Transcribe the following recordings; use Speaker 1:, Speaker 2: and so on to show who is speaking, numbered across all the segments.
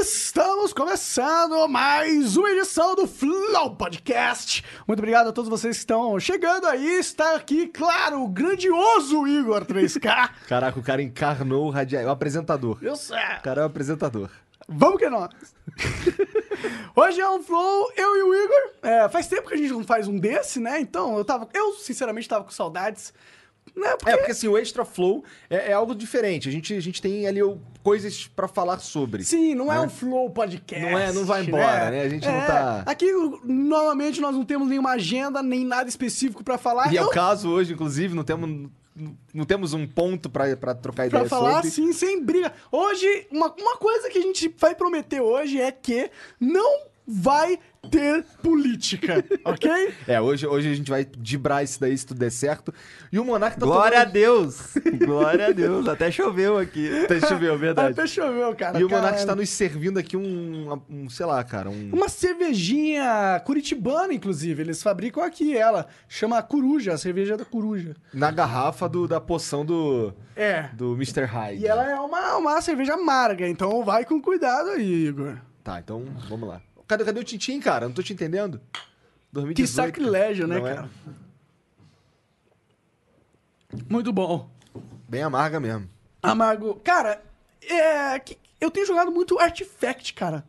Speaker 1: Estamos começando mais uma edição do Flow Podcast. Muito obrigado a todos vocês que estão chegando aí. Está aqui, claro, o grandioso Igor 3K.
Speaker 2: Caraca, o cara encarnou o radial. O apresentador.
Speaker 1: Eu sei.
Speaker 2: O cara é o apresentador.
Speaker 1: Vamos que nós! Hoje é um Flow, eu e o Igor. É, faz tempo que a gente não faz um desse, né? Então, eu tava. Eu, sinceramente, tava com saudades. Né? Porque-
Speaker 2: É, porque assim, o Extra Flow é, é algo diferente. A gente, a gente tem ali o- coisas pra falar sobre.
Speaker 1: Sim, não é
Speaker 2: né?
Speaker 1: um flow podcast. É,
Speaker 2: Não é, não vai embora, né? A gente não tá-
Speaker 1: Aqui, novamente, nós não temos nenhuma agenda, nem nada específico pra falar.
Speaker 2: E é
Speaker 1: Eu-
Speaker 2: o caso hoje, inclusive, não temos, não temos um ponto pra, pra trocar
Speaker 1: Pra
Speaker 2: ideia
Speaker 1: falar
Speaker 2: é sobre.
Speaker 1: assim, sem briga. Hoje, uma, uma coisa que a gente vai prometer hoje é que não vai ter política, ok?
Speaker 2: É, hoje, hoje a gente vai dibrar isso daí, se tudo der certo. E o Monark tá
Speaker 3: Glória a
Speaker 2: tomando...
Speaker 3: Deus! Glória a Deus! Até choveu aqui.
Speaker 2: Deixa eu ver, é verdade.
Speaker 1: Até choveu, cara.
Speaker 2: E o Monark
Speaker 1: caralho.
Speaker 2: está nos servindo aqui um, um, sei lá, cara, um...
Speaker 1: Uma cervejinha curitibana, inclusive. Eles fabricam aqui ela. Chama Coruja, a cerveja da Coruja.
Speaker 2: na garrafa do, da poção do,
Speaker 1: É.
Speaker 2: do Mr. Hyde.
Speaker 1: E ela é uma, uma cerveja amarga, então vai com cuidado aí, Igor.
Speaker 2: Tá, então vamos lá. Cadê, cadê o Tintim, cara? Não tô te entendendo. 2018.
Speaker 1: Que sacrilégio, né,
Speaker 2: Não é?
Speaker 1: cara? Muito bom.
Speaker 2: Bem amarga mesmo.
Speaker 1: Amargo. Cara, é. que- Eu tenho jogado muito Artifact, cara.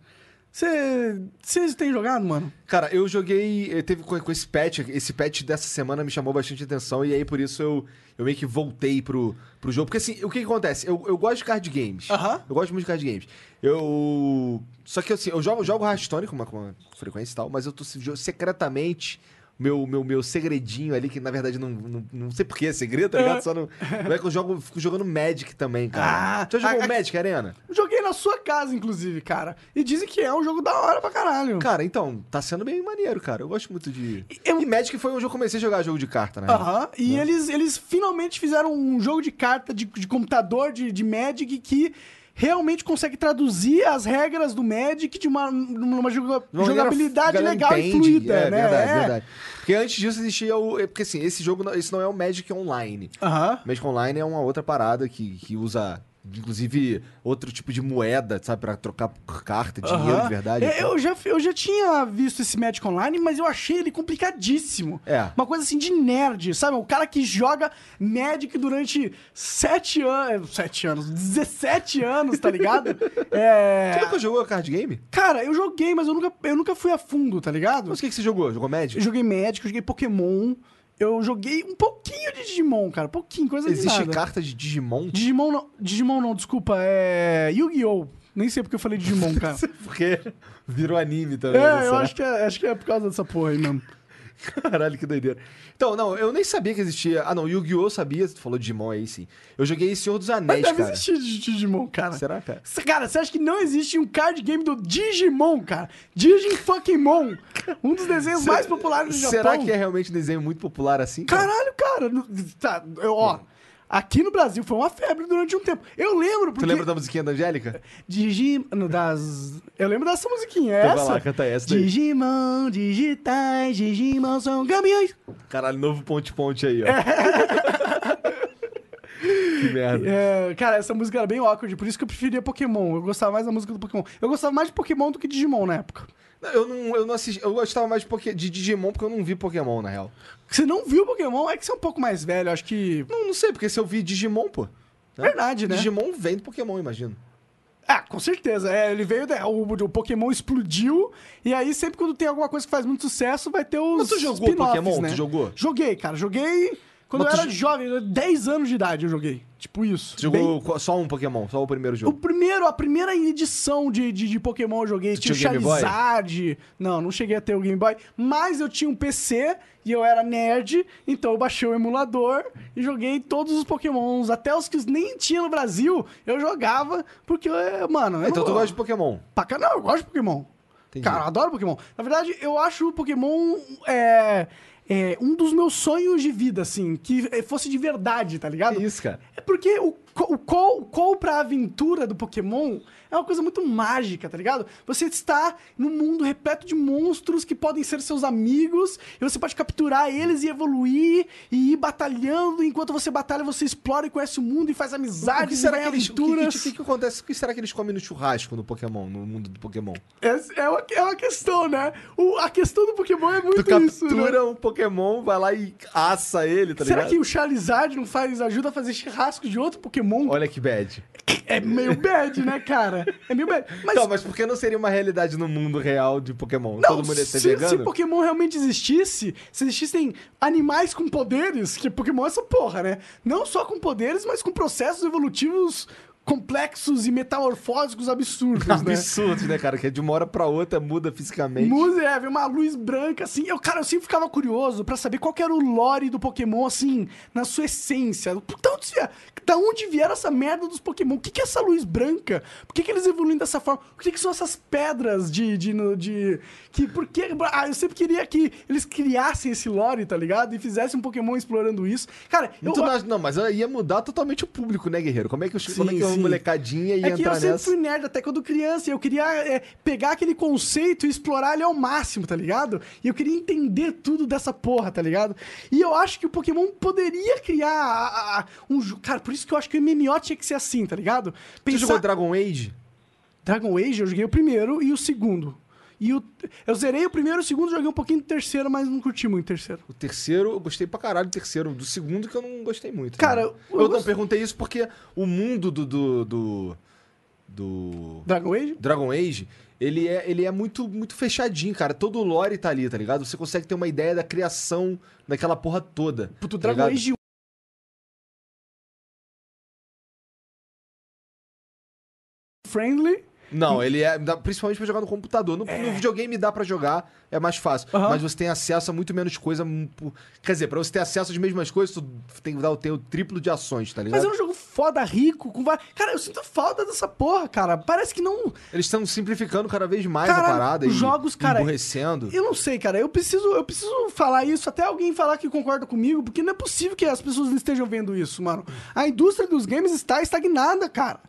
Speaker 1: Vocês têm jogado, mano?
Speaker 2: Cara, eu joguei. eh, Teve com, com esse patch. Esse patch dessa semana me chamou bastante atenção. E aí, por isso, eu, eu meio que voltei pro, pro jogo. Porque assim, o que, que acontece? Eu, eu gosto de card games.
Speaker 1: Aham.
Speaker 2: Eu gosto muito de card games. Eu. Só que assim, eu jogo, jogo Hearthstone com uma, com uma frequência e tal, mas eu tô se- jo- secretamente. Meu, meu, meu segredinho ali, que na verdade não, não, não sei por que é segredo, tá ligado? Só não. Não é que eu jogo, fico jogando Magic também, cara.
Speaker 1: Ah,
Speaker 2: Já jogou
Speaker 1: a- a-
Speaker 2: Magic Arena?
Speaker 1: Joguei na sua casa, inclusive, cara. E dizem que é um jogo da hora pra caralho.
Speaker 2: Cara, então, tá sendo bem maneiro, cara. Eu gosto muito de.
Speaker 1: eu- Ah,
Speaker 2: E Magic foi onde eu comecei a jogar jogo de carta, né?
Speaker 1: Aham, e eles, eles finalmente fizeram um jogo de carta de, de computador, de, de Magic, que realmente consegue traduzir as regras do Magic de uma, numa joga-
Speaker 2: De uma maneira que
Speaker 1: jogabilidade
Speaker 2: a galera
Speaker 1: legal e
Speaker 2: entende.
Speaker 1: fluida,
Speaker 2: é,
Speaker 1: né?
Speaker 2: Verdade,
Speaker 1: É.
Speaker 2: verdade. Porque antes disso existia o. é Porque assim, esse jogo, não- esse não é o Magic Online.
Speaker 1: Aham.
Speaker 2: Magic Online é uma outra parada que, que usa, inclusive, outro tipo de moeda, sabe? Pra trocar por carta, dinheiro
Speaker 1: Aham.
Speaker 2: de verdade. assim?
Speaker 1: É, Eu, já, eu já tinha visto esse Magic Online, mas eu achei ele complicadíssimo.
Speaker 2: É.
Speaker 1: Uma coisa assim de nerd, sabe? O cara que joga Magic durante sete anos. Sete anos, 17 anos, tá ligado?
Speaker 2: Você
Speaker 1: é.
Speaker 2: nunca jogou card game?
Speaker 1: Cara, eu joguei, mas eu nunca, eu nunca fui a fundo, tá ligado?
Speaker 2: Mas o que, que você jogou? Jogou Magic?
Speaker 1: Eu joguei Magic, eu joguei Pokémon. Eu joguei um pouquinho de Digimon, cara. Pouquinho, coisa de
Speaker 2: Existe
Speaker 1: nada.
Speaker 2: carta de Digimon?
Speaker 1: Digimon não. Digimon não, desculpa. É. Yu-Gi-Oh! Nem sei porque eu falei Digimon, cara.
Speaker 2: Porque virou anime também. né,
Speaker 1: É, eu
Speaker 2: será?
Speaker 1: acho que é, acho que é por causa dessa porra aí mesmo.
Speaker 2: Caralho, que doideira. Então, não, eu nem sabia que existia. Ah, não, Yu-Gi-Oh! sabia, tu falou Digimon aí sim. Eu joguei Senhor dos
Speaker 1: Mas
Speaker 2: Anéis,
Speaker 1: deve
Speaker 2: cara.
Speaker 1: existir de- de Digimon, cara.
Speaker 2: Será, cara?
Speaker 1: C- Cara, você acha que não existe um card game do Digimon, cara? Digimon, um dos desenhos mais populares do Japão.
Speaker 2: Será que é realmente um desenho muito popular assim? cara?
Speaker 1: Caralho, cara. no- Tá, eu, ó, aqui no Brasil foi uma febre durante um tempo. Eu lembro porque...
Speaker 2: Tu lembra da musiquinha da Angélica?
Speaker 1: Digimon das. Eu lembro dessa musiquinha, é
Speaker 2: Então vai
Speaker 1: essa?
Speaker 2: lá, canta essa daí.
Speaker 1: Digimon, digitais, Digimon são caminhões.
Speaker 2: Caralho, novo ponte-ponte aí,
Speaker 1: É.
Speaker 2: ó. que merda.
Speaker 1: É, cara, essa música era bem awkward, por isso que eu preferia Pokémon. Eu gostava mais da música do Pokémon. Eu gostava mais de Pokémon do que Digimon na época.
Speaker 2: Não, Eu não, eu não assisti. Eu gostava mais de, Poké- de Digimon porque eu não vi Pokémon, na real.
Speaker 1: Você não viu Pokémon? É que você é um pouco mais velho, acho que.
Speaker 2: Não, não sei, porque se eu vi Digimon, pô. né?
Speaker 1: Verdade, né?
Speaker 2: Digimon vem do Pokémon, imagino.
Speaker 1: Ah, com certeza. É, ele veio. da- O, o Pokémon explodiu. E aí, sempre quando tem alguma coisa que faz muito sucesso, vai ter os.
Speaker 2: Mas tu jogou
Speaker 1: spin-offs,
Speaker 2: Pokémon?
Speaker 1: Né?
Speaker 2: Tu jogou?
Speaker 1: Joguei, cara. Joguei quando
Speaker 2: Mas
Speaker 1: eu
Speaker 2: tu
Speaker 1: era
Speaker 2: jo-
Speaker 1: jovem, eu- 10 anos de idade eu joguei. Tipo isso.
Speaker 2: Tu jogou co- só um Pokémon, só o primeiro
Speaker 1: O
Speaker 2: jogo.
Speaker 1: primeiro, a primeira edição de, de, de Pokémon eu joguei.
Speaker 2: Tu
Speaker 1: tinha o
Speaker 2: tinha o Game Boy?
Speaker 1: Charizard. Não, não cheguei a ter o Game Boy. Mas eu tinha um PC e eu era nerd. Então eu baixei o emulador e joguei todos os Pokémons. Até os que nem tinha no Brasil, eu jogava. Porque, é, mano. eu
Speaker 2: Então
Speaker 1: não-
Speaker 2: tu gosta de Pokémon.
Speaker 1: Pra cá, não, eu gosto de Pokémon.
Speaker 2: Entendi.
Speaker 1: Cara, eu adoro Pokémon. Na verdade, eu acho o Pokémon é, é, um dos meus sonhos de vida, assim. Que fosse de verdade, tá ligado?
Speaker 2: Que isso, cara?
Speaker 1: É porque o, co- o call, o call pra aventura do Pokémon é uma coisa muito mágica, tá ligado? Você está num mundo repleto de monstros que podem ser seus amigos, e você pode capturar eles e evoluir, e ir batalhando. Enquanto você batalha, você explora e conhece o mundo e faz amizades,
Speaker 2: O que será
Speaker 1: e
Speaker 2: que
Speaker 1: vai em
Speaker 2: eles, o que,
Speaker 1: aventuras.
Speaker 2: o que- o que acontece? O que será que eles comem no churrasco no Pokémon, no mundo do Pokémon?
Speaker 1: Essa É, uma, é uma questão, né? O- a questão do Pokémon é muito
Speaker 2: Tu
Speaker 1: isso, né?
Speaker 2: captura um Pokémon, vai lá e assa ele, tá
Speaker 1: Será
Speaker 2: ligado?
Speaker 1: que o Charizard não faz, ajuda a fazer churrasco de outro Pokémon?
Speaker 2: Olha que bad.
Speaker 1: É meio bad, né, cara? É meio bad. Mas,
Speaker 2: Então, mas por que não seria uma realidade no mundo real de Pokémon?
Speaker 1: não,
Speaker 2: Todo mundo ia ser
Speaker 1: se,
Speaker 2: vegano?
Speaker 1: se Pokémon realmente existisse, se existissem animais com poderes, que Pokémon é essa porra, né? Não só com poderes, mas com processos evolutivos complexos e metamorfósicos absurdos, né?
Speaker 2: Absurdo, né, cara? Que de uma hora pra outra muda fisicamente.
Speaker 1: Musa, é, vem uma luz branca, assim. Eu, cara, eu sempre ficava curioso pra saber qual que era o lore do Pokémon, assim, na sua essência. Da onde, se- da onde vieram essa merda dos Pokémon? O que, que é essa luz branca? Por que, que eles evoluem dessa forma? O que, que são essas pedras de. de, no- de- que, por que. Ah, eu sempre queria que eles criassem esse lore, tá ligado? E fissessem um Pokémon explorando isso. Cara, eu.
Speaker 2: Tu não, acha- não, mas aí ia mudar totalmente o público, né, guerreiro? Como é que, os, como é
Speaker 1: Sim,
Speaker 2: que uma
Speaker 1: sim.
Speaker 2: molecadinha ia
Speaker 1: É que eu
Speaker 2: entrar
Speaker 1: sempre
Speaker 2: nessa?
Speaker 1: fui nerd até quando criança. e Eu queria é, pegar aquele conceito e explorar ele ao máximo, tá ligado? E eu queria entender tudo dessa porra, tá ligado? E eu acho que o Pokémon poderia criar a- a- a- um jogo. Cara, por isso que eu acho que o MMO tinha que ser assim, tá ligado?
Speaker 2: Tu jogou
Speaker 1: Pensar...
Speaker 2: Dragon Age?
Speaker 1: Dragon Age, eu joguei o primeiro e o segundo. E o... eu zerei o primeiro e o segundo, joguei um pouquinho do terceiro, mas não curti muito o terceiro.
Speaker 2: O terceiro, eu gostei pra caralho do terceiro. Do segundo que eu não gostei muito.
Speaker 1: Cara,
Speaker 2: né?
Speaker 1: eu
Speaker 2: eu, não
Speaker 1: gost-
Speaker 2: perguntei isso porque o mundo do... do, do, do
Speaker 1: Dragon Age?
Speaker 2: Dragon Age... Ele é, ele é muito, muito fechadinho, cara. Todo o lore tá ali, tá ligado? Você consegue ter uma ideia da criação daquela porra toda.
Speaker 1: Puto,
Speaker 2: tá
Speaker 1: Dragon
Speaker 2: ligado?
Speaker 1: Age um. Friendly.
Speaker 2: Não, ele é. dá- Principalmente pra jogar no computador. No, no videogame dá pra jogar, é mais fácil.
Speaker 1: É. Aham.
Speaker 2: Mas você tem acesso a muito menos coisa. hum, por- Quer dizer, pra você ter acesso às mesmas coisas, tu tem que dar o teu triplo de ações, tá
Speaker 1: Mas
Speaker 2: ligado?
Speaker 1: é um jogo foda, rico, com va- Cara, eu sinto falta dessa porra, cara. Parece que não.
Speaker 2: Eles estão simplificando cada vez mais
Speaker 1: Cara,
Speaker 2: a parada
Speaker 1: os
Speaker 2: e
Speaker 1: jogos, cara,
Speaker 2: emburrecendo.
Speaker 1: Eu não sei, cara. Eu preciso, eu preciso falar isso, até alguém falar que concorda comigo, porque não é possível que as pessoas não estejam vendo isso, mano. A indústria dos games está estagnada, cara.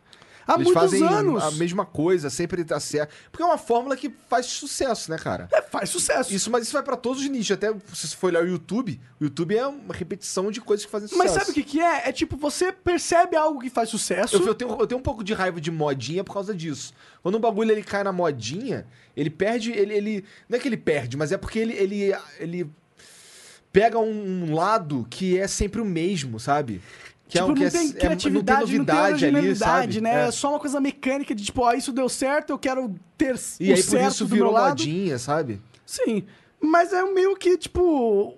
Speaker 1: Há
Speaker 2: Eles
Speaker 1: muitos
Speaker 2: fazem
Speaker 1: anos.
Speaker 2: a mesma coisa, sempre tá certo. Porque é uma fórmula que faz sucesso, né, cara?
Speaker 1: É, faz sucesso.
Speaker 2: Isso, mas isso vai pra todos os nichos. Até se você for olhar o YouTube, o YouTube é uma repetição de coisas que fazem sucesso.
Speaker 1: Mas sabe o que, que é? É tipo, você percebe algo que faz sucesso.
Speaker 2: Eu, eu tenho, eu tenho um pouco de raiva de modinha por causa disso. Quando um bagulho ele cai na modinha, ele perde. Ele, ele- não é que ele perde, mas é porque ele, ele, ele pega um, um lado que é sempre o mesmo, sabe? Que
Speaker 1: tipo,
Speaker 2: um que
Speaker 1: não tem
Speaker 2: é, é-
Speaker 1: criatividade, não tem originalidade, né? É.
Speaker 2: É.
Speaker 1: só uma coisa mecânica de tipo, ó, isso deu certo, eu quero ter
Speaker 2: E
Speaker 1: o
Speaker 2: aí por
Speaker 1: certo
Speaker 2: isso
Speaker 1: do meu
Speaker 2: virou
Speaker 1: lado.
Speaker 2: modinha, sabe?
Speaker 1: Sim, mas é meio que, tipo,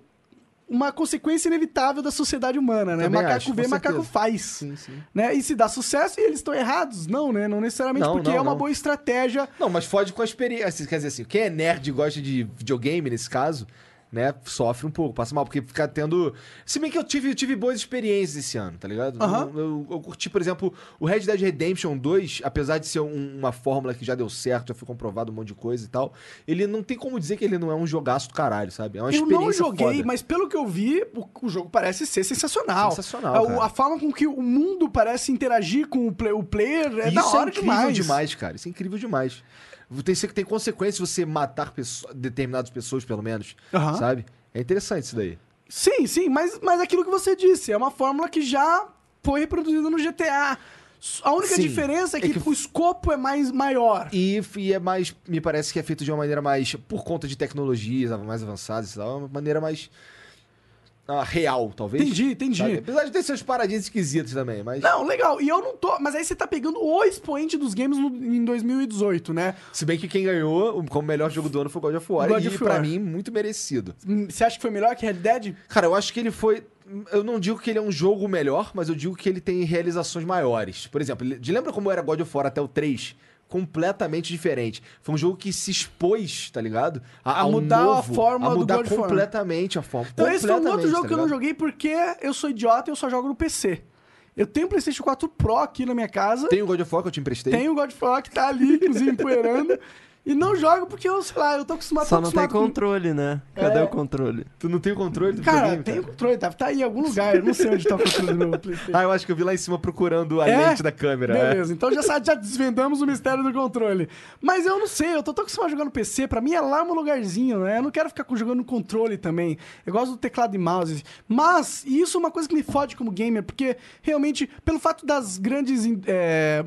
Speaker 1: uma consequência inevitável da sociedade humana, né?
Speaker 2: Também
Speaker 1: macaco
Speaker 2: acho, com
Speaker 1: vê, macaco
Speaker 2: certeza.
Speaker 1: faz.
Speaker 2: sim.
Speaker 1: Né? E se dá sucesso e eles estão errados? Não, né? Não necessariamente,
Speaker 2: Não,
Speaker 1: porque
Speaker 2: não,
Speaker 1: é uma
Speaker 2: não. É
Speaker 1: boa estratégia.
Speaker 2: Não, mas fode com a experiência. Quer dizer assim, quem é nerd e gosta de videogame nesse caso, né, sofre um pouco, passa mal, porque fica tendo. Se bem que eu tive, eu tive boas experiências esse ano, tá ligado?
Speaker 1: Aham.
Speaker 2: Eu, eu- eu curti, por exemplo, o Red Dead Redemption 2, apesar de ser um- uma fórmula que já deu certo, já foi comprovado um monte de coisa e tal, ele não tem como dizer que ele não é um jogaço do caralho, sabe? É uma
Speaker 1: Eu
Speaker 2: experiência.
Speaker 1: não joguei,
Speaker 2: foda.
Speaker 1: mas pelo que eu vi, o, o jogo parece ser sensacional.
Speaker 2: Sensacional,
Speaker 1: É, o-
Speaker 2: cara.
Speaker 1: a forma com que o mundo parece interagir com o, play- o player é
Speaker 2: Isso
Speaker 1: da hora
Speaker 2: é incrível demais.
Speaker 1: demais.
Speaker 2: cara. Isso é incrível demais. Tem, tem consequência você matar pessoa- determinadas pessoas, pelo menos,
Speaker 1: Aham.
Speaker 2: sabe? É interessante isso daí.
Speaker 1: Sim, sim, mas, mas aquilo que você disse, é uma fórmula que já foi reproduzida no GTA. A única
Speaker 2: Sim.
Speaker 1: diferença é que,
Speaker 2: que-
Speaker 1: o escopo é mais maior.
Speaker 2: E, e é mais. Me parece que é feito de uma maneira mais. Por conta de tecnologias mais avançadas e tal, uma maneira mais. ah, real, talvez.
Speaker 1: Entendi, entendi.
Speaker 2: Sabe? Apesar de ter seus paradinhos esquisitos também, mas.
Speaker 1: Não, legal. E eu não tô. Mas aí você tá pegando o expoente dos games no- em 2018, né?
Speaker 2: Se bem que quem ganhou o- como melhor jogo do ano foi God of War.
Speaker 1: God
Speaker 2: e
Speaker 1: of
Speaker 2: pra
Speaker 1: War.
Speaker 2: mim, muito merecido.
Speaker 1: Hum, Você acha que foi melhor que Red Dead?
Speaker 2: Cara, eu acho que ele foi. Eu não digo que ele é um jogo melhor, mas eu digo que ele tem realizações maiores. Por exemplo, ele- de- lembra como era God of War até o 3? Completamente diferente. Foi um jogo que se expôs, tá ligado?
Speaker 1: A
Speaker 2: ao
Speaker 1: mudar a fórmula
Speaker 2: a
Speaker 1: do
Speaker 2: mudar
Speaker 1: God of War.
Speaker 2: completamente a forma. tá
Speaker 1: Então, esse foi um outro jogo que eu não
Speaker 2: joguei.
Speaker 1: joguei porque eu sou idiota e eu só jogo no PC. Eu tenho o PlayStation 4 Pro aqui na minha casa.
Speaker 2: Tem o God of War que eu te emprestei?
Speaker 1: Tem o God of War que tá ali, inclusive, empoeirando. E não jogo porque eu, sei lá, eu tô acostumado, tô
Speaker 3: Só não tem
Speaker 1: acostumado com-
Speaker 3: controle, né? Cadê
Speaker 1: É.
Speaker 3: o controle?
Speaker 2: Tu não tem o controle do
Speaker 1: Cara,
Speaker 2: videogame,
Speaker 1: tem
Speaker 2: cara?
Speaker 1: o controle, tá, tá aí em algum lugar, eu não sei onde tá o controle do meu Playstation.
Speaker 2: Ah, eu acho que eu vi lá em cima procurando a
Speaker 1: É?
Speaker 2: lente da câmera. é.
Speaker 1: Beleza, então já, sa- já desvendamos o mistério do controle. Mas eu não sei, eu tô tão acostumado a jogar no PC, pra mim é lá um lugarzinho, né? Eu não quero ficar com- jogando no controle também. Eu gosto do teclado e mouse. Mas e isso é uma coisa que me fode como gamer, porque realmente, pelo fato das grandes. in- é,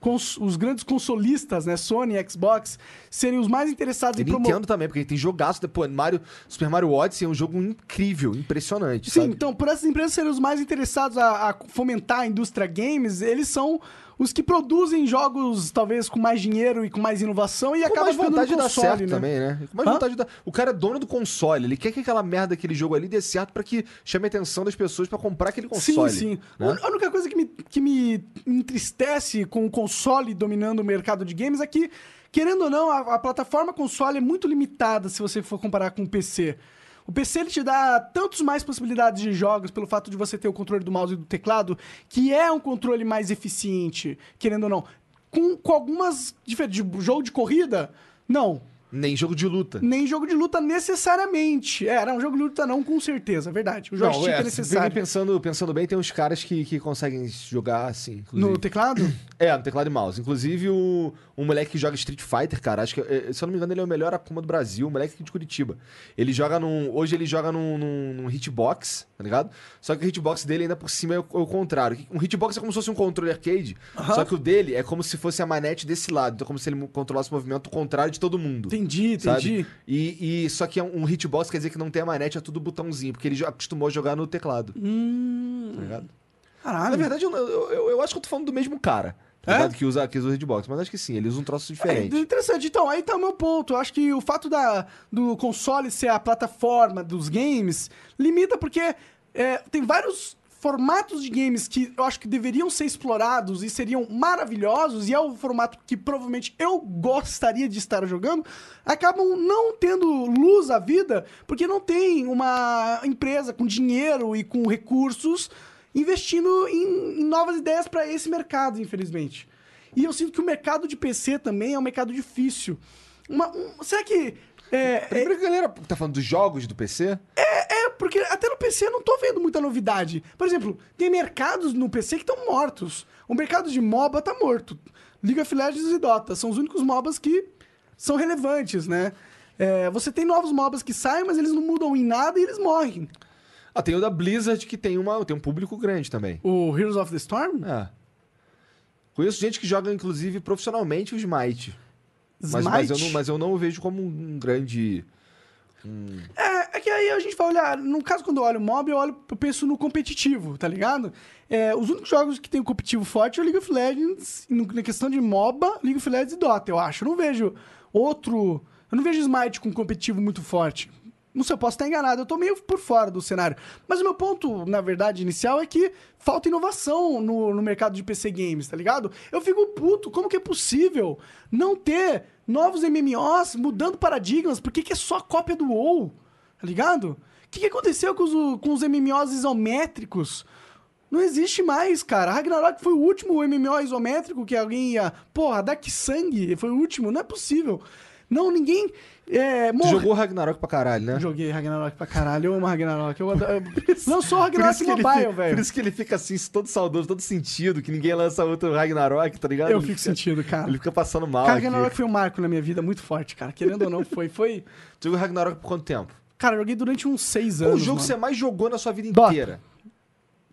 Speaker 1: cons- os grandes consolistas, né? Sony e Xbox, serem os mais interessados
Speaker 2: E
Speaker 1: em promover.
Speaker 2: Nintendo também, porque tem jogaço. Pô, Mario, Super Mario Odyssey é um jogo incrível, impressionante.
Speaker 1: Sim,
Speaker 2: sabe?
Speaker 1: então, por essas empresas serem os mais interessados a, a fomentar a indústria games, eles são os que produzem jogos, talvez, com mais dinheiro e com mais inovação e
Speaker 2: Com
Speaker 1: acabam
Speaker 2: mais
Speaker 1: ficando
Speaker 2: É, vontade de
Speaker 1: no
Speaker 2: dar
Speaker 1: console,
Speaker 2: certo
Speaker 1: né?
Speaker 2: também, né? Com mais
Speaker 1: Hã?
Speaker 2: vontade de dar... O cara é dono do console, ele quer que aquela merda, aquele jogo ali dê certo pra que chame a atenção das pessoas pra comprar aquele console.
Speaker 1: sim, sim.
Speaker 2: né?
Speaker 1: A única coisa que me, que me entristece com o console dominando o mercado de games é que, querendo ou não, a, a plataforma console é muito limitada se você for comparar com o PC. O PC ele te dá tantos mais possibilidades de jogos pelo fato de você ter o controle do mouse e do teclado, que é um controle mais eficiente, querendo ou não. Com, com algumas diferenças. De jogo de corrida, não.
Speaker 2: Nem jogo de luta.
Speaker 1: Nem jogo de luta necessariamente. É, não, jogo de luta não, com certeza, é verdade. O joystick é,
Speaker 2: se
Speaker 1: necessário.
Speaker 2: fica Pensando, pensando bem, tem uns caras que, que conseguem jogar assim. inclusive.
Speaker 1: No teclado?
Speaker 2: É, no teclado e mouse. Inclusive, o, um moleque que joga Street Fighter, cara, acho que, eh, se eu não me engano, ele é o melhor Akuma do Brasil, um moleque aqui de Curitiba. Ele joga num. Hoje ele joga num, num- num hitbox, tá ligado? Só que o hitbox dele ainda por cima é o, é o contrário. Um hitbox é como se fosse um controle arcade, só que o dele é como se fosse a manete desse lado. Então, como se ele mo- controlasse o movimento contrário de todo mundo.
Speaker 1: Entendi,
Speaker 2: Sabe?
Speaker 1: entendi.
Speaker 2: E, e- só que é um, um hitbox quer dizer que não tem a manete, é tudo botãozinho, porque ele já acostumou a jogar no teclado, tá
Speaker 1: Hum.
Speaker 2: ligado? Ah, Na
Speaker 1: Caralho.
Speaker 2: verdade, eu, eu, eu- eu acho que eu tô falando do mesmo cara. Tá
Speaker 1: É?
Speaker 2: ligado? Que usa, que usa o Redbox, mas acho que sim, ele usa um troço
Speaker 1: É,
Speaker 2: diferente.
Speaker 1: interessante. Então, aí tá o meu ponto. Eu acho que o fato da, do console ser a plataforma dos games limita porque é, tem vários formatos de games que eu acho que deveriam ser explorados e seriam maravilhosos e é o formato que provavelmente eu gostaria de estar jogando, acabam não tendo luz à vida porque não tem uma empresa com dinheiro e com recursos investindo em, em novas ideias para esse mercado, infelizmente. E eu sinto que o mercado de PC também é um mercado difícil. Uma- um- será que. É, é-
Speaker 2: Primeiro que a galera tá falando dos jogos do PC.
Speaker 1: é porque até no PC eu não tô vendo muita novidade. Por exemplo, tem mercados no PC que estão mortos. O mercado de MOBA tá morto. League of Legends e Dota são os únicos MOBAs que são relevantes, né? É, você tem novos MOBAs que saem, mas eles não mudam em nada e eles morrem.
Speaker 2: Ah, tem o da Blizzard que tem, uma, tem um público grande também.
Speaker 1: O Heroes of the Storm?
Speaker 2: É. Conheço gente que joga, inclusive, profissionalmente o Smite. Mas, mas,
Speaker 1: Smite?
Speaker 2: eu, não, mas eu não o vejo como um grande.
Speaker 1: É, é que aí a gente vai olhar. No caso, quando eu olho o MOB, eu, olho, eu penso no competitivo, tá ligado? É, os únicos jogos que tem um competitivo forte é o League of Legends. e no- Na questão de MOBA, League of Legends e Dota, eu acho. Eu não vejo outro. Eu não vejo Smite com um competitivo muito forte. Não sei, eu posso estar enganado, eu tô meio por fora do cenário. Mas o meu ponto, na verdade, inicial é que falta inovação no, no mercado de PC games, tá ligado? Eu fico puto, como que é possível não ter novos MMOs mudando paradigmas? Por que, que é só cópia do WoW? Tá ligado? O que, que aconteceu com os, com os MMOs isométricos? Não existe mais, cara. Ragnarok foi o último MMO isométrico que alguém ia. Porra, Dark Sangue foi o último. Não é possível. Não, ninguém. É,
Speaker 2: Tu
Speaker 1: morre-
Speaker 2: jogou Ragnarok pra caralho, né?
Speaker 1: Joguei Ragnarok pra caralho. Eu amo Ragnarok. Eu adoro... Lançou o Ragnarok
Speaker 2: ele
Speaker 1: Mobile,
Speaker 2: fica- por
Speaker 1: velho.
Speaker 2: isso que ele fica assim, todo saudoso, todo sentido, que ninguém lança outro Ragnarok, tá ligado?
Speaker 1: Eu
Speaker 2: Ele
Speaker 1: fico
Speaker 2: fica-
Speaker 1: sentido, cara.
Speaker 2: Ele fica passando mal.
Speaker 1: Cara,
Speaker 2: aqui.
Speaker 1: Ragnarok foi um marco na minha vida muito forte, cara. Querendo ou não, foi. Foi.
Speaker 2: Tu jogou Ragnarok por quanto tempo?
Speaker 1: Cara, eu joguei durante uns seis
Speaker 2: Qual
Speaker 1: anos.
Speaker 2: o jogo que
Speaker 1: mano.
Speaker 2: você mais jogou na sua vida
Speaker 1: Dota.
Speaker 2: inteira?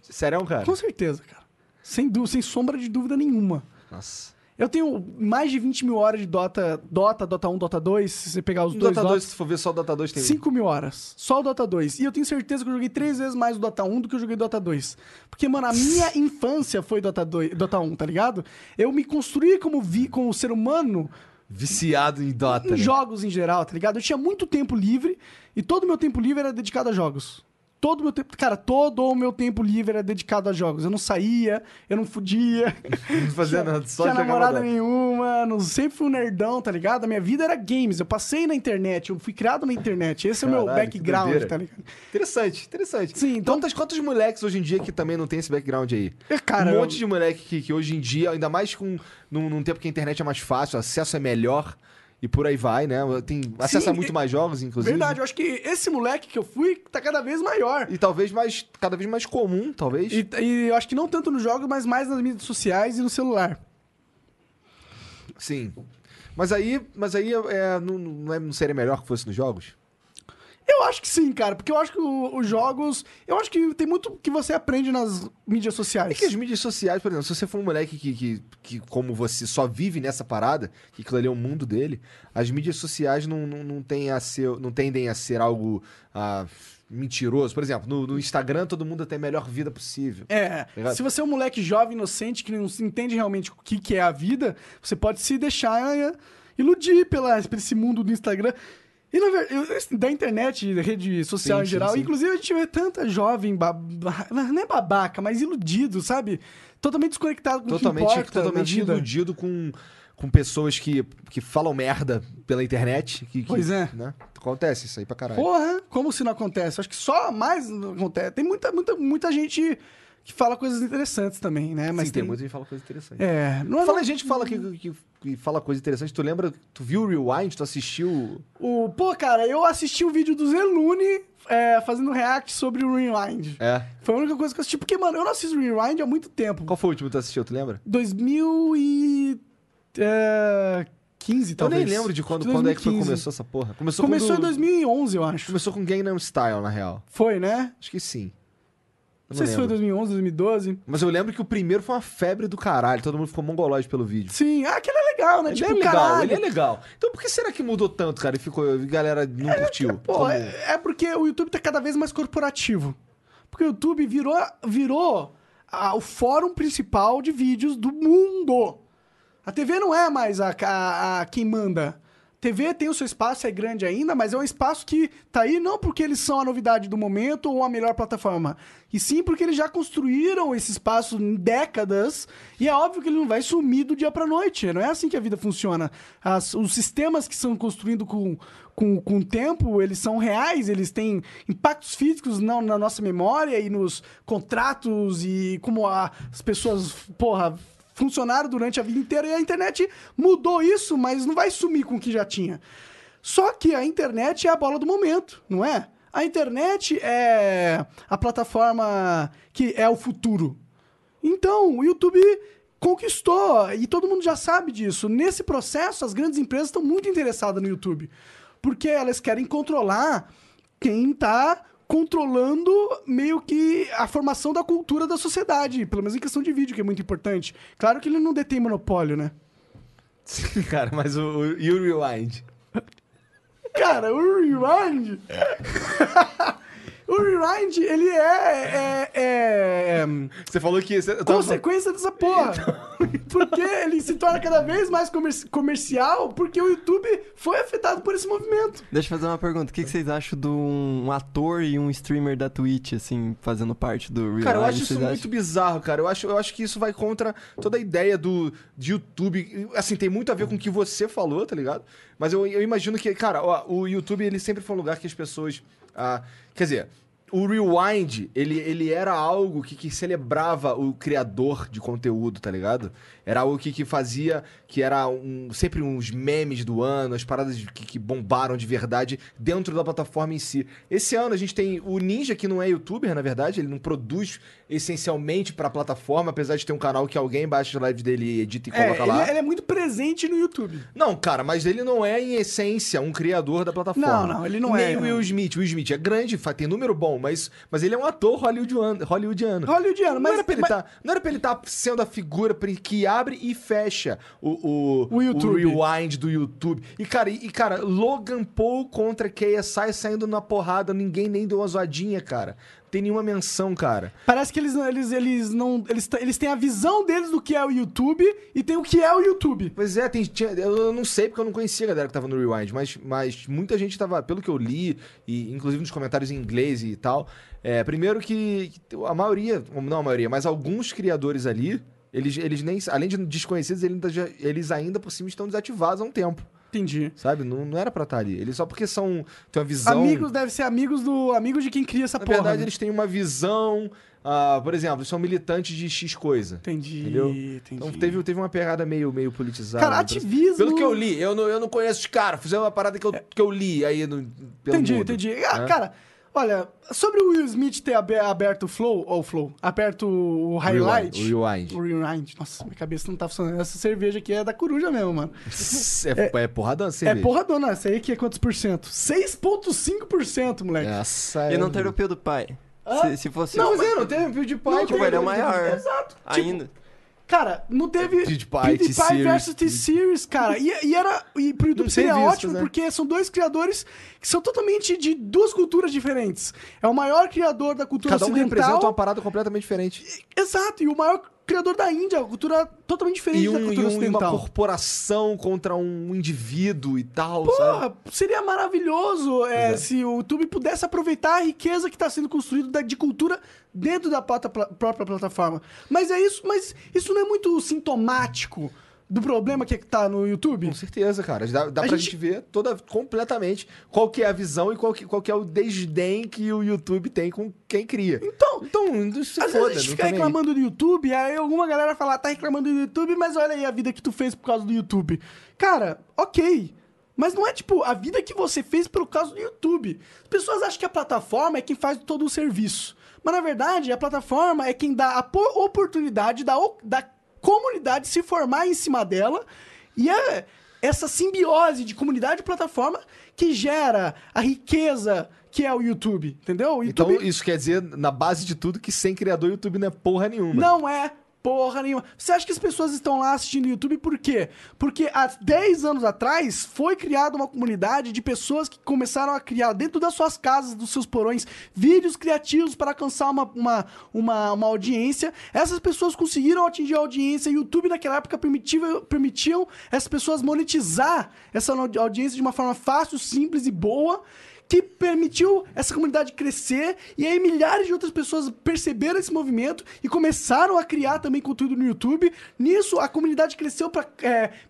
Speaker 2: Sério, é um cara?
Speaker 1: Com certeza, cara. Sem, dú- sem sombra de dúvida nenhuma.
Speaker 2: Nossa.
Speaker 1: Eu tenho mais de 20 mil horas de Dota, Dota, Dota 1, Dota 2, se você pegar os
Speaker 2: No
Speaker 1: dois
Speaker 2: Um Dota
Speaker 1: Dota
Speaker 2: 2, se for ver só o Dota 2 tem.
Speaker 1: 5 mil horas. Só o Dota 2. E eu tenho certeza que eu joguei três vezes mais o Dota 1 do que eu joguei Dota 2. Porque, mano, a minha infância foi Dota, 2, Dota 1, tá ligado? Eu me construí como, vi, como ser humano
Speaker 2: Viciado em Dota.
Speaker 1: em
Speaker 2: né?
Speaker 1: jogos em geral, tá ligado? Eu tinha muito tempo livre e todo o meu tempo livre era dedicado a jogos. Todo o meu tempo, cara, todo o meu tempo livre era dedicado a jogos. Eu não saía, eu não fudia,
Speaker 2: Não fazia nada, só
Speaker 1: tinha
Speaker 2: jogava
Speaker 1: namorada
Speaker 2: Dota.
Speaker 1: nenhuma, não, sempre fui um nerdão, tá ligado? A minha vida era games, eu passei na internet, eu fui criado na internet. Esse é o meu
Speaker 2: Caralho, que
Speaker 1: background,
Speaker 2: doideira.
Speaker 1: tá ligado?
Speaker 2: Interessante, interessante.
Speaker 1: Sim, então-
Speaker 2: Quantas, quantos moleques hoje em dia que também não tem esse background aí?
Speaker 1: É, Cara,
Speaker 2: um monte de moleque que, que hoje em dia, ainda mais com num, num tempo que a internet é mais fácil, o acesso é melhor. E por aí vai, né? Tem acesso a
Speaker 1: Sim,
Speaker 2: muito
Speaker 1: e-
Speaker 2: mais jogos, inclusive.
Speaker 1: Verdade, eu acho que esse moleque que eu fui tá cada vez maior.
Speaker 2: E talvez mais, cada vez mais comum, talvez.
Speaker 1: E, e eu acho que não tanto nos jogos, mas mais nas mídias sociais e no celular.
Speaker 2: Sim. Mas aí, mas aí é, não, não, é- não seria melhor que fosse nos jogos?
Speaker 1: Eu acho que sim, cara, porque eu acho que o- os jogos. Eu acho que tem muito que você aprende nas mídias
Speaker 2: É
Speaker 1: sociais.
Speaker 2: que as mídias sociais, por exemplo, se você for um moleque que, que, que como você, só vive nessa parada, que aquilo ali é o mundo dele, as mídias sociais não, não, não, tem a ser, não tendem a ser algo ah, mentiroso. Por exemplo, no, no Instagram todo mundo tem a melhor vida possível.
Speaker 1: É,
Speaker 2: Ligado?
Speaker 1: se você é um moleque jovem, inocente, que não se entende realmente o que, que é a vida, você pode se deixar é, iludir pela, por esse mundo do Instagram. E na ver- eu- esse- da internet, da rede social
Speaker 2: Sim,
Speaker 1: em
Speaker 2: sim,
Speaker 1: geral,
Speaker 2: sim.
Speaker 1: inclusive a gente vê tanta jovem, ba- ba- não é babaca, mas iludido, sabe? Totalmente desconectado com É o que
Speaker 2: Totalmente,
Speaker 1: importa
Speaker 2: totalmente
Speaker 1: na vida.
Speaker 2: iludido com, com pessoas que, que falam merda pela internet. Que, que-
Speaker 1: Pois é.
Speaker 2: né? Acontece isso aí pra caralho.
Speaker 1: Porra, como se não acontece? Acho que só mais não acontece. Tem muita, muita, muita gente que fala coisas interessantes também, né? Mas
Speaker 2: Sim, tem muita gente que fala coisa interessante.
Speaker 1: É, não é
Speaker 2: Fala, gente que fala que, que- que fala coisa interessante. Tu lembra? Tu viu o Rewind? Tu assistiu?
Speaker 1: O, pô, cara, eu assisti o vídeo do Zelune é, fazendo react sobre o Rewind.
Speaker 2: É.
Speaker 1: Foi a única coisa que eu assisti, porque, mano, eu não assisto Rewind há muito tempo.
Speaker 2: Qual foi o último que tu assistiu? Tu lembra?
Speaker 1: 2015, é, talvez.
Speaker 2: Eu nem lembro de quando,
Speaker 1: Acho
Speaker 2: quando é que foi,
Speaker 1: 2015.
Speaker 2: começou essa porra. Começou,
Speaker 1: Começou
Speaker 2: quando-
Speaker 1: em 2011, eu acho.
Speaker 2: Começou com Gangnam Style, na real.
Speaker 1: Foi, né?
Speaker 2: Acho que sim. Eu
Speaker 1: Não sei se foi
Speaker 2: lembro.
Speaker 1: 2011, 2012.
Speaker 2: Mas eu lembro que o primeiro foi uma febre do caralho. Todo mundo ficou mongolóide pelo vídeo.
Speaker 1: Sim, ah, aquele é legal, né?
Speaker 2: Ele
Speaker 1: tipo,
Speaker 2: é legal,
Speaker 1: caralho.
Speaker 2: ele é legal. Então por que será que mudou tanto, cara? E ficou, a galera não curtiu.
Speaker 1: Pô,
Speaker 2: Como-
Speaker 1: é, é porque o YouTube tá cada vez mais corporativo. Porque o YouTube virou, virou a- o fórum principal de vídeos do mundo. A TV não é mais a, a- a quem manda. TV tem o seu espaço, é grande ainda, mas é um espaço que tá aí não porque eles são a novidade do momento ou a melhor plataforma, e sim porque eles já construíram esse espaço em décadas, e é óbvio que ele não vai sumir do dia pra noite. Não é assim que a vida funciona. As- os sistemas que são construídos com, com, com o tempo, eles são reais, eles têm impactos físicos na, na nossa memória e nos contratos e como a- as pessoas, porra, funcionaram durante a vida inteira e a internet mudou isso, mas não vai sumir com o que já tinha. Só que a internet é a bola do momento, não é? A internet é a plataforma que é o futuro. Então, o YouTube conquistou e todo mundo já sabe disso. Nesse processo, as grandes empresas estão muito interessadas no YouTube, porque elas querem controlar quem está controlando meio que a formação da cultura da sociedade, pelo menos em questão de vídeo, que é muito importante. Claro que ele não detém monopólio, né?
Speaker 2: Sim, cara, mas o, o, e o Rewind?
Speaker 1: Cara, o Rewind. o Rewind, ele é- é- é
Speaker 2: Você falou que... Você, eu tava- Então,
Speaker 1: consequência dessa porra. Porque ele se torna cada vez mais comer- comercial, porque o YouTube foi afetado por esse movimento.
Speaker 3: Deixa eu fazer uma pergunta. O que que vocês acham de um ator e um streamer da Twitch, assim, fazendo parte do Real?
Speaker 2: Cara, eu acho isso muito bizarro, cara. Eu acho, eu acho que isso vai contra toda a ideia do de YouTube. Assim, tem muito a ver com o que você falou, tá ligado? Mas eu, eu imagino que, cara, ó, o YouTube ele sempre foi um lugar que as pessoas. ah, quer dizer, o Rewind, ele, ele era algo que, que celebrava o criador de conteúdo, tá ligado? Era algo que, que fazia. que era um, sempre uns memes do ano, as paradas que, que bombaram de verdade dentro da plataforma em si. Esse ano a gente tem o Ninja, que não é youtuber, na verdade, ele não produz essencialmente pra plataforma, apesar de ter um canal que alguém baixa a live dele e edita e
Speaker 1: É,
Speaker 2: coloca
Speaker 1: ele,
Speaker 2: lá.
Speaker 1: ele é muito presente no YouTube.
Speaker 2: Não, cara, mas ele não é, em essência, um criador da
Speaker 1: Não,
Speaker 2: plataforma.
Speaker 1: não, ele não
Speaker 2: Nem
Speaker 1: é,
Speaker 2: o
Speaker 1: não.
Speaker 2: Will Smith. O Will Smith é grande, fa- tem número bom, mas, mas ele é um ator hollywoodiano. hollywoodiano.
Speaker 1: Hollywoodiano, mas.
Speaker 2: não, era pra ele
Speaker 1: mas-
Speaker 2: tá, não era pra ele estar sendo a figura pri- que abre e fecha o, o,
Speaker 1: O YouTube.
Speaker 2: rewind do YouTube. E cara, e, e, cara, Logan Paul contra KSI saindo na porrada, ninguém nem deu uma zoadinha, cara. Não tem nenhuma menção, cara.
Speaker 1: Parece que eles, não- eles, eles não. Eles, t- eles têm a visão deles do que é o YouTube e tem o que é o YouTube.
Speaker 2: Pois é, tem, tinha- eu não sei porque eu não conhecia a galera que tava no Rewind, mas, mas muita gente tava, pelo que eu li, e inclusive nos comentários em inglês e tal, é, primeiro que a maioria, não a maioria, mas alguns criadores ali, eles, eles nem, além de desconhecidos, eles ainda, já- eles ainda por cima estão desativados há um tempo.
Speaker 1: Entendi.
Speaker 2: Sabe? Não, não era pra estar ali. Eles só porque são. Tem uma visão.
Speaker 1: Amigos devem ser amigos do amigos de quem cria essa
Speaker 2: Na
Speaker 1: porra.
Speaker 2: verdade,
Speaker 1: né?
Speaker 2: eles têm uma visão. ah, por exemplo, eles são militantes de X coisa.
Speaker 1: Entendi,
Speaker 2: Entendeu?
Speaker 1: entendi.
Speaker 2: Então teve, teve uma pegada meio, meio politizada.
Speaker 1: Cara,
Speaker 2: Então,
Speaker 1: ativismo.
Speaker 2: Pelo que eu li, eu não, eu não conheço os caras. Fizeram uma parada que eu, que eu li aí no, pelo
Speaker 1: Entendi,
Speaker 2: mundo.
Speaker 1: entendi. Ah,
Speaker 2: né?
Speaker 1: cara, olha, sobre o Will Smith ter abe- aberto o Flow, ou o Flow, aberto o Highlight.
Speaker 2: Rewind, o rewind.
Speaker 1: O Rewind. Nossa, minha cabeça não tá funcionando. Essa cerveja aqui é da coruja mesmo, mano.
Speaker 2: É, é, porradão, você
Speaker 1: É porra dona, essa aí que é quantos por cento? 6,5%, moleque.
Speaker 2: Essa
Speaker 3: E
Speaker 2: é-
Speaker 3: não teve o pio do pai. Se, se fosse.
Speaker 2: Não,
Speaker 3: o-
Speaker 2: mas é, não teve PewDiePie.
Speaker 1: Não
Speaker 2: tipo,
Speaker 1: teve,
Speaker 2: ele é
Speaker 1: não teve.
Speaker 3: maior.
Speaker 1: Exato. Tipo,
Speaker 3: Ainda.
Speaker 1: Cara, não teve
Speaker 2: PewDiePie,
Speaker 1: PewDiePie
Speaker 2: T-Series.
Speaker 1: versus T-Series, cara. E, e era e pro YouTube
Speaker 2: Não
Speaker 1: seria
Speaker 2: tem vistas,
Speaker 1: ótimo,
Speaker 2: né?
Speaker 1: porque são dois criadores que são totalmente de duas culturas diferentes. É o maior criador da cultura
Speaker 2: Cada um
Speaker 1: ocidental.
Speaker 2: representa uma parada completamente diferente.
Speaker 1: Exato, e o maior criador da Índia, uma cultura totalmente diferente
Speaker 2: E,
Speaker 1: da
Speaker 2: um, e,
Speaker 1: é cultura
Speaker 2: um- e uma
Speaker 1: ocidental.
Speaker 2: corporação contra um indivíduo e tal, sabe?
Speaker 1: Porra, seria maravilhoso é, se o YouTube pudesse aproveitar a riqueza que está sendo construída da- de cultura dentro da plata- pla- própria plataforma. Mas é isso, mas isso não é muito sintomático do problema que está no YouTube?
Speaker 2: Com certeza, cara. Dá, dá
Speaker 1: A
Speaker 2: pra
Speaker 1: gente-
Speaker 2: gente... ver toda, completamente qual que é a visão e qual que, qual que é o desdém que o YouTube tem com quem cria.
Speaker 1: Então,
Speaker 2: Então, se
Speaker 1: Às
Speaker 2: foda,
Speaker 1: vezes a gente
Speaker 2: não
Speaker 1: fica
Speaker 2: tá nem aí.
Speaker 1: reclamando do YouTube, aí alguma galera fala, tá reclamando do YouTube, mas olha aí a vida que tu fez por causa do YouTube. Cara, ok. Mas não é tipo a vida que você fez por causa do YouTube. As pessoas acham que a plataforma é quem faz todo o serviço. Mas na verdade, a plataforma é quem dá a po- oportunidade da, o- da comunidade se formar em cima dela. E é essa simbiose de comunidade e plataforma que gera a riqueza que é o YouTube, entendeu? O
Speaker 2: Então,
Speaker 1: YouTube...
Speaker 2: isso quer dizer, na base de tudo, que sem criador, o YouTube não é porra nenhuma.
Speaker 1: Não é porra nenhuma. Você acha que as pessoas estão lá assistindo YouTube por quê? Porque há 10 anos atrás foi criada uma comunidade de pessoas que começaram a criar dentro das suas casas, dos seus porões, vídeos criativos para alcançar uma, uma, uma, uma audiência. Essas pessoas conseguiram atingir a audiência. YouTube naquela época permitiva, permitiam essas pessoas monetizar essa audi- audiência de uma forma fácil, simples e boa que permitiu essa comunidade crescer e aí milhares de outras pessoas perceberam esse movimento e começaram a criar também conteúdo no YouTube. Nisso, a comunidade cresceu para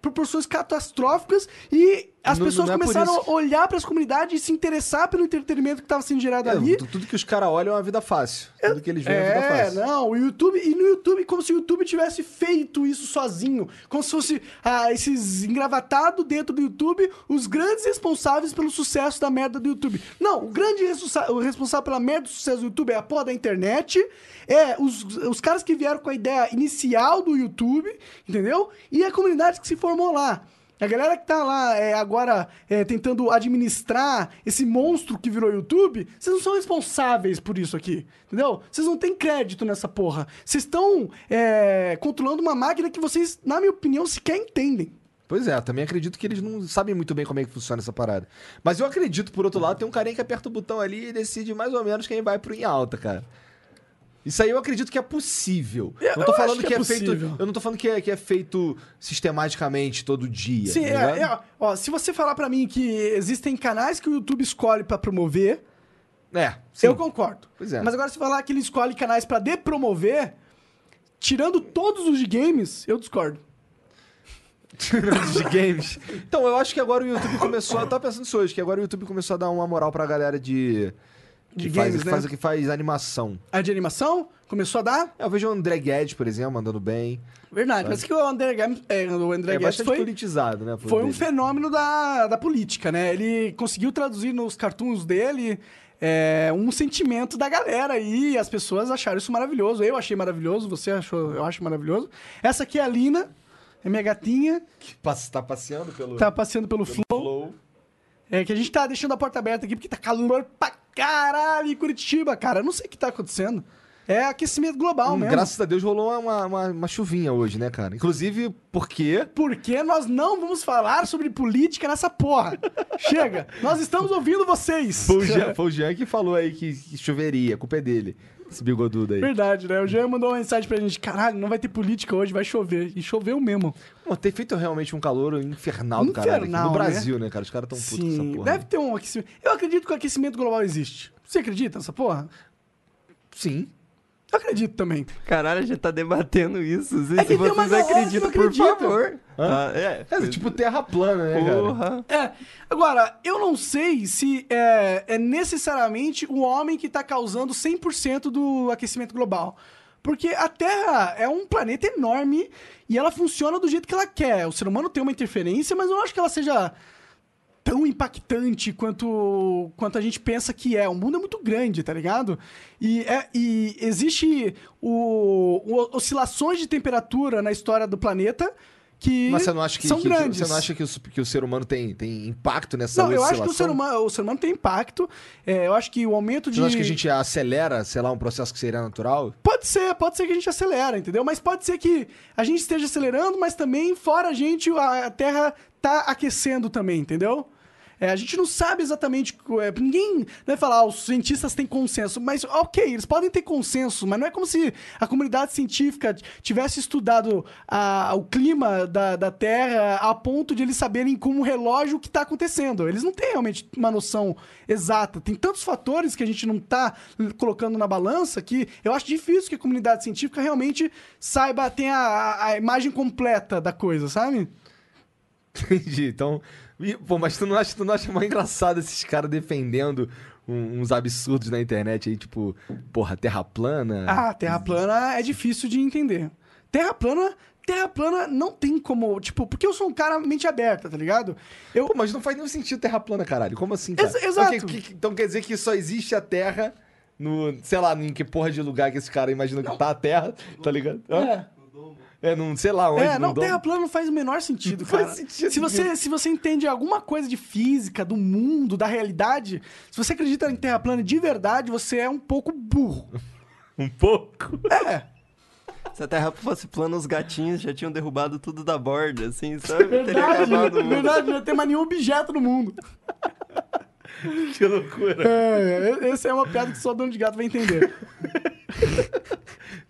Speaker 1: proporções catastróficas e as
Speaker 2: Não-
Speaker 1: pessoas
Speaker 2: não é por
Speaker 1: começaram
Speaker 2: isso.
Speaker 1: a olhar para as comunidades e se interessar pelo entretenimento que estava sendo gerado
Speaker 2: É,
Speaker 1: ali.
Speaker 2: tu- tudo que os caras olham é uma vida fácil. Tudo que eles veem é, uma vida
Speaker 1: É,
Speaker 2: fácil.
Speaker 1: não, o YouTube. E no YouTube, como se o YouTube tivesse feito isso sozinho. Como se fosse ah, esses engravatados dentro do YouTube, os grandes responsáveis pelo sucesso da merda do YouTube. Não, o grande responsa- o responsável pela merda do sucesso do YouTube é a porra da internet, é os, os caras que vieram com a ideia inicial do YouTube, entendeu? E a comunidade que se formou lá. A galera que tá lá é, agora é, tentando administrar esse monstro que virou YouTube, vocês não são responsáveis por isso aqui, entendeu? Vocês não têm crédito nessa porra. Vocês estão é, controlando uma máquina que vocês, na minha opinião, sequer entendem.
Speaker 2: Pois é, também acredito que eles não sabem muito bem como é que funciona essa parada. Mas eu acredito, por outro lado, tem um carinha que aperta o botão ali e decide mais ou menos quem vai pro em alta, cara. Isso aí eu acredito que é possível.
Speaker 1: Eu-
Speaker 2: não tô
Speaker 1: eu
Speaker 2: falando
Speaker 1: acho que
Speaker 2: que,
Speaker 1: é
Speaker 2: é, feito.
Speaker 1: possível.
Speaker 2: Eu não tô falando que é, que é feito sistematicamente todo dia.
Speaker 1: Sim,
Speaker 2: tá
Speaker 1: é,
Speaker 2: ligado?
Speaker 1: é, ó, se você falar pra mim que existem canais que o YouTube escolhe pra promover,
Speaker 2: É, sim.
Speaker 1: eu concordo.
Speaker 2: Pois é.
Speaker 1: Mas agora se falar que ele escolhe canais pra depromover, tirando todos os de games, eu discordo.
Speaker 2: de games. Então, eu acho que agora o YouTube começou. Eu tava pensando isso hoje, que agora o YouTube começou a dar uma moral pra galera de.
Speaker 1: De
Speaker 2: que faz-
Speaker 1: games,
Speaker 2: que
Speaker 1: né?
Speaker 2: faz, que faz animação. É,
Speaker 1: A de animação começou a dar
Speaker 2: Eu vejo o André Guedes, por exemplo, mandando bem.
Speaker 1: Verdade, mas que o André Games, é, o André
Speaker 2: É
Speaker 1: Games
Speaker 2: bastante
Speaker 1: foi,
Speaker 2: politizado, né?
Speaker 1: foi um
Speaker 2: dele.
Speaker 1: fenômeno da, da política, né? Ele conseguiu traduzir nos cartoons dele é, um sentimento da galera e as pessoas acharam isso maravilhoso. Eu achei maravilhoso, você achou, eu acho maravilhoso. Essa aqui é a Lina, é minha gatinha,
Speaker 2: Que passa- tá passeando pelo.
Speaker 1: tá passeando pelo flow.
Speaker 2: Flow.
Speaker 1: É que a gente tá deixando a porta aberta aqui porque tá calor pra caralho em Curitiba, cara. Eu não sei o que tá acontecendo. É aquecimento global
Speaker 2: Hum,
Speaker 1: mesmo.
Speaker 2: graças a Deus rolou uma, uma, uma chuvinha hoje, né, cara? Inclusive, porque.
Speaker 1: Porque nós não vamos falar sobre política nessa porra. Chega, nós estamos ouvindo vocês. É
Speaker 2: Foi o Jean, foi o Jean que falou aí que, que choveria, a culpa é dele. Esse bigodudo aí.
Speaker 1: Verdade, né? O Jean mandou uma mensagem pra gente: caralho, não vai ter política hoje, vai chover. E choveu mesmo.
Speaker 2: Pô, tem feito realmente um calor infernal do caralho. aqui
Speaker 1: Infernal,
Speaker 2: No Brasil, né, cara? Os caras tão putos com essa
Speaker 1: Sim,
Speaker 2: porra.
Speaker 1: deve ter um aquecimento. Eu acredito que o aquecimento global existe. Você acredita nessa porra?
Speaker 2: Sim.
Speaker 1: Eu acredito também.
Speaker 3: Caralho, a gente tá debatendo isso. Se,
Speaker 1: É que
Speaker 3: se
Speaker 1: tem umas
Speaker 3: vocês
Speaker 1: horas que eu
Speaker 3: acreditam, por
Speaker 1: acredito.
Speaker 3: favor.
Speaker 2: Hã?
Speaker 3: Ah, é.
Speaker 2: É, tipo terra plana, né, cara?
Speaker 3: Porra.
Speaker 1: É. Agora, eu não sei se é, é necessariamente o homem que tá causando 100% do aquecimento global. Porque a Terra é um planeta enorme e ela funciona do jeito que ela quer. O ser humano tem uma interferência, mas eu não acho que ela seja tão impactante quanto, quanto a gente pensa que é. O mundo é muito grande, tá ligado? E, é, e existe o, o- oscilações de temperatura na história do planeta que
Speaker 2: Mas você não acha que,
Speaker 1: são
Speaker 2: que- que-
Speaker 1: grandes.
Speaker 2: você não acha que o, su- que o ser humano tem, tem impacto nessa
Speaker 1: Não, eu acho que o ser,
Speaker 2: oscilação?
Speaker 1: humano, o ser humano tem impacto. É, eu acho que o aumento
Speaker 2: Você
Speaker 1: de.
Speaker 2: não acha que a gente acelera, sei lá, um processo que seria natural?
Speaker 1: Pode ser, pode ser que a gente acelera, entendeu? Mas pode ser que a gente esteja acelerando, mas também, fora a gente, a a Terra tá aquecendo também, entendeu? É, a gente não sabe exatamente. co- é, ninguém vai falar, ah, os cientistas têm consenso. Mas, ok, eles podem ter consenso, mas não é como se a comunidade científica t- tivesse estudado a- o clima da, da Terra a ponto de eles saberem como relógio o que está acontecendo. Eles não têm realmente uma noção exata. Tem tantos fatores que a gente não está colocando na balança que eu acho difícil que a comunidade científica realmente saiba, tenha a, a imagem completa da coisa, sabe?
Speaker 2: Entendi. Então, e, pô, mas tu não acha, tu não acha mais engraçado esses caras defendendo um- uns absurdos na internet aí, tipo, porra, terra plana?
Speaker 1: Ah, terra plana é difícil de entender. Terra plana, terra plana não tem como, tipo, porque eu sou um cara mente aberta, tá ligado? Eu
Speaker 2: Pô, mas não faz nenhum sentido terra plana, caralho. Como assim, cara?
Speaker 1: Ex- exato.
Speaker 2: Então, que- que- então quer dizer que só existe a terra no, sei lá, em que porra de lugar que esse cara imagina que tá a terra, tá ligado? Hã?
Speaker 1: é,
Speaker 2: É, num, sei lá onde,
Speaker 1: é, não,
Speaker 2: num dom-
Speaker 1: terra plana não faz o menor sentido,
Speaker 2: Não
Speaker 1: cara.
Speaker 2: faz sentido
Speaker 1: se você
Speaker 2: nenhum.
Speaker 1: se você entende alguma coisa de física, do mundo, da realidade, se você acredita em terra plana de verdade, você é um pouco burro.
Speaker 2: um pouco.
Speaker 1: É.
Speaker 3: Se a Terra fosse plana, os gatinhos já tinham derrubado tudo da borda, assim, sabe? Teria
Speaker 1: Verdade,
Speaker 3: acabado o mundo.
Speaker 2: né?
Speaker 1: verdade, não ia ter mais nenhum objeto no mundo.
Speaker 2: que loucura.
Speaker 1: É, essa é uma piada que só dono de gato vai entender.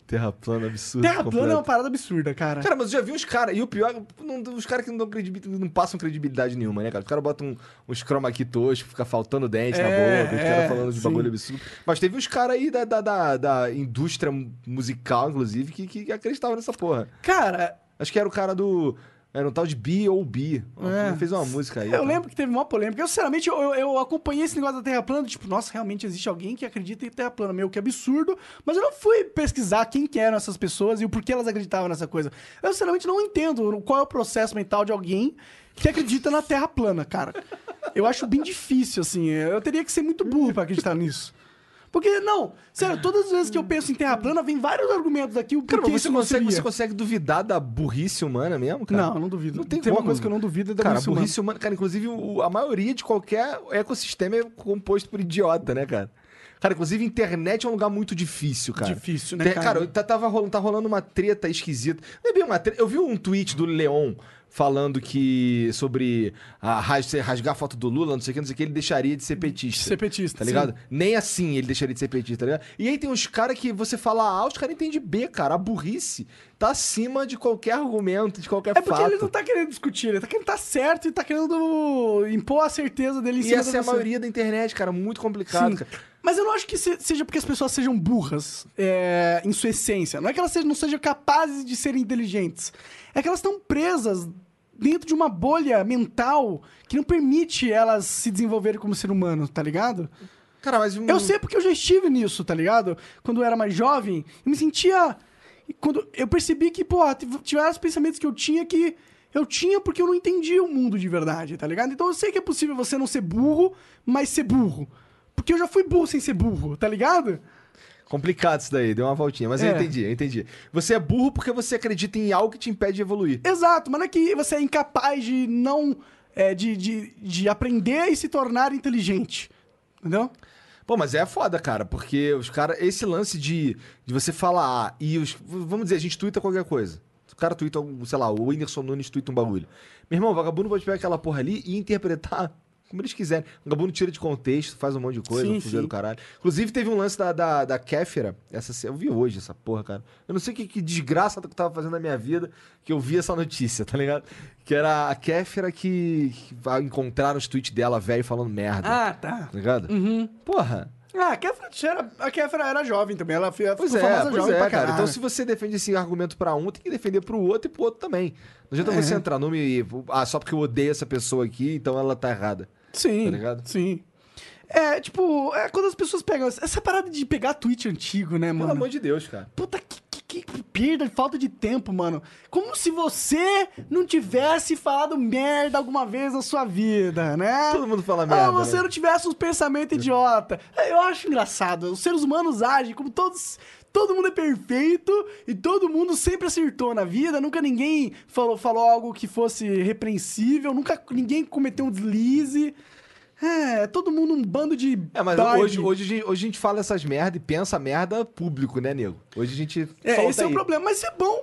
Speaker 2: Terra plana, absurdo.
Speaker 1: Terra plana é
Speaker 2: completo.
Speaker 1: uma parada absurda, cara.
Speaker 2: Cara, mas eu já vi uns caras, e o pior, não- os caras que não, dão credibi- não passam credibilidade nenhuma, né, cara? Os caras botam uns chroma key tosco, fica faltando dente
Speaker 1: É,
Speaker 2: na boca, os
Speaker 1: é,
Speaker 2: caras falando de
Speaker 1: sim.
Speaker 2: bagulho absurdo. Mas teve uns caras aí da, da, da, da indústria musical, inclusive, que, que acreditavam nessa porra.
Speaker 1: Cara,
Speaker 2: Acho que era o cara do. Era um tal de B.O.B.
Speaker 1: É.
Speaker 2: Ele fez uma música aí. tá?
Speaker 1: Eu lembro que teve uma polêmica. Eu, sinceramente, eu, eu- eu acompanhei esse negócio da Terra plana. Tipo, nossa, realmente existe alguém que acredita em Terra plana. Meu, que absurdo. Mas eu não fui pesquisar quem que eram essas pessoas e o porquê elas acreditavam nessa coisa. Eu, sinceramente, não entendo qual é o processo mental de alguém que acredita na Terra plana, cara. Eu acho bem difícil, assim. Eu teria que ser muito burro pra acreditar nisso. Porque, não, sério, todas as vezes que eu penso em Terra plana, vem vários argumentos aqui. O
Speaker 2: Cara,
Speaker 1: porquê
Speaker 2: mas você
Speaker 1: isso não
Speaker 2: consegue,
Speaker 1: seria.
Speaker 2: você consegue duvidar da burrice humana mesmo, cara?
Speaker 1: Não, não duvido.
Speaker 2: Não tem
Speaker 1: uma
Speaker 2: como.
Speaker 1: coisa que eu não duvido é da
Speaker 2: Cara, a
Speaker 1: burrice humana.
Speaker 2: burrice humana. Cara, inclusive, o- a maioria de qualquer ecossistema é composto por idiota, né, cara? Cara, inclusive, internet é um lugar muito difícil, cara.
Speaker 1: Difícil, né,
Speaker 2: Tem-
Speaker 1: cara?
Speaker 2: Cara, eu tá- tava rolando, tá rolando uma treta esquisita. Não é bem uma treta. Eu vi um tweet do Leon falando que. sobre a ras- rasgar a foto do Lula, não sei o que, não sei o que, ele deixaria de ser petista.
Speaker 1: Ser petista,
Speaker 2: tá
Speaker 1: sim.
Speaker 2: ligado? Nem assim ele deixaria de ser petista, tá ligado? E aí tem uns caras que você fala A, os caras entendem B, cara. A burrice tá acima de qualquer argumento, de qualquer
Speaker 1: É porque
Speaker 2: fato.
Speaker 1: ele não tá querendo discutir, ele tá querendo estar certo e tá querendo impor a certeza dele em
Speaker 2: E
Speaker 1: cima
Speaker 2: essa
Speaker 1: da
Speaker 2: é a
Speaker 1: você.
Speaker 2: maioria da internet, cara. Muito complicado,
Speaker 1: Sim.
Speaker 2: cara.
Speaker 1: Mas eu não acho que se- seja porque as pessoas sejam burras é, em sua essência. Não é que elas sejam- não sejam capazes de serem inteligentes. É que elas estão presas dentro de uma bolha mental que não permite elas se desenvolverem como ser humano, tá ligado?
Speaker 2: Cara, mas... um-
Speaker 1: Eu sei porque eu já estive nisso, tá ligado? Quando eu era mais jovem, eu me sentia. e Quando eu percebi que, pô, tive- tiveram os pensamentos que eu tinha que. Eu tinha porque eu não entendia o mundo de verdade, tá ligado? Então eu sei que é possível você não ser burro, mas ser burro. Porque eu já fui burro sem ser burro, tá ligado?
Speaker 2: Complicado isso daí. Deu uma voltinha. Mas
Speaker 1: É.
Speaker 2: eu entendi, eu entendi. Você é burro porque você acredita em algo que te impede de evoluir.
Speaker 1: Exato, mas não é que você é incapaz de não. é, de, de, de aprender e se tornar inteligente. Entendeu?
Speaker 2: Pô, mas é foda, cara. Porque os caras... Esse lance de, de você falar A e os... Vamos dizer, a gente tuita qualquer coisa. O cara tuita, um, sei lá, o Whindersson Nunes tuita um bagulho. Meu irmão, o vagabundo pode pegar aquela porra ali e interpretar como eles quiserem. O vagabundo tira de contexto, faz um monte de coisa,
Speaker 1: Sim,
Speaker 2: um fuzeiro
Speaker 1: sim.
Speaker 2: do caralho. Inclusive, teve um lance da, da, da Kéfera. Essa, se- eu vi hoje essa porra, cara. Eu não sei que, que desgraça que eu tava fazendo na minha vida que eu vi essa notícia, tá ligado? Que era a Kéfera que, que encontraram os tweets dela, velho, falando merda.
Speaker 1: tá.
Speaker 2: Tá ligado?
Speaker 1: Uhum.
Speaker 2: Porra.
Speaker 1: Ah, a Kefra era, a Kefra era jovem também. Ela foi
Speaker 2: Pois
Speaker 1: famosa
Speaker 2: é, pois
Speaker 1: jovem
Speaker 2: é,
Speaker 1: pra
Speaker 2: cara.
Speaker 1: caralho.
Speaker 2: Então, se você defende esse argumento pra um, tem que defender pro outro e pro outro também. Não
Speaker 1: É.
Speaker 2: adianta você entrar no me. Ah, só porque eu odeio essa pessoa aqui, então ela tá errada.
Speaker 1: Sim.
Speaker 2: Tá ligado?
Speaker 1: Sim. É, tipo, é quando as pessoas pegam. Essa parada de pegar tweet antigo, né,
Speaker 2: Pelo
Speaker 1: mano?
Speaker 2: amor de Deus, cara.
Speaker 1: Puta que, que- que perda, falta de tempo, mano. Como se você não tivesse falado merda alguma vez na sua vida, né?
Speaker 2: Todo mundo fala merda.
Speaker 1: Ah, você
Speaker 2: né?
Speaker 1: não tivesse uns pensamentos idiota. É, Eu acho engraçado. Os seres humanos agem como todos. Todo mundo é perfeito e todo mundo sempre acertou na vida. Nunca ninguém falou, falou algo que fosse repreensível. Nunca ninguém cometeu um deslize. É, todo mundo um bando de.
Speaker 2: É, mas
Speaker 1: dark.
Speaker 2: hoje, hoje, a gente- hoje a gente fala essas merda e pensa merda público, né, nego? Hoje a gente.
Speaker 1: É,
Speaker 2: solta
Speaker 1: esse é o
Speaker 2: aí.
Speaker 1: problema. Mas isso é bom.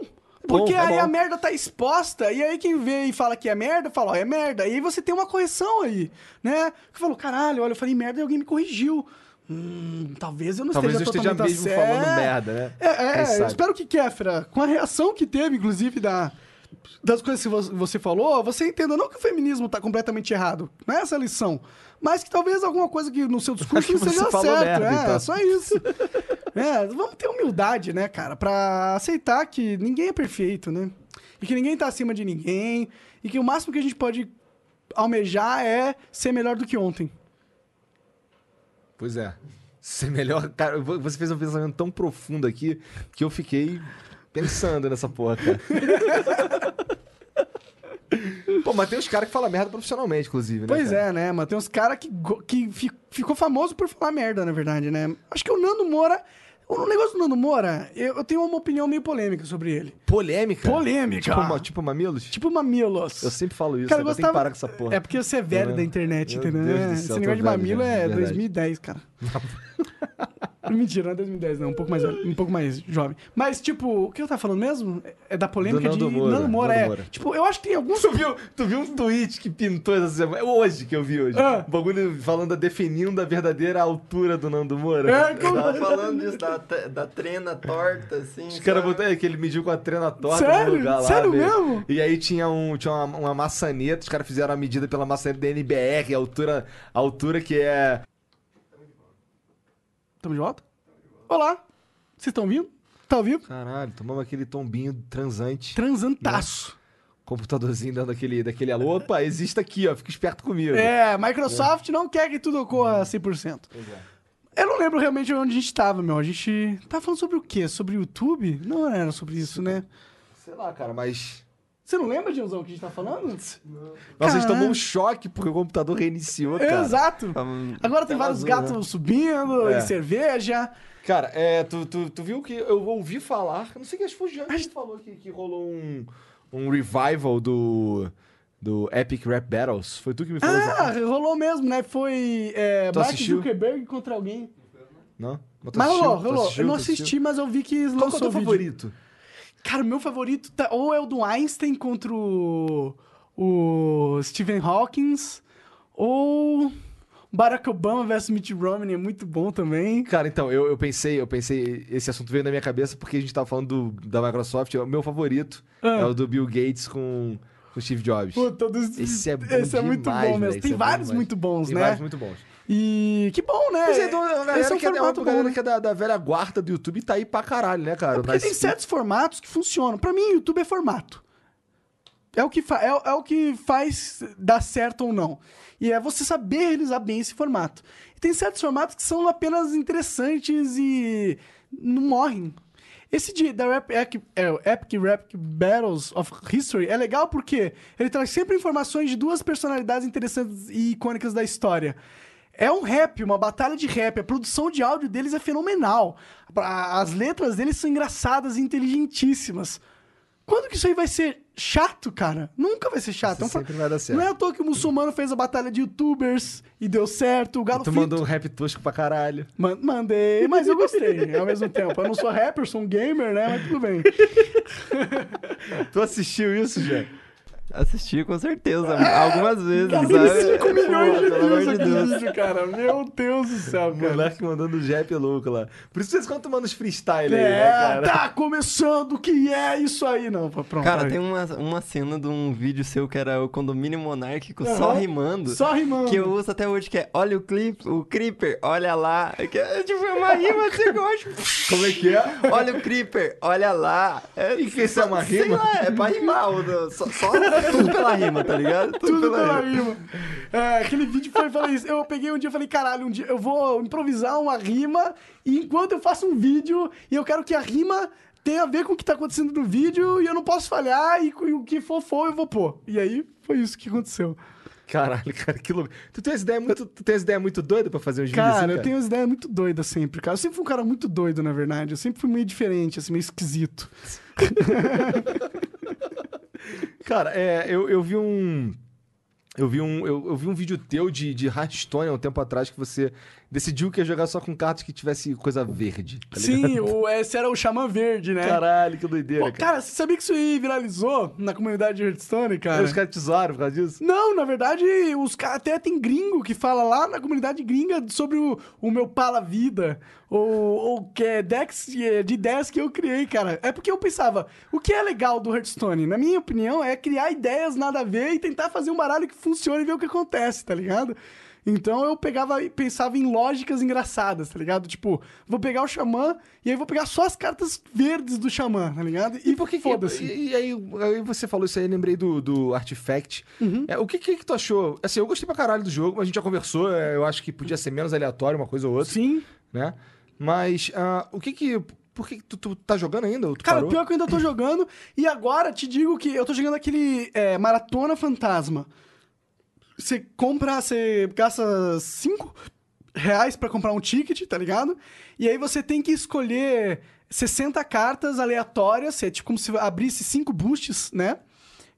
Speaker 2: bom,
Speaker 1: Porque
Speaker 2: é
Speaker 1: aí a
Speaker 2: bom.
Speaker 1: merda tá exposta, e aí quem vê e fala que é merda, fala, ó, é merda. E aí você tem uma correção aí, né? Que falou, caralho, olha, eu falei merda e alguém me corrigiu. Hum, talvez eu não
Speaker 2: Talvez eu
Speaker 1: esteja
Speaker 2: esteja
Speaker 1: totalmente tá
Speaker 2: mesmo
Speaker 1: certo.
Speaker 2: falando merda, né?
Speaker 1: É, é,
Speaker 2: Quem
Speaker 1: eu
Speaker 2: sabe?
Speaker 1: espero que Kefra, com a reação que teve, inclusive, da, das coisas que vo- você falou, você entenda não que o feminismo tá completamente errado. Não é essa a lição. Mas que talvez alguma coisa que no seu discurso
Speaker 2: Acho
Speaker 1: não
Speaker 2: que
Speaker 1: seja
Speaker 2: você falou
Speaker 1: certo.
Speaker 2: merda,
Speaker 1: é,
Speaker 2: então.
Speaker 1: só isso. É, vamos ter humildade, né, cara, pra aceitar que ninguém é perfeito, né? E que ninguém tá acima de ninguém. E que o máximo que a gente pode almejar é ser melhor do que ontem.
Speaker 2: Pois é. Ser melhor. Cara, vo- você fez um pensamento tão profundo aqui que eu fiquei pensando nessa porra, cara. Pô, mas tem uns caras que falam merda profissionalmente, inclusive, né?
Speaker 1: Pois
Speaker 2: cara?
Speaker 1: é, né, mano? Tem uns caras que, go- que fi- ficou famoso por falar merda, na verdade, né? Acho que o Nando Moura. O negócio do Nando Moura, eu, eu tenho uma opinião meio polêmica sobre ele.
Speaker 2: Polêmica.
Speaker 1: Polêmica!
Speaker 2: Tipo, ma- tipo mamilos?
Speaker 1: Tipo mamilos.
Speaker 2: Eu sempre falo isso,
Speaker 1: Cara,
Speaker 2: cara,
Speaker 1: eu
Speaker 2: eu tenho
Speaker 1: gostava-
Speaker 2: que parar com essa porra.
Speaker 1: É porque você é velho
Speaker 2: Não,
Speaker 1: da internet,
Speaker 2: meu
Speaker 1: entendeu?
Speaker 2: Deus do
Speaker 1: Esse
Speaker 2: céu,
Speaker 1: negócio de
Speaker 2: tô velho
Speaker 1: mamilo
Speaker 2: já,
Speaker 1: é
Speaker 2: verdade.
Speaker 1: 2010, cara. Mentira, não é 2010, não. Um pouco mais velho, um pouco mais jovem. Mas, tipo, o que eu tava falando mesmo? É da polêmica
Speaker 2: Do
Speaker 1: de
Speaker 2: Nando Moura,
Speaker 1: Nando Moura,
Speaker 2: Nando
Speaker 1: é.
Speaker 2: Moura. É,
Speaker 1: Tipo, eu acho que tem alguns.
Speaker 2: Tu viu, tu viu um tweet que pintou essa semana? É Hoje que eu vi hoje.
Speaker 1: Ah.
Speaker 2: O bagulho falando, definindo a verdadeira altura do Nando Moura.
Speaker 1: É, como-
Speaker 3: Tava falando disso, da, te- da trena torta, assim.
Speaker 2: Os caras
Speaker 3: sabe?
Speaker 2: botaram é, que ele mediu com a trena torta
Speaker 1: Sério?
Speaker 2: no lugar lá.
Speaker 1: Sério
Speaker 2: velho.
Speaker 1: mesmo?
Speaker 2: E aí tinha, um, tinha uma, uma maçaneta, os caras fizeram a medida pela maçaneta da NBR, a altura, a altura que é.
Speaker 1: Tamo de volta? Olá! Vocês estão vindo? Tá ouvindo?
Speaker 2: Caralho, tomamos aquele tombinho transante.
Speaker 1: Transantaço.
Speaker 2: Computadorzinho dando aquele, daquele alô. Opa, existe aqui, ó. Fica esperto comigo.
Speaker 1: É, Microsoft não quer que tudo ocorra 100%.
Speaker 2: é.
Speaker 1: Eu não lembro realmente onde a gente tava, meu. A gente tava falando sobre o quê? Sobre o YouTube? Não era sobre isso, né?
Speaker 2: Sei lá, cara, mas.
Speaker 1: Você não lembra, Dionzão, o que a gente tá falando?
Speaker 2: Nossa, a gente
Speaker 1: Caralho.
Speaker 2: tomou um choque porque o computador reiniciou, cara.
Speaker 1: Exato.
Speaker 3: Tava-
Speaker 1: Agora tem
Speaker 3: tava
Speaker 1: vários
Speaker 3: azul,
Speaker 1: gatos
Speaker 3: né?
Speaker 1: subindo
Speaker 2: É.
Speaker 1: e cerveja.
Speaker 2: Cara, é, tu, tu, tu viu que eu ouvi falar, eu não sei que acho que foi o Jean que falou que, que rolou um, um revival do, do Epic Rap Battles. Foi tu que me falou
Speaker 1: Ah,
Speaker 2: isso?
Speaker 1: rolou mesmo, né? Foi é,
Speaker 2: Tu
Speaker 1: Mark
Speaker 2: assistiu?
Speaker 1: Zuckerberg contra alguém.
Speaker 2: Não? tu
Speaker 1: mas
Speaker 2: assistiu?
Speaker 1: rolou,
Speaker 2: Tu
Speaker 1: rolou.
Speaker 2: assistiu?
Speaker 1: eu não
Speaker 2: Tu assistiu?
Speaker 1: assisti, mas eu vi que lançou
Speaker 2: Qual que é o
Speaker 1: o
Speaker 2: teu
Speaker 1: vídeo.
Speaker 2: favorito?
Speaker 1: Cara, o meu favorito tá, ou é o do Einstein contra o, o Stephen Hawking, ou Barack Obama versus Mitt Romney, é muito bom também.
Speaker 2: Cara, então, eu, eu pensei, eu pensei, esse assunto veio na minha cabeça porque a gente tava falando do- da Microsoft, é o meu favorito
Speaker 1: Ah.
Speaker 2: é o do Bill Gates com com o Steve Jobs.
Speaker 1: Puta, dos-
Speaker 2: Esse é bom
Speaker 1: esse é muito
Speaker 2: demais,
Speaker 1: bom
Speaker 2: velho,
Speaker 1: mesmo.
Speaker 2: esse
Speaker 1: Tem
Speaker 2: é bom
Speaker 1: vários
Speaker 2: demais.
Speaker 1: muito bons,
Speaker 2: Tem
Speaker 1: né?
Speaker 2: vários muito bons.
Speaker 1: E que bom, né?
Speaker 2: Pois é, então, a galera,
Speaker 1: esse é um
Speaker 2: que, é, da-
Speaker 1: formato
Speaker 2: a galera
Speaker 1: bom.
Speaker 2: que é da, da velha guarda do YouTube tá aí pra caralho, né, cara?
Speaker 1: Porque tem
Speaker 2: Nas-
Speaker 1: certos formatos que funcionam. Pra mim, YouTube é formato. É o, que fa- é, o- é o que faz dar certo ou não. E é você saber realizar bem esse formato. E tem certos formatos que são apenas interessantes e não morrem. Esse de da Rap- Ec- é, o Epic Rap Battles of History é legal porque ele traz sempre informações de duas personalidades interessantes e icônicas da história. É um rap, uma batalha de rap. A produção de áudio deles é fenomenal. A- As letras deles são engraçadas e inteligentíssimas. Quando que isso aí vai ser chato, cara? Nunca vai ser chato.
Speaker 2: Isso
Speaker 1: É um fa-
Speaker 2: sempre vai dar certo.
Speaker 1: Não é à toa que o muçulmano fez a batalha de youtubers e deu certo. O Galo
Speaker 2: Tu
Speaker 1: Frito-
Speaker 2: mandou um rap tosco pra caralho.
Speaker 1: Man- Mandei, mas eu gostei ao mesmo tempo. Eu não sou rapper, sou um gamer, né? Mas tudo bem.
Speaker 2: Tu assistiu isso, Jean?
Speaker 3: Assisti com certeza, algumas vezes.
Speaker 1: Tá
Speaker 3: sabe?
Speaker 1: tendo 5 milhões
Speaker 3: Pô,
Speaker 1: de
Speaker 3: pelo amor
Speaker 1: views
Speaker 3: de
Speaker 1: aquele
Speaker 3: Deus.
Speaker 1: vídeo, cara. Meu Deus do céu,
Speaker 2: O
Speaker 1: cara.
Speaker 2: Monark mandando o Jep louco lá. Por isso vocês ficam tomando os freestyle aí, né,
Speaker 1: É,
Speaker 2: cara?
Speaker 1: tá começando, o que é isso aí? Não, pô, pronto.
Speaker 3: Cara,
Speaker 1: aí.
Speaker 3: tem um uma, uma cena de um vídeo seu que era o condomínio monárquico
Speaker 1: Aham.
Speaker 3: só rimando.
Speaker 1: Só rimando.
Speaker 3: Que eu uso até hoje, que é olha o clipe, o Creeper, olha lá. Que é, tipo, é uma rima assim que eu acho.
Speaker 2: Como é que é?
Speaker 3: Olha o Creeper, olha lá. É,
Speaker 2: E que isso é uma
Speaker 3: sei
Speaker 2: rima?
Speaker 3: lá, é pra rimar. o do- Só, só tudo pela rima, tá ligado?
Speaker 1: Tudo pela rima. É, aquele vídeo foi falando isso. Eu peguei um dia e falei, caralho, um dia eu vou improvisar uma rima e enquanto eu faço um vídeo e eu quero que a rima tenha a ver com o que tá acontecendo no vídeo e eu não posso falhar e, co- e o que for, for, eu vou pôr. E aí, foi isso que aconteceu.
Speaker 2: Caralho, cara, que louco. Tu tem essa ideia muito, tu tem essa ideia muito doida pra fazer uns vídeos assim,
Speaker 1: Cara, eu tenho umas ideias muito doidas sempre, cara. Eu sempre fui um cara muito doido, na verdade. Eu sempre fui meio diferente, assim, meio esquisito.
Speaker 2: Cara, é, eu, eu vi um... Eu vi um, eu, eu vi um vídeo teu de, de Hearthstone há um tempo atrás que você decidiu que ia jogar só com cartas que tivesse coisa verde. tá ligado?
Speaker 1: Sim, o, esse era o Xamã Verde, né?
Speaker 2: Caralho, que doideira,
Speaker 1: Pô,
Speaker 2: cara.
Speaker 1: cara, você sabia que isso aí viralizou na comunidade de Hearthstone, cara?
Speaker 2: Os caras te zoaram por causa disso?
Speaker 1: Não, na verdade, os caras até tem gringo que fala lá na comunidade gringa sobre o, o meu pala vida. Ou, ou que é decks de de ideias que eu criei, cara. É porque eu pensava, o que é legal do Hearthstone? Na minha opinião, é criar ideias nada a ver e tentar fazer um baralho que funcione e ver o que acontece, tá ligado? Então eu pegava e pensava em lógicas engraçadas, tá ligado? Tipo, vou pegar o xamã e aí vou pegar só as cartas verdes do xamã, tá ligado? E, por que foda-se.
Speaker 2: E, e aí, aí você falou isso aí, lembrei do, do Artifact. É, o que, que que tu achou? Assim, eu gostei pra caralho do jogo, mas a gente já conversou, é, eu acho que podia ser menos aleatório uma coisa ou outra,
Speaker 1: Sim.
Speaker 2: né? Mas ah, o que que... Por que que tu, tu tá jogando ainda? Ou tu
Speaker 1: Cara,
Speaker 2: parou?
Speaker 1: pior que eu ainda tô jogando. E agora te digo que eu tô jogando aquele é, Maratona Fantasma. Você compra, você gasta 5 reais pra comprar um ticket, tá ligado? E aí você tem que escolher 60 cartas aleatórias. É tipo como se abrisse 5 boosts, né?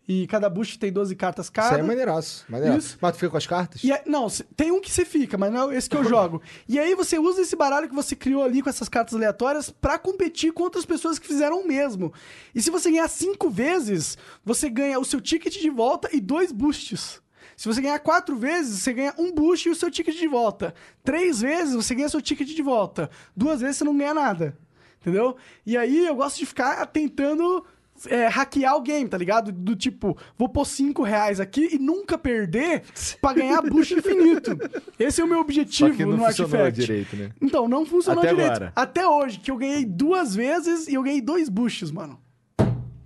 Speaker 1: E cada boost tem 12 cartas
Speaker 2: Isso
Speaker 1: cada.
Speaker 2: aí é maneiraço, maneiraço.
Speaker 1: Isso.
Speaker 2: Mas tu fica com as cartas?
Speaker 1: E aí- não, se- tem um que você fica, mas não é esse que eu jogo. E aí você usa esse baralho que você criou ali com essas cartas aleatórias pra competir com outras pessoas que fizeram o mesmo. E se você ganhar cinco vezes, você ganha o seu ticket de volta e dois boosts. Se você ganhar quatro vezes, você ganha um boost e o seu ticket de volta. Três vezes, você ganha seu ticket de volta. Duas vezes, você não ganha nada. Entendeu? E aí eu gosto de ficar tentando é, hackear o game, tá ligado? Do tipo, vou pôr 5 reais aqui e nunca perder pra ganhar bucho infinito. Esse é o meu objetivo
Speaker 2: Só que não
Speaker 1: no
Speaker 2: funcionou
Speaker 1: Artifact.
Speaker 2: direito, né?
Speaker 1: Então, não funcionou
Speaker 2: Até
Speaker 1: direito.
Speaker 2: agora.
Speaker 1: Até hoje, que eu ganhei duas vezes e eu ganhei dois buchos, mano.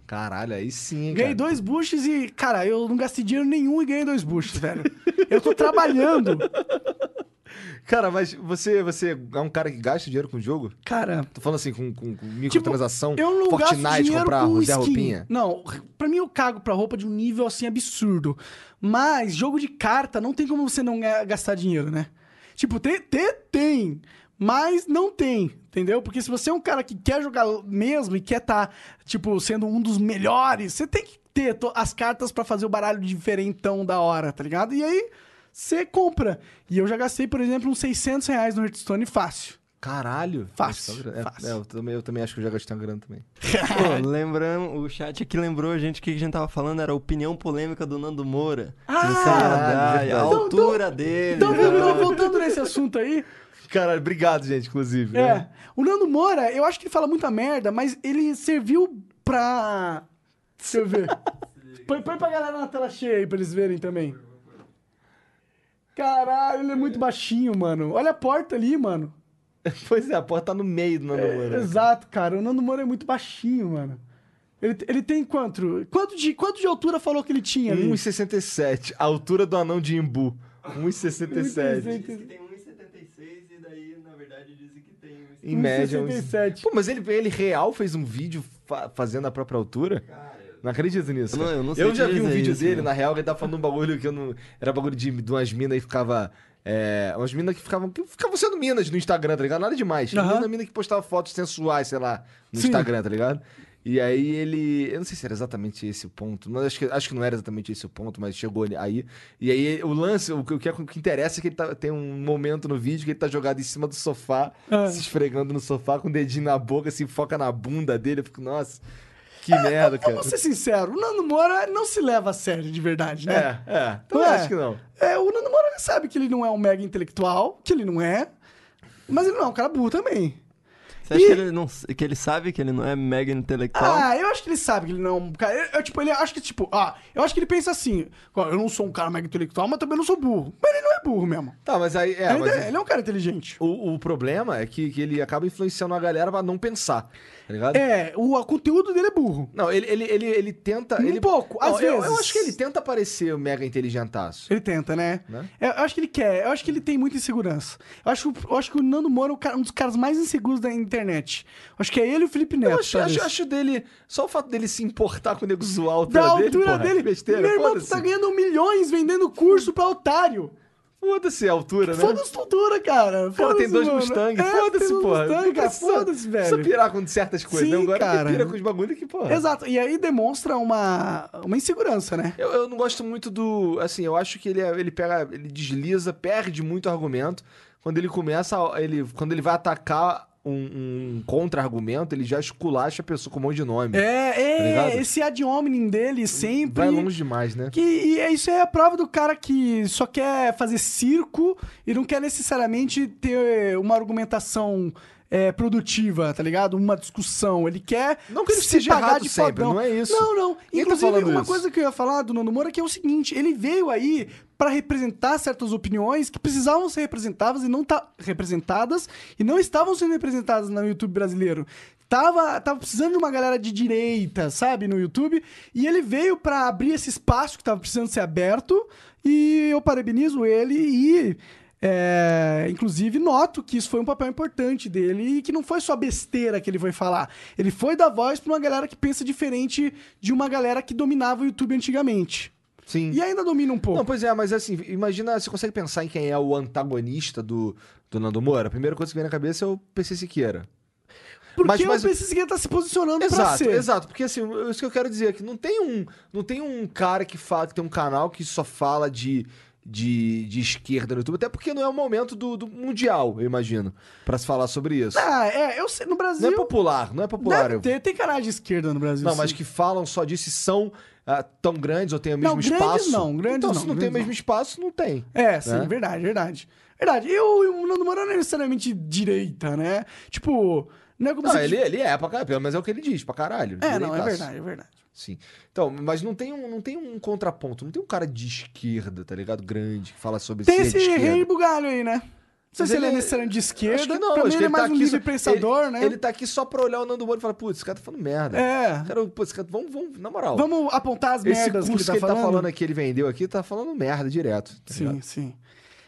Speaker 2: Caralho, aí sim,
Speaker 1: Ganhei
Speaker 2: cara.
Speaker 1: dois buchos e, cara, eu não gastei dinheiro nenhum e ganhei dois buchos, velho. Eu tô trabalhando.
Speaker 2: Cara, mas você, você é um cara que gasta dinheiro com o jogo?
Speaker 1: Cara,
Speaker 2: Tô falando assim, com, com, com microtransação,
Speaker 1: Tipo, Eu não gasto
Speaker 2: Fortnite,
Speaker 1: dinheiro
Speaker 2: comprar
Speaker 1: com
Speaker 2: Zé
Speaker 1: skin.
Speaker 2: Roupinha.
Speaker 1: Não, pra mim eu cago pra roupa de um nível assim absurdo. Mas jogo de carta não tem como você não ga- gastar dinheiro, né? Tipo, ter, ter tem, mas não tem, entendeu? Porque se você é um cara que quer jogar mesmo e quer tá, tipo, sendo um dos melhores, você tem que ter to- as cartas pra fazer o baralho diferentão da hora, tá ligado? E aí você compra. E eu já gastei, por exemplo, uns 600 reais no Hearthstone fácil.
Speaker 2: Caralho.
Speaker 1: Fácil,
Speaker 2: É,
Speaker 1: fácil.
Speaker 2: é, eu, também, eu também acho que eu já gastei uma grana também.
Speaker 3: Pô, lembrando, o chat aqui lembrou a gente que a gente tava falando era a opinião polêmica do Nando Moura.
Speaker 1: Ah,
Speaker 3: Do Canadá,
Speaker 2: verdade.
Speaker 3: a
Speaker 2: Então,
Speaker 3: altura dele.
Speaker 1: Então,
Speaker 3: né?
Speaker 1: voltando nesse assunto aí,
Speaker 2: Caralho, obrigado, gente, inclusive.
Speaker 1: É.
Speaker 2: né?
Speaker 1: O Nando Moura, eu acho que ele fala muita merda, mas ele serviu pra. Deixa eu ver. Põe, põe pra galera na tela cheia aí pra eles verem também. Caralho, ele é muito baixinho, mano. Olha a porta ali, mano.
Speaker 2: Pois é, a porta tá no meio do Nando
Speaker 1: É,
Speaker 2: Moura.
Speaker 1: Exato, cara. O Nando Moura é muito baixinho, mano. Ele, ele tem quanto? Quanto de, quanto de altura falou que ele tinha ali?
Speaker 2: 1,67. A altura do anão de Imbu. 1,67.
Speaker 3: Diz que tem 1,76 e daí, na verdade, dizem que tem 1,77.
Speaker 2: Em média.
Speaker 1: 1,67.
Speaker 2: Pô, mas ele, ele real fez um vídeo fa- fazendo a própria altura? Não acredito nisso.
Speaker 3: Eu não-
Speaker 2: cara.
Speaker 3: eu não sei
Speaker 2: já
Speaker 3: te
Speaker 2: vi um
Speaker 3: dizer
Speaker 2: vídeo
Speaker 3: isso,
Speaker 2: dele,
Speaker 3: né?
Speaker 2: na real, que ele tava falando um bagulho que eu não. Era bagulho de, de umas minas e ficava. É, umas minas que ficavam. Que ficavam sendo minas no Instagram, tá ligado? Nada demais.
Speaker 1: Aham.
Speaker 2: Mina, mina que postava fotos sensuais, sei lá, no
Speaker 1: Sim.
Speaker 2: Instagram, tá ligado? E aí ele. Eu não sei se era exatamente esse o ponto. Mas acho que, acho que não era exatamente esse o ponto, mas chegou ali- aí. E aí o lance, o, que- o que, é- o que interessa é que ele tá- tem um momento no vídeo que ele tá jogado em cima do sofá,
Speaker 1: Ah.
Speaker 2: se esfregando no sofá, com o dedinho na boca, assim, foca na bunda dele. Eu fico, nossa. Que
Speaker 1: É,
Speaker 2: merda, cara.
Speaker 1: Vamos ser sincero, o Nando Moura não se leva a sério de verdade, né?
Speaker 2: É, é. Então
Speaker 1: Não
Speaker 2: eu
Speaker 1: é?
Speaker 2: acho que não.
Speaker 1: É, o Nando Moura ele sabe que ele não é um mega intelectual, que ele não é, mas ele não é um cara burro também.
Speaker 3: Você acha
Speaker 1: E-
Speaker 3: que ele, não, que ele sabe que ele não é mega intelectual?
Speaker 2: Tá.
Speaker 1: Ah, eu acho que ele sabe que ele não é um cara. Eu, eu, tipo, ele acha que, tipo, ah, eu acho que ele pensa assim: ó, eu não sou um cara mega intelectual, mas também não sou burro. Mas ele não é burro mesmo.
Speaker 2: Tá, mas aí. É,
Speaker 1: ele,
Speaker 2: mas
Speaker 1: é- ele é um cara inteligente.
Speaker 2: o, o problema é que, que ele acaba influenciando a galera pra não pensar. Tá ligado?
Speaker 1: É, o, o conteúdo dele é burro.
Speaker 2: Não, ele, ele, ele, ele tenta.
Speaker 1: Um
Speaker 2: ele...
Speaker 1: pouco, às
Speaker 2: eu, Eu
Speaker 1: vezes.
Speaker 2: acho que ele tenta parecer mega inteligentaço.
Speaker 1: Ele tenta, né?
Speaker 2: Né?
Speaker 1: Eu, eu acho que ele quer, eu acho que ele tem muita insegurança. Eu acho, eu acho que o Nando Moura é o cara- um dos caras mais inseguros da internet. Eu acho que é ele e o Felipe Neto.
Speaker 2: Eu acho,
Speaker 1: talvez.
Speaker 2: acho, acho dele. Só o fato dele se importar com o nego zoar a altura
Speaker 1: da
Speaker 2: dele.
Speaker 1: altura
Speaker 2: porra,
Speaker 1: dele.
Speaker 2: é Besteira,
Speaker 1: Meu irmão, tu
Speaker 2: foda-se.
Speaker 1: tá ganhando milhões vendendo curso pra otário.
Speaker 2: Foda-se a altura, né?
Speaker 1: Foda-se cultura, cara.
Speaker 2: Pô,
Speaker 1: Foda-se,
Speaker 2: tem dois
Speaker 1: mano.
Speaker 2: Mustang,
Speaker 1: É, tem
Speaker 2: foda-se,
Speaker 1: dois
Speaker 2: porra.
Speaker 1: Mustang,
Speaker 2: Não
Speaker 1: cara,
Speaker 2: precisa-
Speaker 1: foda-se,
Speaker 2: Precisa
Speaker 1: velho.
Speaker 2: pirar com certas coisas,
Speaker 1: Sim,
Speaker 2: não. Agora
Speaker 1: cara.
Speaker 2: ele pira com os bagulho que, porra.
Speaker 1: Exato. E aí demonstra uma, uma insegurança, né?
Speaker 2: Eu, eu não gosto muito do. Assim, eu acho que ele, é- ele pega. Ele desliza, perde muito argumento. Quando ele começa. a- Ele, quando ele vai atacar um, um contra-argumento, ele já esculacha a pessoa com um monte de nome. Tá
Speaker 1: É,
Speaker 2: ligado?
Speaker 1: é, esse ad hominem dele sempre.
Speaker 2: Vai longe demais, né?
Speaker 1: Que, e é- isso é a prova do cara que só quer fazer circo e não quer necessariamente ter uma argumentação é, produtiva, tá ligado? Uma discussão. Ele quer.
Speaker 2: Não que ele
Speaker 1: se
Speaker 2: esteja
Speaker 1: pagar
Speaker 2: errado
Speaker 1: de
Speaker 2: sempre,
Speaker 1: fodão.
Speaker 2: não é isso.
Speaker 1: Não, não.
Speaker 2: tá
Speaker 1: Inclusive,
Speaker 2: falando
Speaker 1: uma
Speaker 2: isso.
Speaker 1: coisa que eu ia falar do Nando Moura que é o seguinte: ele veio aí pra representar certas opiniões que precisavam ser representadas e não tá representadas e não estavam sendo representadas no YouTube brasileiro. Tava, tava precisando de uma galera de direita, sabe, no YouTube. E ele veio pra abrir esse espaço que tava precisando ser aberto. E eu parabenizo ele e. é, inclusive, noto que isso foi um papel importante dele e que não foi só besteira que ele foi falar. Ele foi dar voz pra uma galera que pensa diferente de uma galera que dominava o YouTube antigamente.
Speaker 2: Sim.
Speaker 1: E ainda domina um pouco.
Speaker 2: Não, pois é, mas assim, imagina, você consegue pensar em quem é o antagonista do, do Nando Moura? A primeira coisa que vem na cabeça é o PC Siqueira.
Speaker 1: Porque
Speaker 2: mas-
Speaker 1: mas,
Speaker 2: mas-
Speaker 1: o PC Siqueira tá se posicionando pra
Speaker 2: Exato,
Speaker 1: ser.
Speaker 2: exato. Porque assim, eu- isso que eu quero dizer é que não tem um, não tem um cara que fala, que tem um canal que só fala de, de, de esquerda no YouTube, até porque não é o momento do, do mundial, eu imagino, pra se falar sobre isso.
Speaker 1: Ah, é, eu sei, no
Speaker 2: Não
Speaker 1: Brasil...
Speaker 2: é popular, não é popular.
Speaker 1: deve
Speaker 2: eu-
Speaker 1: ter, tem canais de esquerda no Brasil.
Speaker 2: Não, mas
Speaker 1: sim.
Speaker 2: que falam só disso e são ah, tão grandes ou têm o mesmo
Speaker 1: Não, grandes
Speaker 2: espaço.
Speaker 1: não, grandes
Speaker 2: então,
Speaker 1: não,
Speaker 2: se não tem
Speaker 1: grandes
Speaker 2: o mesmo espaço, não tem.
Speaker 1: É, sim,
Speaker 2: né?
Speaker 1: verdade, verdade. Verdade. E o o Nando Moura não é necessariamente direita, né? Tipo, não é como
Speaker 2: Não,
Speaker 1: se...
Speaker 2: ele, ele é pra caralho, mas é o que ele diz, pra caralho.
Speaker 1: É, não, é
Speaker 2: Direitaço.
Speaker 1: verdade, é verdade.
Speaker 2: Sim. Então, mas não tem, um, não tem um contraponto, não tem um cara de esquerda, tá ligado? Grande, que fala sobre
Speaker 1: Tem
Speaker 2: ser
Speaker 1: esse
Speaker 2: de esquerda.
Speaker 1: rei bugalho aí, né? Não sei
Speaker 2: Mas
Speaker 1: se ele é
Speaker 2: ele-
Speaker 1: necessariamente de esquerda.
Speaker 2: Acho que não,
Speaker 1: pra mim
Speaker 2: acho
Speaker 1: ele
Speaker 2: que
Speaker 1: é
Speaker 2: ele tá
Speaker 1: mais um
Speaker 2: aqui só-
Speaker 1: livre pensador, né?
Speaker 2: Ele tá aqui só pra olhar o Nando Moura e falar, putz, esse cara tá falando merda.
Speaker 1: É.
Speaker 2: Cara, pô, esse cara, vamos, vamos, na moral.
Speaker 1: Vamos apontar as
Speaker 2: esse
Speaker 1: merdas
Speaker 2: curso
Speaker 1: que ele tá falando.
Speaker 2: aqui, ele vendeu aqui, tá falando merda direto. tá
Speaker 1: Sim,
Speaker 2: ligado?
Speaker 1: sim.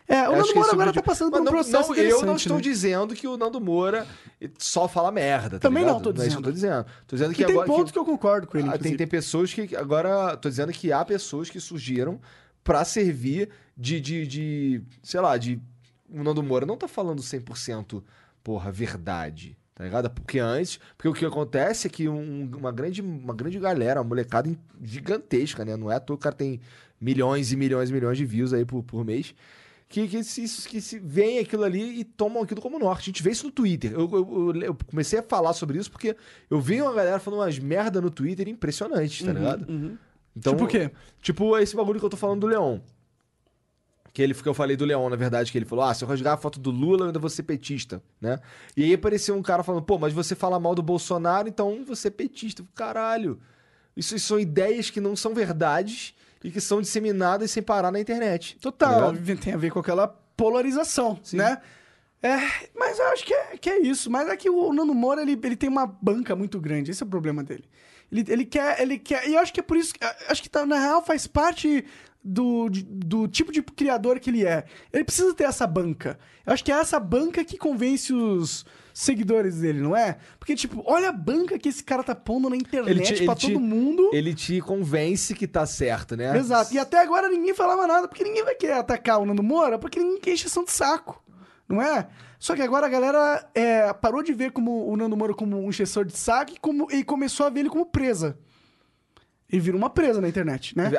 Speaker 1: É, o
Speaker 2: Eu acho
Speaker 1: Nando
Speaker 2: que
Speaker 1: Moura
Speaker 2: isso
Speaker 1: agora
Speaker 2: vídeo-
Speaker 1: tá passando por
Speaker 2: Mas
Speaker 1: um
Speaker 2: não-
Speaker 1: processo
Speaker 2: não,
Speaker 1: interessante.
Speaker 2: Eu não estou
Speaker 1: né?
Speaker 2: dizendo que o Nando Moura só fala merda, tá
Speaker 1: Também não
Speaker 2: ligado?
Speaker 1: tô
Speaker 2: é isso que eu tô dizendo. Tô dizendo que
Speaker 1: E tem
Speaker 2: agora...
Speaker 1: pontos que... eu concordo com ele,
Speaker 2: Ah, tem,
Speaker 1: inclusive.
Speaker 2: tem pessoas que. Agora, tô dizendo que há pessoas que surgiram pra servir de. de, de- sei lá, de. O Nando Moura não tá falando 100%, porra, verdade. Tá ligado? Porque antes. Porque o que acontece é que um- uma, grande, uma grande galera, uma molecada in- gigantesca, né? Não é à toa que o cara tem milhões e milhões e milhões de views aí por, por mês. Que, que, se, que se veem aquilo ali e tomam aquilo como norte. A gente vê isso no Twitter. Eu, eu- eu- eu comecei a falar sobre isso porque eu vi uma galera falando umas merda no Twitter impressionantes, tá ligado?
Speaker 1: Uhum.
Speaker 2: Então,
Speaker 1: Tipo o quê?
Speaker 2: Tipo esse bagulho que eu tô falando do Leon. Que ele que eu falei do Leon, na verdade, que ele falou: Ah, se eu rasgar a foto do Lula, eu ainda vou ser petista, né? E aí apareceu um cara falando, pô, mas você fala mal do Bolsonaro, então você é petista. Eu falei, Caralho. Isso são ideias que não são verdades e que são disseminadas sem parar na internet.
Speaker 1: Total,
Speaker 2: Tá ligado?
Speaker 1: tem a ver com aquela polarização,
Speaker 2: Sim.
Speaker 1: né? É, mas eu acho que é, que é isso. Mas é que o Nando Moura, ele, ele tem uma banca muito grande. Esse é o problema dele. Ele, ele quer, ele quer... E eu acho que é por isso... que- Acho que, tá, na real, faz parte do, de- do tipo de criador que ele é. Ele precisa ter essa banca. Eu acho que é essa banca que convence os seguidores dele, não é? Porque, tipo, olha a banca que esse cara tá pondo na
Speaker 2: Ele
Speaker 1: internet
Speaker 2: te-
Speaker 1: pra
Speaker 2: ele te-
Speaker 1: todo mundo.
Speaker 2: Ele te convence que tá certo, né?
Speaker 1: Exato. E até agora ninguém falava nada, porque ninguém vai querer atacar o Nando Moura, porque ninguém quer encheção de saco, não é? Só que agora a galera é, parou de ver como o Nando Moura como um enchessor de saco e, como, e começou a ver ele como presa. e vira uma presa na internet, né?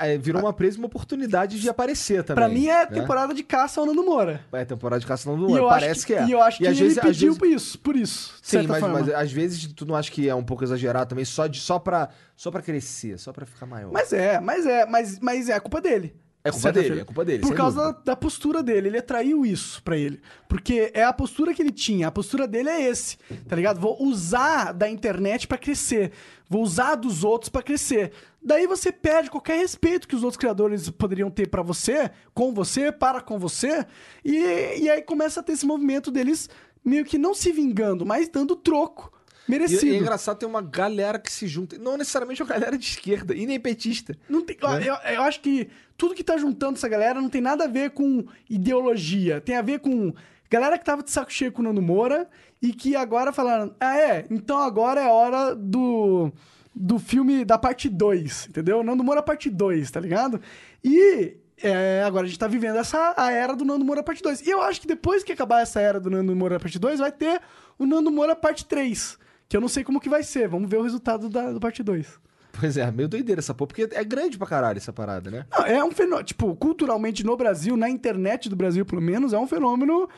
Speaker 2: É, é, Virou uma presa e uma oportunidade de aparecer também.
Speaker 1: Pra mim é a
Speaker 2: né?
Speaker 1: temporada de caça ao Nando Moura.
Speaker 2: É temporada de caça
Speaker 1: E eu
Speaker 2: não
Speaker 1: acho
Speaker 2: parece que é.
Speaker 1: E eu acho que
Speaker 2: às
Speaker 1: ele
Speaker 2: vezes- às
Speaker 1: pediu
Speaker 2: vezes-
Speaker 1: por isso, por isso. de
Speaker 2: Sim,
Speaker 1: certa
Speaker 2: mas, é.
Speaker 1: forma.
Speaker 2: mas às vezes tu não acha que é um pouco exagerado também, só, de, só, pra, só pra crescer, só pra ficar maior.
Speaker 1: Mas é, mas é, mas, mas é a culpa dele.
Speaker 2: é
Speaker 1: de
Speaker 2: culpa
Speaker 1: certa
Speaker 2: dele,
Speaker 1: forma.
Speaker 2: é culpa dele.
Speaker 1: Por
Speaker 2: sem
Speaker 1: causa da,
Speaker 2: dúvida.
Speaker 1: da postura dele, ele atraiu isso pra ele. Porque é a postura que ele tinha, a postura dele é esse, tá ligado? Vou usar da internet pra crescer, vou usar dos outros pra crescer. Daí você perde qualquer respeito que os outros criadores poderiam ter pra você, com você, para com você, e, e aí começa a ter esse movimento deles meio que não se vingando, mas dando troco merecido. né?
Speaker 2: E, e é engraçado ter uma galera que se junta. Não necessariamente uma galera de esquerda e nem petista.
Speaker 1: Não tem, ó, eu, eu acho que tudo que tá juntando essa galera não tem nada a ver com ideologia. Tem a ver com galera que tava de saco cheio com o Nando Moura e que agora falaram: ah, é, então agora é hora do, do filme da parte 2, entendeu? Nando Moura parte 2, tá ligado? E. é, agora a gente tá vivendo essa a era do Nando Moura parte 2. E eu acho que depois que acabar essa era do Nando Moura parte 2, vai ter o Nando Moura parte 3. Que eu não sei como que vai ser. Vamos ver o resultado da, do parte 2.
Speaker 2: Pois é, meio doideira essa porra, porque é grande pra caralho essa parada, né?
Speaker 1: Não, é um fenômeno. Tipo, culturalmente no Brasil, na internet do Brasil, pelo menos, é um fenômeno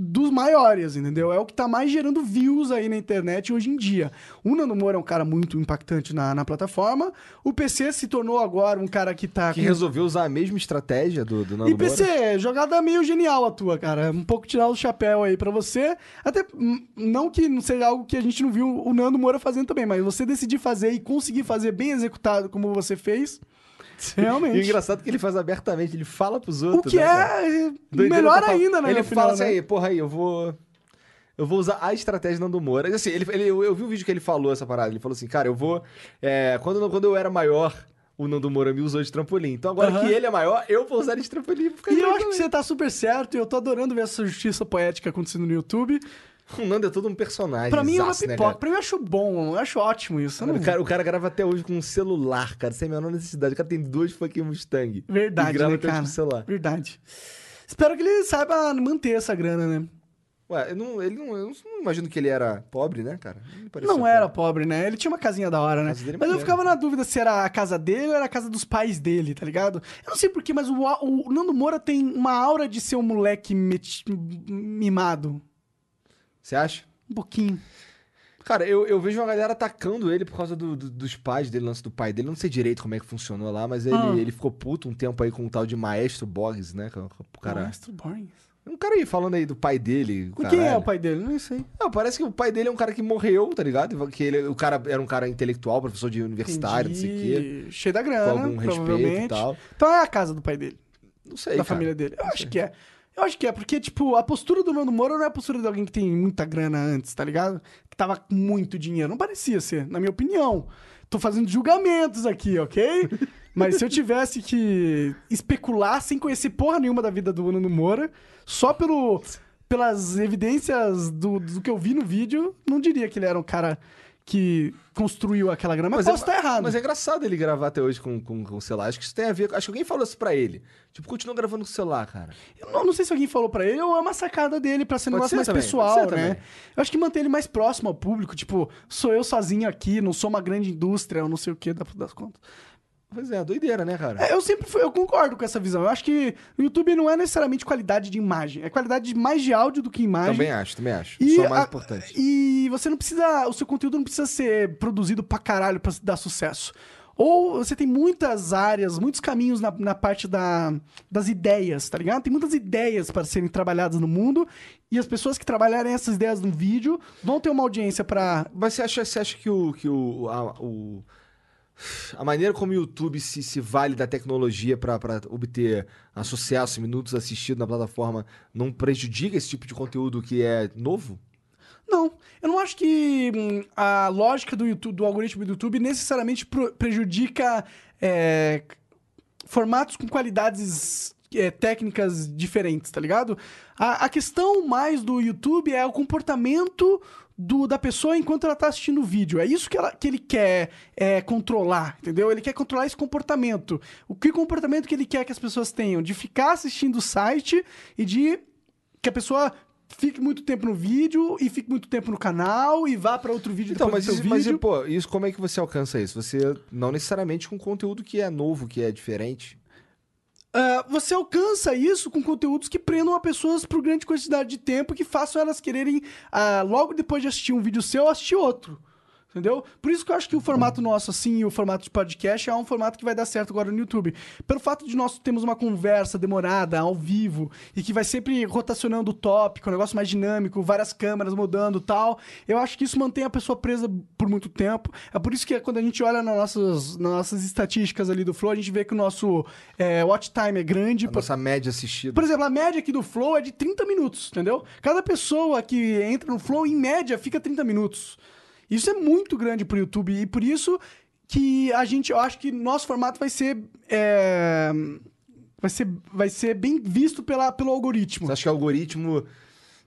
Speaker 1: dos maiores, entendeu? É o que tá mais gerando views aí na internet hoje em dia. O Nando Moura é um cara muito impactante na, na plataforma. O PC se tornou agora um cara que tá.
Speaker 2: Que
Speaker 1: com-
Speaker 2: resolveu usar a mesma estratégia do, do Nando
Speaker 1: e PC,
Speaker 2: Moura.
Speaker 1: jogada meio genial a tua, cara. Um pouco tirar o chapéu aí pra você. Até hum, não que não seja algo que a gente não viu o Nando Moura fazendo também, mas você decidir fazer e conseguir fazer bem executado como você fez, realmente.
Speaker 2: E o engraçado é que ele faz abertamente, ele fala pros
Speaker 1: O
Speaker 2: outros.
Speaker 1: que
Speaker 2: né, cara?
Speaker 1: é
Speaker 2: Doideira
Speaker 1: melhor
Speaker 2: total.
Speaker 1: ainda, né?
Speaker 2: Ele
Speaker 1: no
Speaker 2: fala
Speaker 1: final,
Speaker 2: assim,
Speaker 1: né?
Speaker 2: aí, porra, aí, eu vou. Eu vou usar a estratégia Nando Moura. Assim, ele, ele- eu, eu vi um vídeo que ele falou essa parada. Ele falou assim, cara, eu vou. é, quando, quando eu era maior, o Nando Moura me usou de trampolim. Então agora
Speaker 1: Aham.
Speaker 2: que ele é maior, eu vou usar ele de trampolim. e vou ficar
Speaker 1: E eu
Speaker 2: doido
Speaker 1: acho que
Speaker 2: também.
Speaker 1: você tá super certo e eu tô adorando ver essa justiça poética acontecendo no YouTube.
Speaker 2: O Nando é todo um personagem.
Speaker 1: Pra mim é uma
Speaker 2: zaço, né,
Speaker 1: pipoca.
Speaker 2: cara?
Speaker 1: pra mim eu acho bom, eu acho ótimo isso. eu não- é.
Speaker 2: o, cara, o cara grava até hoje com um celular, cara, sem a menor necessidade. O cara tem dois fucking Mustang.
Speaker 1: Verdade,
Speaker 2: E grava
Speaker 1: né,
Speaker 2: até hoje
Speaker 1: cara?
Speaker 2: com o celular.
Speaker 1: Verdade. Espero que ele saiba manter essa grana, né?
Speaker 2: Ué, eu não, ele não, eu não imagino que ele era pobre, né, cara? Ele parecia
Speaker 1: Não
Speaker 2: pobre.
Speaker 1: era pobre, né? Ele tinha uma casinha da hora, né?
Speaker 2: casa dele é
Speaker 1: Mas eu
Speaker 2: maneira.
Speaker 1: ficava na dúvida se era a casa dele ou era a casa dos pais dele, tá ligado? Eu não sei porquê, mas o, a- o Nando Moura tem uma aura de ser um moleque meti- mimado.
Speaker 2: Você acha?
Speaker 1: Um pouquinho.
Speaker 2: Cara, eu, eu vejo uma galera atacando ele por causa do- do- dos pais dele, lance do pai dele. Eu não sei direito como é que funcionou lá, mas ele,
Speaker 1: Ah.
Speaker 2: ele ficou puto um tempo aí com um tal de Maestro Borges, né? que é um- O cara.
Speaker 1: Maestro Borges.
Speaker 2: Um cara aí falando aí do pai dele.
Speaker 1: Quem
Speaker 2: caralho.
Speaker 1: é o pai dele? Não sei.
Speaker 2: Não, parece que o pai dele é um cara que morreu, tá ligado? Que ele, o cara era um cara intelectual, professor de universitário, não sei o quê.
Speaker 1: Entendi. Cheio da
Speaker 2: Com
Speaker 1: grana,
Speaker 2: algum respeito
Speaker 1: provavelmente.
Speaker 2: e tal.
Speaker 1: Então é a casa do pai dele,
Speaker 2: Não sei.
Speaker 1: da
Speaker 2: cara.
Speaker 1: família dele. Eu acho que é. Eu acho que é, porque, tipo, a postura do Nando Moura não é a postura de alguém que tem muita grana antes, tá ligado? Que tava com muito dinheiro. Não parecia ser, na minha opinião. Tô fazendo julgamentos aqui, ok? Mas se eu tivesse que especular sem conhecer porra nenhuma da vida do Nando Moura, só pelo, pelas evidências do, do que eu vi no vídeo, não diria que ele era um cara que construiu aquela grana. Mas,
Speaker 2: é-
Speaker 1: posso estar errado.
Speaker 2: Mas é engraçado ele gravar até hoje com, com, com o celular. Acho que isso tem a ver. Acho que alguém falou isso pra ele. Tipo, continua gravando com o celular, cara.
Speaker 1: Eu não, não sei se alguém falou pra ele ou é uma sacada dele pra ser um negócio
Speaker 2: Pode ser
Speaker 1: mais
Speaker 2: também,
Speaker 1: pessoal,
Speaker 2: pode ser
Speaker 1: né?
Speaker 2: também.
Speaker 1: Eu acho que manter ele mais próximo ao público, tipo, sou eu sozinho aqui, não sou uma grande indústria, eu não sei o que das contas.
Speaker 2: Pois é, doideira, né, cara?
Speaker 1: É, eu sempre fui, eu concordo com essa visão. Eu acho que o YouTube não é necessariamente qualidade de imagem, é qualidade de- mais de áudio do que imagem.
Speaker 2: Também acho, também acho.
Speaker 1: E
Speaker 2: Isso é o mais
Speaker 1: a-
Speaker 2: importante.
Speaker 1: E você não precisa. O seu conteúdo não precisa ser produzido pra caralho pra dar sucesso. Ou você tem muitas áreas, muitos caminhos na, na parte da, das ideias, tá ligado? Tem muitas ideias para serem trabalhadas no mundo. E as pessoas que trabalharem essas ideias no vídeo vão ter uma audiência pra.
Speaker 2: Mas você acha, você acha que, o, que o, a, o- a maneira como o YouTube se, se vale da tecnologia pra pra obter a sucesso, minutos assistidos na plataforma, não prejudica esse tipo de conteúdo que é novo?
Speaker 1: Não, eu não acho que hum, a lógica do YouTube, do algoritmo do YouTube necessariamente pro- prejudica é, formatos com qualidades é, técnicas diferentes, tá ligado? A, a questão mais do YouTube é o comportamento do, da pessoa enquanto ela tá assistindo o vídeo. É isso que, ela- que ele quer é, controlar, entendeu? Ele quer controlar esse comportamento. O que comportamento que ele quer que as pessoas tenham? De ficar assistindo o site e de que a pessoa fique muito tempo no vídeo e fique muito tempo no canal e vá pra outro vídeo
Speaker 2: Então,
Speaker 1: depois
Speaker 2: mas,
Speaker 1: do seu
Speaker 2: isso, mas e,
Speaker 1: vídeo.
Speaker 2: pô, isso como é que você alcança isso? Você não necessariamente com conteúdo que é novo, que é diferente.
Speaker 1: Ah, você alcança isso com conteúdos que prendam a pessoas por grande quantidade de tempo e que façam elas quererem, ah, logo depois de assistir um vídeo seu, assistir outro. Entendeu? Por isso que eu acho que o formato nosso, assim, e o formato de podcast é um formato que vai dar certo agora no YouTube. Pelo fato de nós termos uma conversa demorada, ao vivo, e que vai sempre rotacionando o tópico, um negócio mais dinâmico, várias câmeras mudando e tal, eu acho que isso mantém a pessoa presa por muito tempo. É por isso que quando a gente olha nas nossas, nas nossas estatísticas ali do Flow, a gente vê que o nosso é, watch time é grande.
Speaker 2: A
Speaker 1: por-
Speaker 2: nossa média assistida.
Speaker 1: por exemplo, a média aqui do Flow é de 30 minutos, entendeu? Cada pessoa que entra no Flow, em média, fica 30 minutos. Isso é muito grande pro YouTube e por isso que a gente, eu acho que nosso formato vai ser. é, vai ser, vai ser bem visto pela, pelo algoritmo.
Speaker 2: Você acha que o algoritmo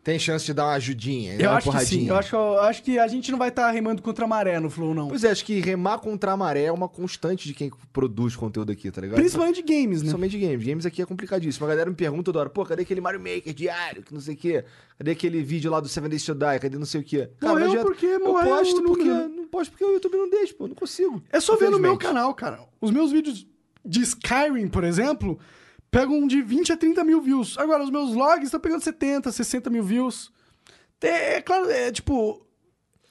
Speaker 2: tem chance de dar uma ajudinha? dar
Speaker 1: Eu
Speaker 2: uma
Speaker 1: acho que sim.
Speaker 2: porradinha?
Speaker 1: Eu acho, que- eu acho que a gente não vai estar remando contra a maré no Flow, não.
Speaker 2: Pois é, acho que remar contra a maré é uma constante de quem produz conteúdo aqui, tá ligado?
Speaker 1: Principalmente de games, né?
Speaker 2: Principalmente games. Games aqui é complicadíssimo. A galera me pergunta toda hora, pô, cadê aquele Mario Maker diário, que não sei o quê? Cadê aquele vídeo lá do Seven Days to Die? Cadê não sei o quê?
Speaker 1: Morreu
Speaker 2: não adianta.
Speaker 1: porque
Speaker 2: eu
Speaker 1: morreu o
Speaker 2: posto
Speaker 1: número,
Speaker 2: porque...
Speaker 1: né?
Speaker 2: Não posto porque o YouTube não deixa, pô. Não consigo.
Speaker 1: É só ver no meu
Speaker 2: Infelizmente.
Speaker 1: canal, cara. Os meus vídeos de Skyrim, por exemplo, pegam de 20 a 30 mil views. Agora, os meus vlogs estão pegando 70, 60 mil views. É, é claro, é tipo.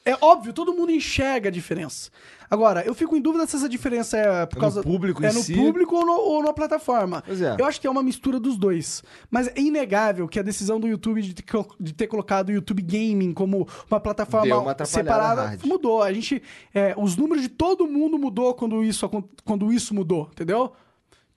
Speaker 1: É óbvio, todo mundo enxerga a diferença. Agora, eu fico em dúvida se essa diferença é por
Speaker 2: no
Speaker 1: causa.
Speaker 2: público em
Speaker 1: é no
Speaker 2: si.
Speaker 1: público ou, no- ou na plataforma.
Speaker 2: Pois é.
Speaker 1: Eu acho que é uma mistura dos dois. Mas é inegável que a decisão do YouTube de ter, colo- de ter colocado o YouTube Gaming como uma plataforma
Speaker 2: Deu uma atrapalhada
Speaker 1: separada
Speaker 2: hard.
Speaker 1: mudou. A gente, é, os números de todo mundo mudou quando isso, acon- quando isso mudou, entendeu?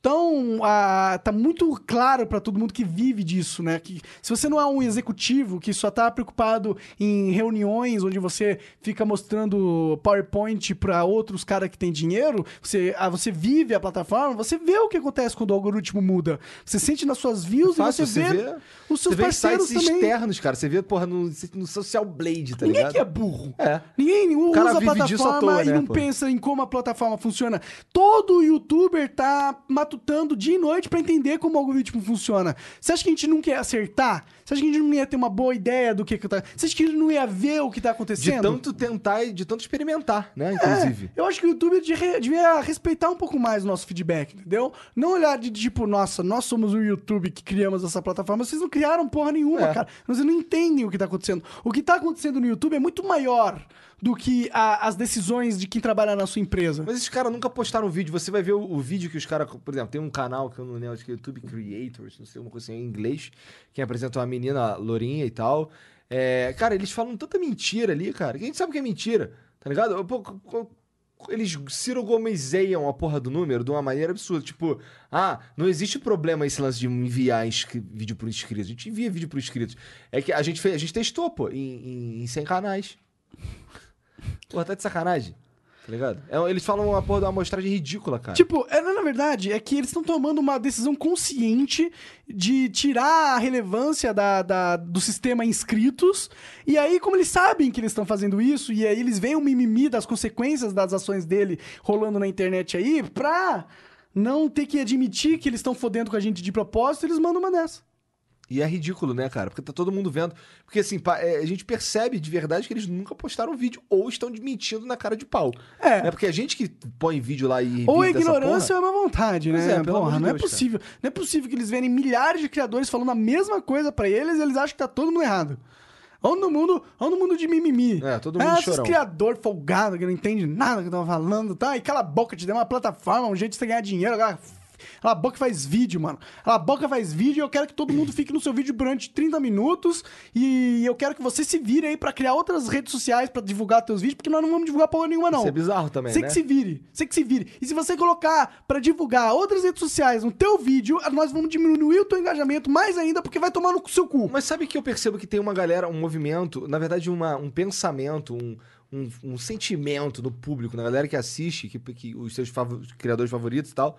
Speaker 1: Então, a, tá muito claro para todo mundo que vive disso, né? Que se você não é um executivo que só tá preocupado em reuniões onde você fica mostrando PowerPoint para outros caras que têm dinheiro, você, ah, você vive a plataforma, você vê o que acontece quando o algoritmo muda. Você sente nas suas views
Speaker 2: É Fácil,
Speaker 1: e você, vê, os
Speaker 2: Você
Speaker 1: seus
Speaker 2: vê em
Speaker 1: parceiros
Speaker 2: sites
Speaker 1: também.
Speaker 2: externos, cara. Você vê, porra, no, no Social Blade, tá
Speaker 1: Ninguém
Speaker 2: ligado?
Speaker 1: aqui é burro.
Speaker 2: É.
Speaker 1: Ninguém usa
Speaker 2: cara
Speaker 1: a
Speaker 2: vive
Speaker 1: plataforma
Speaker 2: disso à toa,
Speaker 1: e
Speaker 2: né,
Speaker 1: não
Speaker 2: pô?
Speaker 1: pensa em como a plataforma funciona. Todo youtuber tá matutando dia e noite pra entender como o algoritmo funciona. Você acha que a gente não quer acertar? Você acha que a gente não ia ter uma boa ideia do que, que tá. Você acha que ele não ia ver o que tá
Speaker 2: De
Speaker 1: acontecendo?
Speaker 2: tanto tentar e de tanto experimentar,
Speaker 1: É.
Speaker 2: né? Inclusive.
Speaker 1: Eu acho que o YouTube devia devia respeitar um pouco mais o nosso feedback, entendeu? Não olhar de tipo, nossa, nós somos o YouTube que criamos essa plataforma. Vocês não criaram porra nenhuma,
Speaker 2: É.
Speaker 1: cara. Vocês não entendem o que tá acontecendo. O que tá acontecendo no YouTube é muito maior do que a- as decisões de quem trabalha na sua empresa.
Speaker 2: Mas esses caras nunca postaram vídeo. Você vai ver o, o vídeo que os caras. Por exemplo, tem um canal que eu não lembro, acho que é YouTube Creators, não sei, uma coisa assim, em inglês, que apresenta uma menina lourinha e tal. É, cara, eles falam tanta mentira ali, cara, que a gente sabe que é mentira, tá ligado? Pô, co- co- eles cirogomizeiam a porra do número de uma maneira absurda. Tipo, ah, não existe problema esse lance de um enviar inscri- vídeo pro inscrito. A gente envia vídeo pro inscrito. É que a gente, fez, a gente testou, pô, em, em, em 100 canais. Pô, tá de sacanagem. Tá ligado? É, eles falam uma porra de uma amostragem ridícula, cara.
Speaker 1: Tipo, é, na verdade, é que eles estão tomando uma decisão consciente de tirar a relevância da, da- do sistema inscritos. E aí, como eles sabem que eles estão fazendo isso, e aí eles veem o mimimi das consequências das ações dele rolando na internet aí, pra não ter que admitir que eles estão fodendo com a gente de propósito, eles mandam uma dessa.
Speaker 2: E é ridículo, né, cara? Porque tá todo mundo vendo. Porque assim, pa- é, a gente percebe de verdade que eles nunca postaram vídeo ou estão mentindo na cara de pau.
Speaker 1: É.
Speaker 2: É porque a gente que põe vídeo lá e.
Speaker 1: Ou a
Speaker 2: edita essa
Speaker 1: ignorância ou é uma vontade,
Speaker 2: Pois
Speaker 1: né?
Speaker 2: é, pelo
Speaker 1: Porra,
Speaker 2: amor de
Speaker 1: não
Speaker 2: Deus,
Speaker 1: é
Speaker 2: cara.
Speaker 1: possível. Não é possível que eles verem milhares de criadores falando a mesma coisa pra eles e eles acham que tá todo mundo errado. Ou no mundo, ou no mundo de mimimi.
Speaker 2: É, todo mundo
Speaker 1: ah,
Speaker 2: chorão.
Speaker 1: Esses criador folgado que não entende nada do que estão falando, tá? E cala a boca, te deu uma plataforma, um jeito de você ganhar dinheiro, agora Cala a boca e faz vídeo, mano. Cala a boca e faz vídeo. Eu quero que todo mundo fique no seu vídeo durante 30 minutos. E eu quero que você se vire aí pra criar outras redes sociais pra divulgar teus vídeos, porque nós não vamos divulgar porra nenhuma, não.
Speaker 2: Isso é bizarro também,
Speaker 1: Você
Speaker 2: né?
Speaker 1: que se vire, você que se vire. E se você colocar pra divulgar outras redes sociais no teu vídeo, nós vamos diminuir o teu engajamento mais ainda, porque vai tomar no seu cu.
Speaker 2: Mas sabe que eu percebo que tem uma galera, um movimento, na verdade, uma, um pensamento, um, um, um sentimento do público, na galera que assiste, que, que os seus favo- criadores favoritos e tal,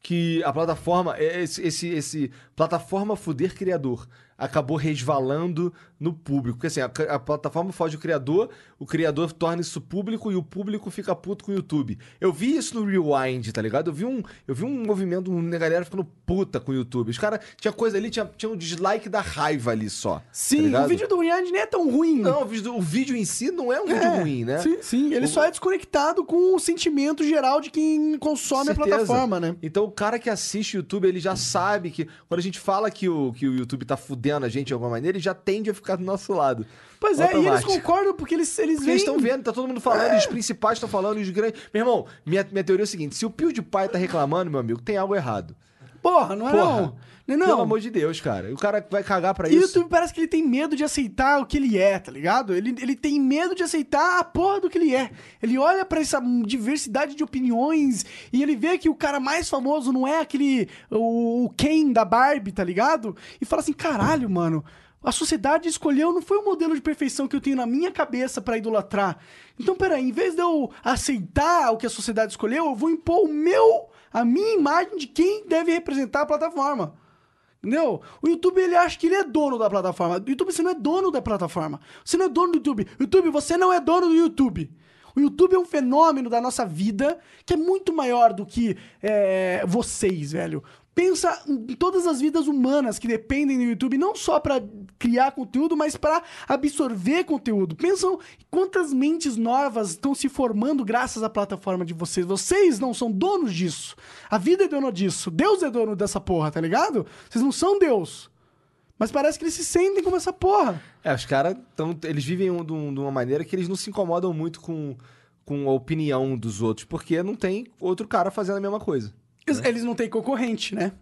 Speaker 2: que a plataforma, é esse, esse, esse plataforma fuder criador. acabou resvalando no público. Porque assim, a, a plataforma foge do criador, o criador torna isso público e o público fica puto com o YouTube. Eu vi isso no Rewind, tá ligado? Eu vi um, eu vi um movimento, uma galera ficando puta com o YouTube. Os caras, tinha coisa ali, tinha, tinha um dislike da raiva ali só.
Speaker 1: Sim,
Speaker 2: tá
Speaker 1: o
Speaker 2: ligado?
Speaker 1: vídeo do Yandy nem é tão ruim.
Speaker 2: Não, o vídeo, o vídeo em si não é um vídeo
Speaker 1: É,
Speaker 2: ruim, né?
Speaker 1: Sim, sim. Ele
Speaker 2: O-
Speaker 1: só é desconectado com o sentimento geral de quem consome a
Speaker 2: Certeza.
Speaker 1: plataforma, né?
Speaker 2: Então o cara que assiste o YouTube, ele já sabe que quando a gente fala que o, que o YouTube tá fudendo a gente de alguma maneira, ele já tende a ficar do nosso lado.
Speaker 1: Pois é, e eles
Speaker 2: Automático.
Speaker 1: concordam porque eles, eles
Speaker 2: Porque
Speaker 1: veem.
Speaker 2: eles estão vendo, tá todo mundo falando, os principais estão falando, os grandes. Meu irmão, minha, minha teoria é o seguinte: se o PewDiePie tá reclamando, meu amigo, tem algo errado.
Speaker 1: Porra, não é
Speaker 2: Porra.
Speaker 1: não. Não é
Speaker 2: Pelo
Speaker 1: não.
Speaker 2: amor de Deus, cara. O cara vai cagar pra
Speaker 1: E o
Speaker 2: isso.
Speaker 1: YouTube parece que ele tem medo de aceitar o que ele é, tá ligado? Ele, ele tem medo de aceitar a porra do que ele é. Ele olha pra essa diversidade de opiniões e ele vê que o cara mais famoso não é aquele. O, o Ken da Barbie, tá ligado? E fala assim: caralho, mano. A sociedade escolheu não foi o modelo de perfeição que eu tenho na minha cabeça pra idolatrar. Então, peraí, em vez de eu aceitar o que a sociedade escolheu, eu vou impor o meu, a minha imagem de quem deve representar a plataforma. Entendeu? O YouTube, ele acha que ele é dono da plataforma. O YouTube, você não é dono da plataforma. Você não é dono do YouTube. YouTube, você não é dono do YouTube. O YouTube é um fenômeno da nossa vida que é muito maior do que é, vocês, velho. Pensa em todas as vidas humanas que dependem do YouTube, não só pra criar conteúdo, mas pra absorver conteúdo. Pensam quantas mentes novas estão se formando graças à plataforma de vocês. Vocês não são donos disso. A vida é dona disso. Deus é dono dessa porra, tá ligado? Vocês não são Deus. Mas parece que eles se sentem como essa porra.
Speaker 2: É, os caras, tão- eles vivem um- de, um- de uma maneira que eles não se incomodam muito com, com a opinião dos outros, porque não tem outro cara fazendo a mesma coisa.
Speaker 1: Eles, eles não têm concorrente, né?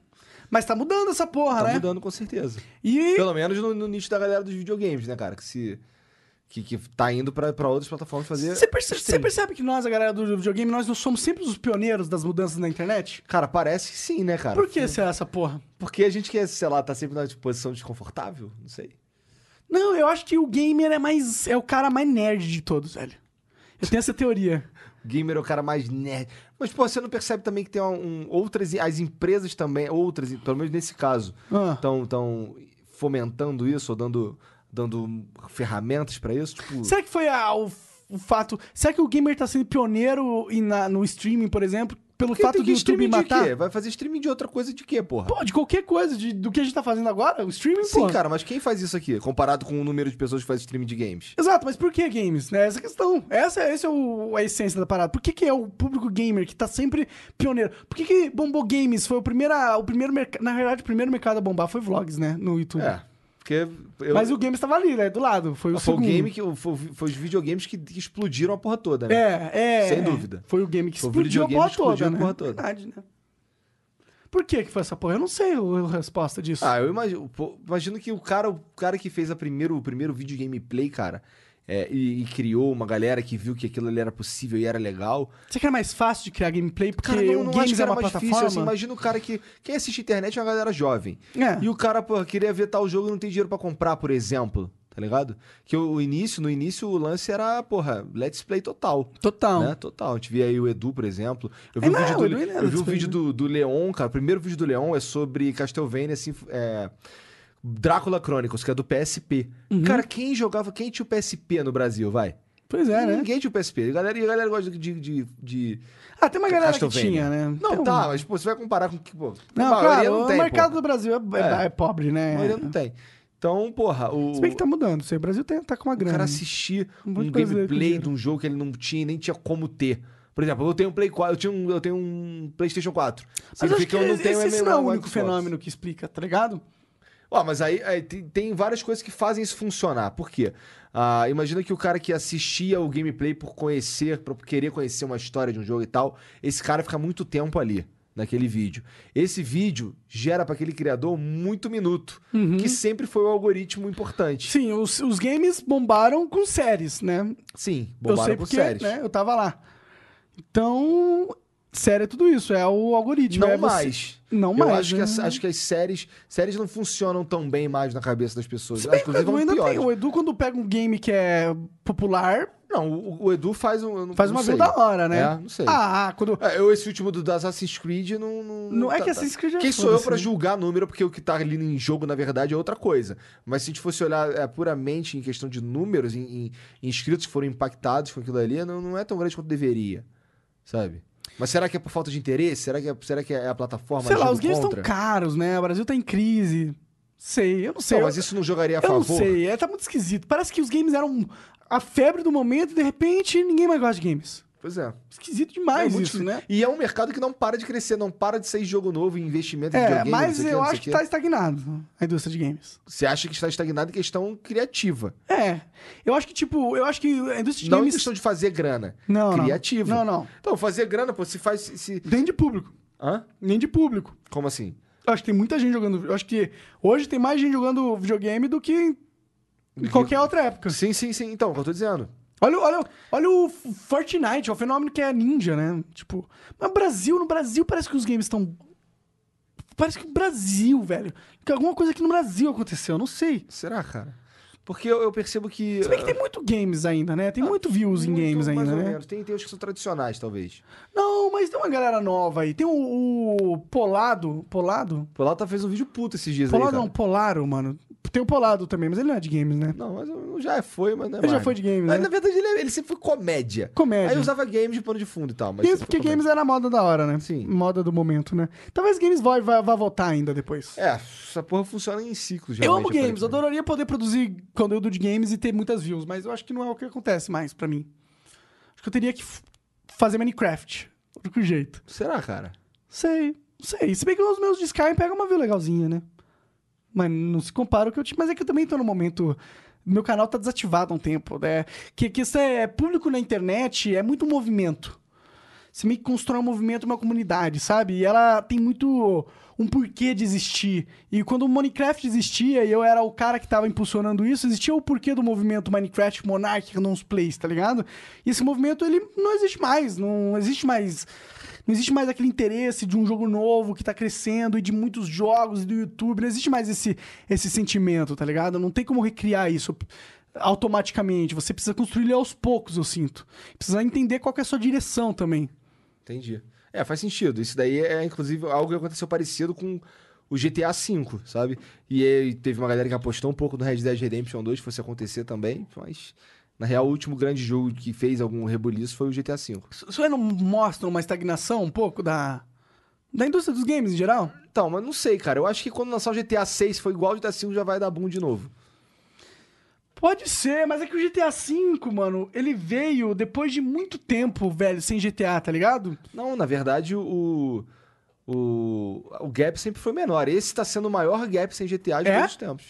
Speaker 1: Mas tá mudando essa porra,
Speaker 2: Né? Tá
Speaker 1: né?
Speaker 2: mudando com certeza.
Speaker 1: E
Speaker 2: Pelo menos no, no nicho da galera dos videogames, né, cara? Que se. Que, que tá indo pra, pra outras plataformas fazer.
Speaker 1: você perce- você
Speaker 2: stream.
Speaker 1: percebe que nós, a galera do videogame, nós não somos sempre os pioneiros das mudanças na internet?
Speaker 2: Cara, parece que sim, né, cara?
Speaker 1: Por que será essa porra?
Speaker 2: Porque a gente quer, sei lá, tá sempre na posição desconfortável? Não sei.
Speaker 1: Não, eu acho que o gamer é mais. é o cara mais nerd de todos, velho. Eu tenho essa teoria.
Speaker 2: O gamer é o cara mais nerd. Mas, pô, você não percebe também que tem um, um- outras. As empresas também, outras, pelo menos nesse caso,
Speaker 1: Ah.
Speaker 2: estão tão fomentando isso, ou dando, dando ferramentas pra isso? Tipo.
Speaker 1: Será que foi a- o, o fato. Será que o gamer tá sendo pioneiro em- na- no streaming, por exemplo, pelo
Speaker 2: Porque
Speaker 1: fato
Speaker 2: tem
Speaker 1: do
Speaker 2: que
Speaker 1: YouTube
Speaker 2: streaming de
Speaker 1: matar?
Speaker 2: quê? Vai fazer streaming de outra coisa de quê, porra?
Speaker 1: Pô, de qualquer coisa, de- do que a gente tá fazendo agora, o streaming,
Speaker 2: Sim,
Speaker 1: pô.
Speaker 2: cara, mas quem faz isso aqui, comparado com o número de pessoas que faz streaming de games?
Speaker 1: Exato, mas por que games? Né? Essa é a questão. Essa, essa é o- a essência da parada. Por que, que é o público gamer que tá sempre pioneiro? Por que, que bombou games? Foi o primeiro. a- O primeiro merc- Na verdade, o primeiro mercado a bombar foi vlogs, né? No YouTube.
Speaker 2: É. Porque eu,
Speaker 1: Mas o games tava ali, né? Do lado. Foi o
Speaker 2: Ah, foi o
Speaker 1: segundo.
Speaker 2: game que. Foi, foi os videogames que, que explodiram a porra toda, né?
Speaker 1: É, é.
Speaker 2: Sem
Speaker 1: é.
Speaker 2: dúvida.
Speaker 1: Foi o game que
Speaker 2: Foi o
Speaker 1: explodiu a
Speaker 2: videogame
Speaker 1: porra
Speaker 2: que
Speaker 1: toda,
Speaker 2: explodiu a
Speaker 1: né?
Speaker 2: porra toda.
Speaker 1: Verdade, né? Por que que foi essa porra? Eu não sei o- a resposta disso.
Speaker 2: Ah, eu imagino, pô, imagino que o cara, o cara que fez a primeiro, o primeiro vídeo gameplay, cara, é, e, e criou uma galera que viu que aquilo ali era possível e era legal.
Speaker 1: Você que era mais fácil de criar gameplay porque
Speaker 2: Cara, não,
Speaker 1: o
Speaker 2: não acho
Speaker 1: games
Speaker 2: que
Speaker 1: é
Speaker 2: era
Speaker 1: uma
Speaker 2: mais
Speaker 1: plataforma?
Speaker 2: difícil. Assim, imagina o cara que. Quem assiste internet é uma galera jovem.
Speaker 1: É.
Speaker 2: E o cara, pô, queria ver tal jogo e não tem dinheiro pra comprar, por exemplo. Tá ligado? Que o, o início, no início, o lance era, porra, let's play total.
Speaker 1: Total.
Speaker 2: Né? Total. A gente via aí o Edu, por exemplo. Eu
Speaker 1: É,
Speaker 2: vi um
Speaker 1: não,
Speaker 2: vídeo, do,
Speaker 1: o Edu ele é
Speaker 2: eu vi um
Speaker 1: dessas
Speaker 2: vídeo do, do Leon, cara. O primeiro vídeo do Leon é sobre Castlevania, assim. É... Drácula Chronicles, que é do PSP.
Speaker 1: Uhum.
Speaker 2: Cara, quem jogava, quem tinha o PSP no Brasil, vai?
Speaker 1: Pois é, né?
Speaker 2: Ninguém tinha o PSP. A galera, e a galera gosta de- de- de- de
Speaker 1: Ah, tem uma galera que
Speaker 2: Castlevania.
Speaker 1: tinha, né?
Speaker 2: Não,
Speaker 1: Tem um-
Speaker 2: tá, mas pô, você vai comparar com que, pô, a
Speaker 1: Não,
Speaker 2: maioria
Speaker 1: claro,
Speaker 2: não
Speaker 1: o
Speaker 2: tem,
Speaker 1: mercado
Speaker 2: pô.
Speaker 1: do Brasil é, é-
Speaker 2: É.
Speaker 1: é pobre,
Speaker 2: A
Speaker 1: né?
Speaker 2: maioria não tem. Então, porra, o,
Speaker 1: Se bem que tá mudando, isso aí, o Brasil tem- tá com uma
Speaker 2: o
Speaker 1: grana.
Speaker 2: cara assistir
Speaker 1: Um
Speaker 2: um,
Speaker 1: monte de coisa
Speaker 2: gameplay
Speaker 1: com
Speaker 2: de um jogo que ele não tinha e nem tinha como ter. Por exemplo, eu tenho um Play 4, eu, tinha um, eu tenho um PlayStation 4.
Speaker 1: Mas eu acho
Speaker 2: Significa
Speaker 1: que
Speaker 2: que eu não
Speaker 1: esse,
Speaker 2: tenho
Speaker 1: esse não é o único
Speaker 2: Xbox.
Speaker 1: fenômeno que explica, tá ligado?
Speaker 2: Ó, mas aí, aí tem, tem várias coisas que fazem isso funcionar. Por quê? Ah, imagina que o cara que assistia o gameplay por conhecer, por querer conhecer uma história de um jogo e tal, esse cara fica muito tempo ali, naquele vídeo. Esse vídeo gera pra aquele criador muito minuto,
Speaker 1: Uhum.
Speaker 2: que sempre foi o algoritmo importante.
Speaker 1: Sim, os, os games bombaram com séries, né?
Speaker 2: Sim,
Speaker 1: eu sei
Speaker 2: bombaram por
Speaker 1: porque,
Speaker 2: séries.
Speaker 1: né, eu tava lá. Então, sério é tudo isso, é o algoritmo.
Speaker 2: Não
Speaker 1: é você-
Speaker 2: mais.
Speaker 1: Não
Speaker 2: eu
Speaker 1: mais,
Speaker 2: acho,
Speaker 1: né?
Speaker 2: que as, acho que as séries, séries não funcionam tão bem mais na cabeça das pessoas.
Speaker 1: Se
Speaker 2: Elas,
Speaker 1: bem que o
Speaker 2: inclusive,
Speaker 1: Edu
Speaker 2: vão
Speaker 1: ainda
Speaker 2: piores.
Speaker 1: tem. O Edu, quando pega um game que é popular,
Speaker 2: Não, o, o Edu faz um. eu não-
Speaker 1: Faz
Speaker 2: não
Speaker 1: uma
Speaker 2: sei.
Speaker 1: vez da hora, né?
Speaker 2: É, não sei.
Speaker 1: Ah, quando.
Speaker 2: É, eu, esse último do da Assassin's Creed não. Não,
Speaker 1: Não é
Speaker 2: tá-
Speaker 1: que
Speaker 2: tá-
Speaker 1: Assassin's Creed é
Speaker 2: Quem sou eu
Speaker 1: foda-se,
Speaker 2: pra
Speaker 1: né?
Speaker 2: julgar número? Porque o que tá ali em jogo, na verdade, é outra coisa. Mas se a gente fosse olhar é, puramente em questão de números, em, em- em inscritos que foram impactados com aquilo ali, não, não é tão grande quanto deveria. Sabe? Mas será que é por falta de interesse? Será que é, será que é a plataforma
Speaker 1: Sei lá,
Speaker 2: agindo
Speaker 1: os games
Speaker 2: contra?
Speaker 1: estão caros, né? O Brasil tá em crise. Sei, eu não sei.
Speaker 2: Não,
Speaker 1: eu-
Speaker 2: mas isso não jogaria a
Speaker 1: eu não
Speaker 2: favor?
Speaker 1: sei, é, tá muito esquisito. Parece que os games eram a febre do momento e de repente ninguém mais gosta de games.
Speaker 2: Pois é.
Speaker 1: Esquisito
Speaker 2: É
Speaker 1: demais
Speaker 2: muito
Speaker 1: isso,
Speaker 2: difícil.
Speaker 1: né?
Speaker 2: E é um mercado que não para de crescer, não para de sair jogo novo, investimento em
Speaker 1: É,
Speaker 2: videogame, não
Speaker 1: mas
Speaker 2: sei o quê,
Speaker 1: eu
Speaker 2: não sei
Speaker 1: acho
Speaker 2: o
Speaker 1: que
Speaker 2: quê.
Speaker 1: tá estagnado a indústria de games.
Speaker 2: Você acha que está estagnado em questão criativa.
Speaker 1: É. Eu acho que, tipo, eu acho que a indústria de
Speaker 2: Não em
Speaker 1: games.
Speaker 2: questão de fazer grana.
Speaker 1: Não, não.
Speaker 2: criativa.
Speaker 1: Não, não.
Speaker 2: Então, fazer grana, pô, se faz. Se, se-
Speaker 1: Nem de público.
Speaker 2: Hã?
Speaker 1: Nem de público.
Speaker 2: Como assim?
Speaker 1: Eu acho que tem muita gente jogando. Eu acho que hoje tem mais gente jogando videogame do que em- em qualquer outra época.
Speaker 2: Sim, sim, sim. Então, é o que eu tô dizendo.
Speaker 1: Olha, o- olha, o- olha o Fortnite, o fenômeno que é a ninja, né? Tipo, mas Brasil, no Brasil parece que os games estão. Parece que o Brasil, velho. Que alguma coisa aqui no Brasil aconteceu, eu não sei.
Speaker 2: Será, cara? Porque eu, eu percebo que. é
Speaker 1: Se bem que tem muito games ainda, né? Tem muito views em
Speaker 2: Ah, muito,
Speaker 1: games
Speaker 2: mais
Speaker 1: ainda,
Speaker 2: ou
Speaker 1: né?
Speaker 2: menos. Tem, tem os que são tradicionais, talvez.
Speaker 1: Não, mas tem uma galera nova aí. Tem o, o Polado. Polado?
Speaker 2: Polata fez um vídeo puto esses dias
Speaker 1: Polado
Speaker 2: aí.
Speaker 1: não,
Speaker 2: Cara.
Speaker 1: Polaro, mano. Tem o Polado também, mas ele não é de games, né?
Speaker 2: Não, mas eu- já foi, mas não é
Speaker 1: Ele já
Speaker 2: mais.
Speaker 1: foi de games,
Speaker 2: Mas,
Speaker 1: né?
Speaker 2: Na verdade, ele, ele sempre foi comédia.
Speaker 1: Comédia.
Speaker 2: Aí eu usava games de pano de fundo e tal. Mas
Speaker 1: Games,
Speaker 2: sempre
Speaker 1: porque
Speaker 2: foi comédia.
Speaker 1: games era a moda da hora, né?
Speaker 2: Sim.
Speaker 1: Moda do momento, né? Talvez games vá, vá, vá voltar ainda depois.
Speaker 2: É, essa porra funciona em ciclos.
Speaker 1: eu
Speaker 2: geralmente, é
Speaker 1: amo games, eu
Speaker 2: aparentemente.
Speaker 1: adoraria poder produzir conteúdo de games e ter muitas views, mas eu acho que não é o que acontece mais pra mim. Acho que eu teria que f- fazer Minecraft. Do que jeito.
Speaker 2: Será, cara?
Speaker 1: Sei, sei. Se bem que os meus de Skyrim pegam uma view legalzinha, né? Mas não se compara o que eu tinha. Mas é que eu também tô no momento. Meu canal tá desativado há um tempo, né? Que, que isso é público na internet, é muito movimento. Você meio que constrói um movimento, uma comunidade, sabe? E ela tem muito um porquê de existir. E quando o Minecraft existia, e eu era o cara que tava impulsionando isso, existia o porquê do movimento Minecraft Monarch Nos Plays, tá ligado? E esse movimento, ele não existe mais. Não existe mais... Não existe mais aquele interesse de um jogo novo que tá crescendo e de muitos jogos e do YouTube. Não existe mais esse, esse sentimento, tá ligado? Não tem como recriar isso automaticamente. Você precisa construir ele aos poucos, eu sinto. Precisa entender qual que é a sua direção também.
Speaker 2: Entendi. É, faz sentido. Isso daí é, inclusive, algo que aconteceu parecido com o GTA V, sabe? E aí teve uma galera que apostou um pouco no Red Dead Redemption 2, fosse acontecer também, mas... Na real, o último grande jogo que fez algum rebuliço foi o GTA V.
Speaker 1: Isso isso aí não mostra uma estagnação um pouco da, da indústria dos games em geral?
Speaker 2: Então, mas não sei, cara. Eu acho que quando lançar o GTA VI foi igual o GTA V, já vai dar boom de novo.
Speaker 1: Pode ser, mas é que o GTA V, mano, ele veio depois de muito tempo, velho, sem GTA, tá ligado?
Speaker 2: Não, na verdade, o... O, o gap sempre foi menor. Esse tá sendo o maior gap sem GTA de
Speaker 1: É?
Speaker 2: todos os tempos.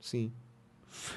Speaker 2: Sim.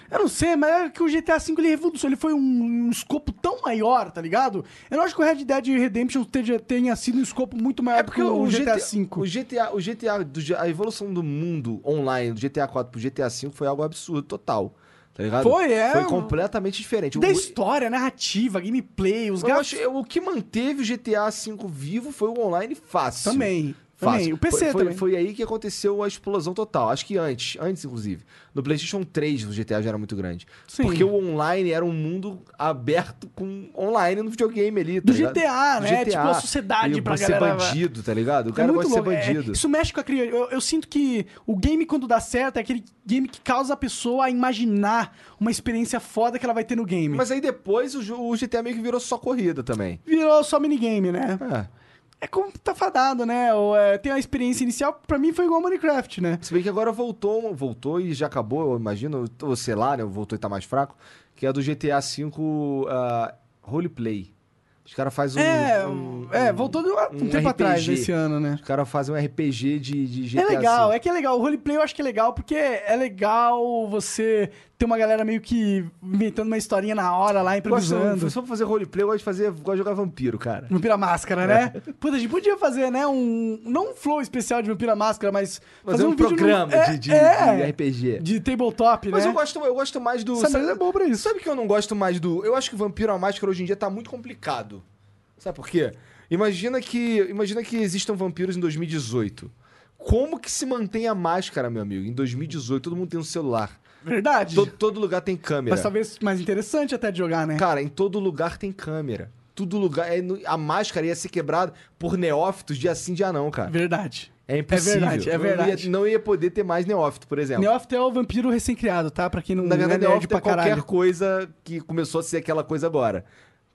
Speaker 1: Eu não sei, mas é que o GTA V ele revolucionou, ele foi um, um escopo tão maior, tá ligado? Eu não acho que o Red Dead Redemption teja- tenha sido um escopo muito maior
Speaker 2: É porque
Speaker 1: que
Speaker 2: o, GTA,
Speaker 1: V.
Speaker 2: O GTA, o GTA do G- a evolução do mundo online, do GTA 4 pro GTA 5 foi algo absurdo, total. Tá ligado?
Speaker 1: Foi, é.
Speaker 2: Foi completamente diferente.
Speaker 1: Da
Speaker 2: O-
Speaker 1: história, a narrativa, a gameplay, os
Speaker 2: eu
Speaker 1: gráficos
Speaker 2: acho- eu- o que manteve o GTA 5 vivo foi o online fácil.
Speaker 1: também. Também,
Speaker 2: Fácil.
Speaker 1: o PC
Speaker 2: foi, foi-
Speaker 1: também.
Speaker 2: Foi aí que aconteceu a explosão total. Acho que antes, antes inclusive. No PlayStation 3 o GTA já era muito grande.
Speaker 1: Sim.
Speaker 2: Porque o online era um mundo aberto com online no videogame ali. Tá
Speaker 1: Do
Speaker 2: ligado?
Speaker 1: GTA, né?
Speaker 2: GTA.
Speaker 1: Tipo, a sociedade
Speaker 2: E
Speaker 1: pra
Speaker 2: você
Speaker 1: galera...
Speaker 2: bandido, tá ligado? O
Speaker 1: é
Speaker 2: cara
Speaker 1: muito
Speaker 2: gosta de ser
Speaker 1: louco. é,
Speaker 2: bandido.
Speaker 1: isso mexe com a criança. Eu, eu sinto que o game, quando dá certo, é aquele game que causa a pessoa a imaginar uma experiência foda que ela vai ter no game.
Speaker 2: Mas aí depois o, jo- o GTA meio que virou só corrida também.
Speaker 1: Virou só minigame, né?
Speaker 2: É.
Speaker 1: É como tá fadado, né? Ou, é, tem a experiência inicial, pra mim foi igual ao Minecraft, né?
Speaker 2: Se bem que agora voltou, um, voltou e já acabou, eu imagino, ou sei lá, né? Voltou e tá mais fraco. Que é do GTA V ah, roleplay. Os caras fazem um.
Speaker 1: é,
Speaker 2: um-
Speaker 1: é, voltou de um, um
Speaker 2: um
Speaker 1: tempo atrás,
Speaker 2: RPG.
Speaker 1: esse ano, né?
Speaker 2: Os caras fazem um RPG de, de GTA
Speaker 1: É legal,
Speaker 2: V.
Speaker 1: é que é legal. O roleplay eu acho que é legal, porque é legal você ter uma galera meio que inventando uma historinha na hora lá, improvisando.
Speaker 2: Gosto, só pra fazer roleplay, eu gosto de fazer. Gosto de jogar vampiro, cara.
Speaker 1: Vampira Máscara, né?
Speaker 2: É.
Speaker 1: Puta, a gente podia fazer, né? Um. Não um flow especial de Vampira Máscara, mas.
Speaker 2: Fazer, um,
Speaker 1: vídeo no-
Speaker 2: programa
Speaker 1: é,
Speaker 2: de, de-
Speaker 1: é,
Speaker 2: de RPG.
Speaker 1: de tabletop,
Speaker 2: Mas
Speaker 1: né?
Speaker 2: eu gosto, eu gosto mais do.
Speaker 1: Essa mesa é boa pra isso.
Speaker 2: Sabe que eu não gosto mais do. Eu acho que Vampiro à Máscara hoje em dia tá muito complicado. Sabe por quê? Imagina que, imagina que existam vampiros em 2018. Como que se mantém a máscara, meu amigo? Em 2018, todo mundo tem um celular.
Speaker 1: Verdade.
Speaker 2: Todo, todo lugar tem câmera.
Speaker 1: Mas talvez mais interessante até de jogar, né?
Speaker 2: Cara, em todo lugar tem câmera. Todo lugar. é no- a máscara ia ser quebrada por neófitos dia sim, dia não, cara.
Speaker 1: Verdade.
Speaker 2: É impossível.
Speaker 1: verdade, é
Speaker 2: Não
Speaker 1: verdade.
Speaker 2: ia- Não ia, poder ter mais neófito, por exemplo.
Speaker 1: Neófito é o vampiro recém-criado, tá? Pra quem não
Speaker 2: Então. Na verdade,
Speaker 1: é nerd
Speaker 2: neófito é
Speaker 1: pra
Speaker 2: qualquer
Speaker 1: caralho.
Speaker 2: coisa que começou a ser aquela coisa agora.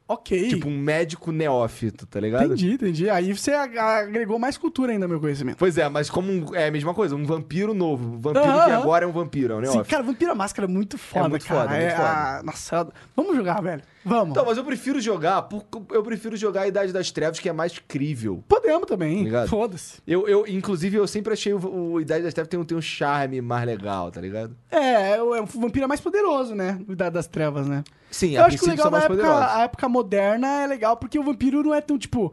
Speaker 1: Ok.
Speaker 2: Tipo um médico neófito, tá ligado?
Speaker 1: entendi, entendi. Aí você ag- agregou mais cultura ainda, ao meu conhecimento.
Speaker 2: Pois é, mas como um- é a mesma coisa, um vampiro novo. Um vampiro que
Speaker 1: Aham.
Speaker 2: agora é um vampiro, é um
Speaker 1: Sim,
Speaker 2: neófito.
Speaker 1: cara, Vampira Máscara é muito foda,
Speaker 2: muito
Speaker 1: cara.
Speaker 2: foda, é muito
Speaker 1: a- Nossa, eu- vamos jogar, velho. Vamos.
Speaker 2: Então, mas eu prefiro jogar, por- eu prefiro jogar a Idade das Trevas, que é mais crível.
Speaker 1: Podemos também.
Speaker 2: Obrigado.
Speaker 1: Foda-se.
Speaker 2: Eu, eu, inclusive, eu sempre achei o, o Idade das Trevas tem, um- tem um charme mais legal, tá ligado?
Speaker 1: É, é o é o vampiro é mais poderoso, né? O Idade das Trevas, né?
Speaker 2: Sim,
Speaker 1: Eu
Speaker 2: a
Speaker 1: acho que o legal
Speaker 2: princípio são
Speaker 1: da
Speaker 2: mais
Speaker 1: época,
Speaker 2: poderosos.
Speaker 1: a época moderna é legal porque o vampiro não é tão tipo.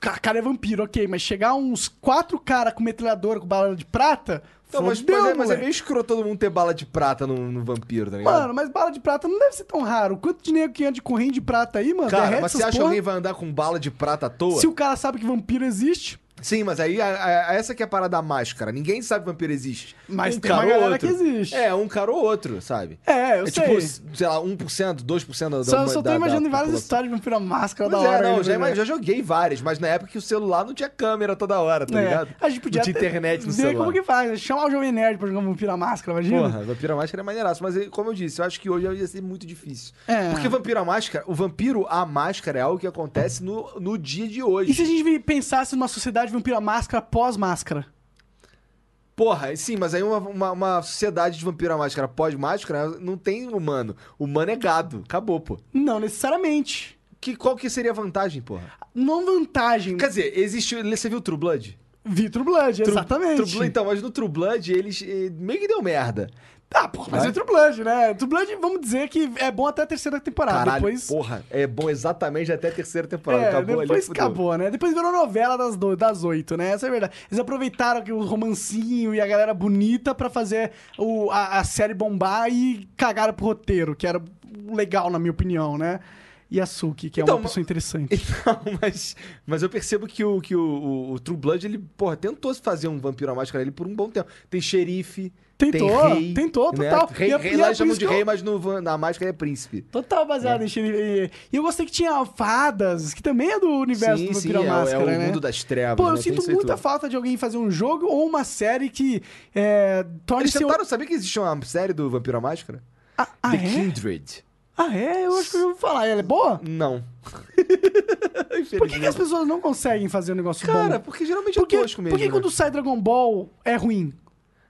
Speaker 1: Cara, cara é vampiro, ok, mas chegar uns quatro caras com metralhadora com bala de prata.
Speaker 2: Não, mas,
Speaker 1: fodeu,
Speaker 2: mas é, mas é
Speaker 1: moleque.
Speaker 2: meio escroto todo mundo ter bala de prata no, no vampiro, tá ligado?
Speaker 1: Mano, mas bala de prata não deve ser tão raro. Quanto de nego que anda com rei de prata aí, mano?
Speaker 2: cara,
Speaker 1: derrete
Speaker 2: mas você
Speaker 1: essas
Speaker 2: acha que
Speaker 1: porra.
Speaker 2: alguém vai andar com bala de prata à toa?
Speaker 1: Se o cara sabe que vampiro existe,
Speaker 2: Sim, mas aí a- a- essa que é a parada da máscara. Ninguém sabe que vampiro existe.
Speaker 1: Mas
Speaker 2: um
Speaker 1: tem uma
Speaker 2: cara ou
Speaker 1: galera
Speaker 2: outro.
Speaker 1: que existe.
Speaker 2: É, um cara ou outro, sabe?
Speaker 1: é, eu
Speaker 2: é
Speaker 1: sei.
Speaker 2: tipo, sei lá, 1%, 2% da
Speaker 1: só,
Speaker 2: da-
Speaker 1: só tô
Speaker 2: da-
Speaker 1: imaginando
Speaker 2: da
Speaker 1: várias
Speaker 2: população.
Speaker 1: histórias de vampiro à máscara
Speaker 2: Pois
Speaker 1: da hora.
Speaker 2: é, não,
Speaker 1: né,
Speaker 2: já,
Speaker 1: né?
Speaker 2: ima- já joguei várias, mas na época que o celular não tinha câmera toda hora, tá
Speaker 1: É,
Speaker 2: ligado?
Speaker 1: A gente podia
Speaker 2: Não tinha
Speaker 1: até
Speaker 2: internet no
Speaker 1: ver
Speaker 2: celular.
Speaker 1: Como que faz? né? Chamar o Jovem Nerd pra jogar vampiro à máscara, imagina?
Speaker 2: Porra, Vampiro à Máscara é maneiraço, mas eh, como eu disse, eu acho que hoje ia ser muito difícil.
Speaker 1: É.
Speaker 2: Porque Vampiro à Máscara, o Vampiro à Máscara é algo que acontece no, no dia de hoje.
Speaker 1: E se a gente pensasse numa sociedade vampiro à máscara pós-máscara?
Speaker 2: Porra, sim, mas aí uma, uma, uma sociedade de Vampiro à Máscara pós-máscara não tem humano. Humano é gado, acabou, pô.
Speaker 1: Não necessariamente.
Speaker 2: Que, qual que seria a vantagem, porra?
Speaker 1: Não vantagem.
Speaker 2: Quer dizer, existiu. Você viu True Blood?
Speaker 1: Vitro Blood,
Speaker 2: True-
Speaker 1: exatamente.
Speaker 2: True Blood, então, mas no True Blood eles eh, meio que deu merda.
Speaker 1: Ah, porra, mas
Speaker 2: Vai.
Speaker 1: é True Blood, né? True Blood, vamos dizer que é bom até a terceira temporada.
Speaker 2: Caralho,
Speaker 1: depois
Speaker 2: porra, é bom exatamente até a terceira temporada.
Speaker 1: É,
Speaker 2: acabou ali,
Speaker 1: depois
Speaker 2: fudeu.
Speaker 1: acabou, né? Depois virou novela das, do- das oito, né? Essa é a verdade. Eles aproveitaram que o romancinho e a galera bonita pra fazer o- a, a série bombar e cagaram pro roteiro, que era legal, na minha opinião, né? E a Suki, que é
Speaker 2: Então,
Speaker 1: uma pessoa interessante.
Speaker 2: Então, mas, mas eu percebo que o, que o, o- o True Blood, ele, porra, tentou fazer um vampiro à máscara ali por um bom tempo. Tem xerife,
Speaker 1: Tentou,
Speaker 2: tem rei.
Speaker 1: tentou,
Speaker 2: né?
Speaker 1: total.
Speaker 2: Rei,
Speaker 1: E é-
Speaker 2: rei
Speaker 1: e é
Speaker 2: lá
Speaker 1: por
Speaker 2: chamam
Speaker 1: isso
Speaker 2: de
Speaker 1: que eu-
Speaker 2: rei, mas no, van- na máscara é príncipe.
Speaker 1: Total baseado em Shirley. E- E eu gostei que tinha fadas, que também é do universo do Vampiro à
Speaker 2: é, o-
Speaker 1: Máscara,
Speaker 2: é o
Speaker 1: né?
Speaker 2: mundo das trevas.
Speaker 1: Pô,
Speaker 2: né?
Speaker 1: eu
Speaker 2: Tem
Speaker 1: sinto
Speaker 2: isso aí
Speaker 1: muita
Speaker 2: tudo.
Speaker 1: falta de alguém fazer um jogo ou uma série que é, torne
Speaker 2: Eles
Speaker 1: seu...
Speaker 2: tentaram saber que existe uma série do Vampiro à Máscara?
Speaker 1: Ah, ah,
Speaker 2: The
Speaker 1: é?
Speaker 2: Kindred.
Speaker 1: ah, é? Eu acho que eu já ouvi falar. Ela é boa?
Speaker 2: Não.
Speaker 1: Por que, que as pessoas não conseguem fazer um negócio
Speaker 2: Cara,
Speaker 1: bom?
Speaker 2: porque geralmente é
Speaker 1: Porque,
Speaker 2: tosco mesmo.
Speaker 1: por que
Speaker 2: né?
Speaker 1: quando sai Dragon Ball é ruim?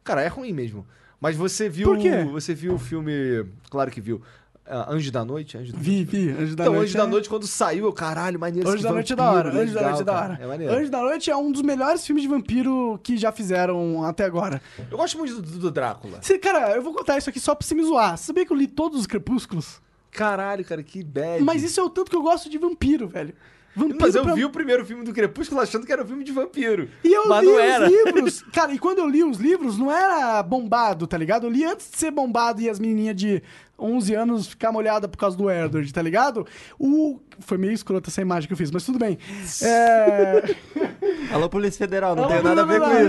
Speaker 2: Cara, é ruim mesmo. Mas você viu.
Speaker 1: Por quê?
Speaker 2: Você viu o filme. Claro que viu. ah, Anjo da Noite? Anjo da
Speaker 1: Vi, vi. Anjo da
Speaker 2: Então,
Speaker 1: Noite. é
Speaker 2: Anjo da Noite, quando saiu, eu, caralho, maneiro
Speaker 1: Anjo
Speaker 2: esse
Speaker 1: da Noite é da
Speaker 2: vampiro,
Speaker 1: hora. Anjo da
Speaker 2: legal,
Speaker 1: Noite é da
Speaker 2: cara.
Speaker 1: hora.
Speaker 2: É maneiro.
Speaker 1: Anjo da Noite é um dos melhores filmes de vampiro que já fizeram até agora.
Speaker 2: Eu gosto muito do, do Drácula.
Speaker 1: Você- cara, eu vou contar isso aqui só pra você me zoar. Você sabia que eu li todos os crepúsculos?
Speaker 2: Caralho, cara, que bad.
Speaker 1: Mas isso é o tanto que eu gosto de vampiro, velho. Vampiro
Speaker 2: Mas eu
Speaker 1: pra-
Speaker 2: vi o primeiro filme do Crepúsculo achando que era um filme de vampiro.
Speaker 1: E eu
Speaker 2: mas
Speaker 1: li
Speaker 2: não
Speaker 1: os
Speaker 2: era.
Speaker 1: livros. Cara, e quando eu li os livros, não era bombado, tá ligado? Eu li antes de ser bombado e as menininhas de 11 anos ficar molhada por causa do Edward, tá ligado? O... Foi meio escrota essa imagem que eu fiz, mas tudo bem. É...
Speaker 3: Alô, Polícia Federal, não
Speaker 1: Ela
Speaker 3: tem nada a ver com
Speaker 1: mandou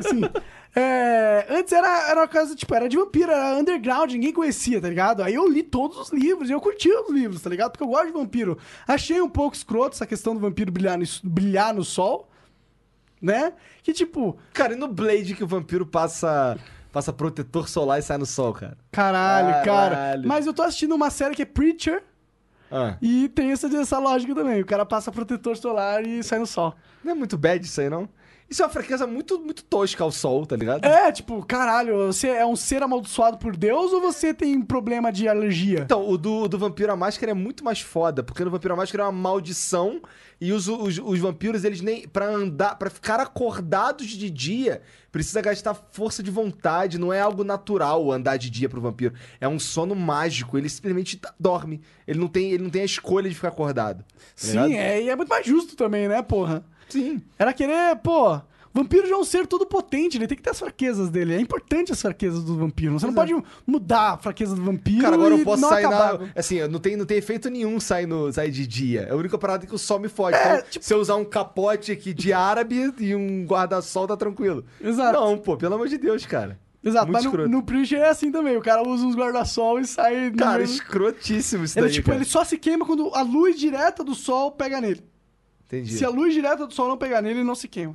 Speaker 3: isso.
Speaker 1: lá. É, sim. É, antes era, era uma coisa, tipo, era de vampiro, era underground, ninguém conhecia, tá ligado? Aí eu li todos os livros, e eu curti os livros, tá ligado? Porque eu gosto de vampiro. Achei um pouco escroto essa questão do vampiro brilhar no, brilhar no sol, né? Que tipo,
Speaker 2: Cara, e no Blade que o vampiro passa, passa protetor solar e sai no sol, cara?
Speaker 1: caralho, cara.
Speaker 2: Caralho.
Speaker 1: Mas eu tô assistindo uma série que é Preacher,
Speaker 2: Ah.
Speaker 1: e tem essa, essa lógica também. O cara passa protetor solar e sai no sol.
Speaker 2: Não é muito bad isso aí, não? Isso é uma fraqueza muito, muito tosca ao sol, tá ligado?
Speaker 1: É, tipo, caralho, você é um ser amaldiçoado por Deus ou você tem problema de alergia?
Speaker 2: Então, o do, do Vampiro à Máscara é muito mais foda, porque no Vampiro à Máscara é uma maldição e os, os, os vampiros, eles nem. Pra andar, pra ficar acordados de dia, precisa gastar força de vontade, não é algo natural andar de dia pro vampiro. É um sono mágico, ele simplesmente tá- dorme. Ele não tem, ele não tem a escolha de ficar acordado. tá
Speaker 1: Sim,
Speaker 2: ligado?
Speaker 1: é, e é muito mais justo também, né, porra?
Speaker 2: Sim.
Speaker 1: Era querer, pô, Vampiro já é um ser todo potente, ele tem que ter as fraquezas dele. É importante as fraquezas do vampiro. Você não pode mudar a fraqueza do vampiro.
Speaker 2: Cara, agora
Speaker 1: e
Speaker 2: eu posso
Speaker 1: não
Speaker 2: sair
Speaker 1: acabar.
Speaker 2: na. Assim, eu não tem, não tem efeito nenhum sair, no, sair de dia. É a única parada que o sol me fode.
Speaker 1: É,
Speaker 2: Então,
Speaker 1: tipo
Speaker 2: se eu usar um capote aqui de árabe e um guarda-sol, tá tranquilo.
Speaker 1: Exato.
Speaker 2: Não, pô, pelo amor de Deus, cara.
Speaker 1: Exato,
Speaker 2: muito
Speaker 1: mas no,
Speaker 2: escroto.
Speaker 1: no Preacher é assim também. O cara usa uns guarda-sol e sai. no
Speaker 2: Cara,
Speaker 1: meio-
Speaker 2: escrotíssimo isso
Speaker 1: ele,
Speaker 2: daí.
Speaker 1: tipo,
Speaker 2: cara.
Speaker 1: ele só se queima quando a luz direta do sol pega nele.
Speaker 2: Entendi.
Speaker 1: Se a luz direta do sol não pegar nele, ele não se queima.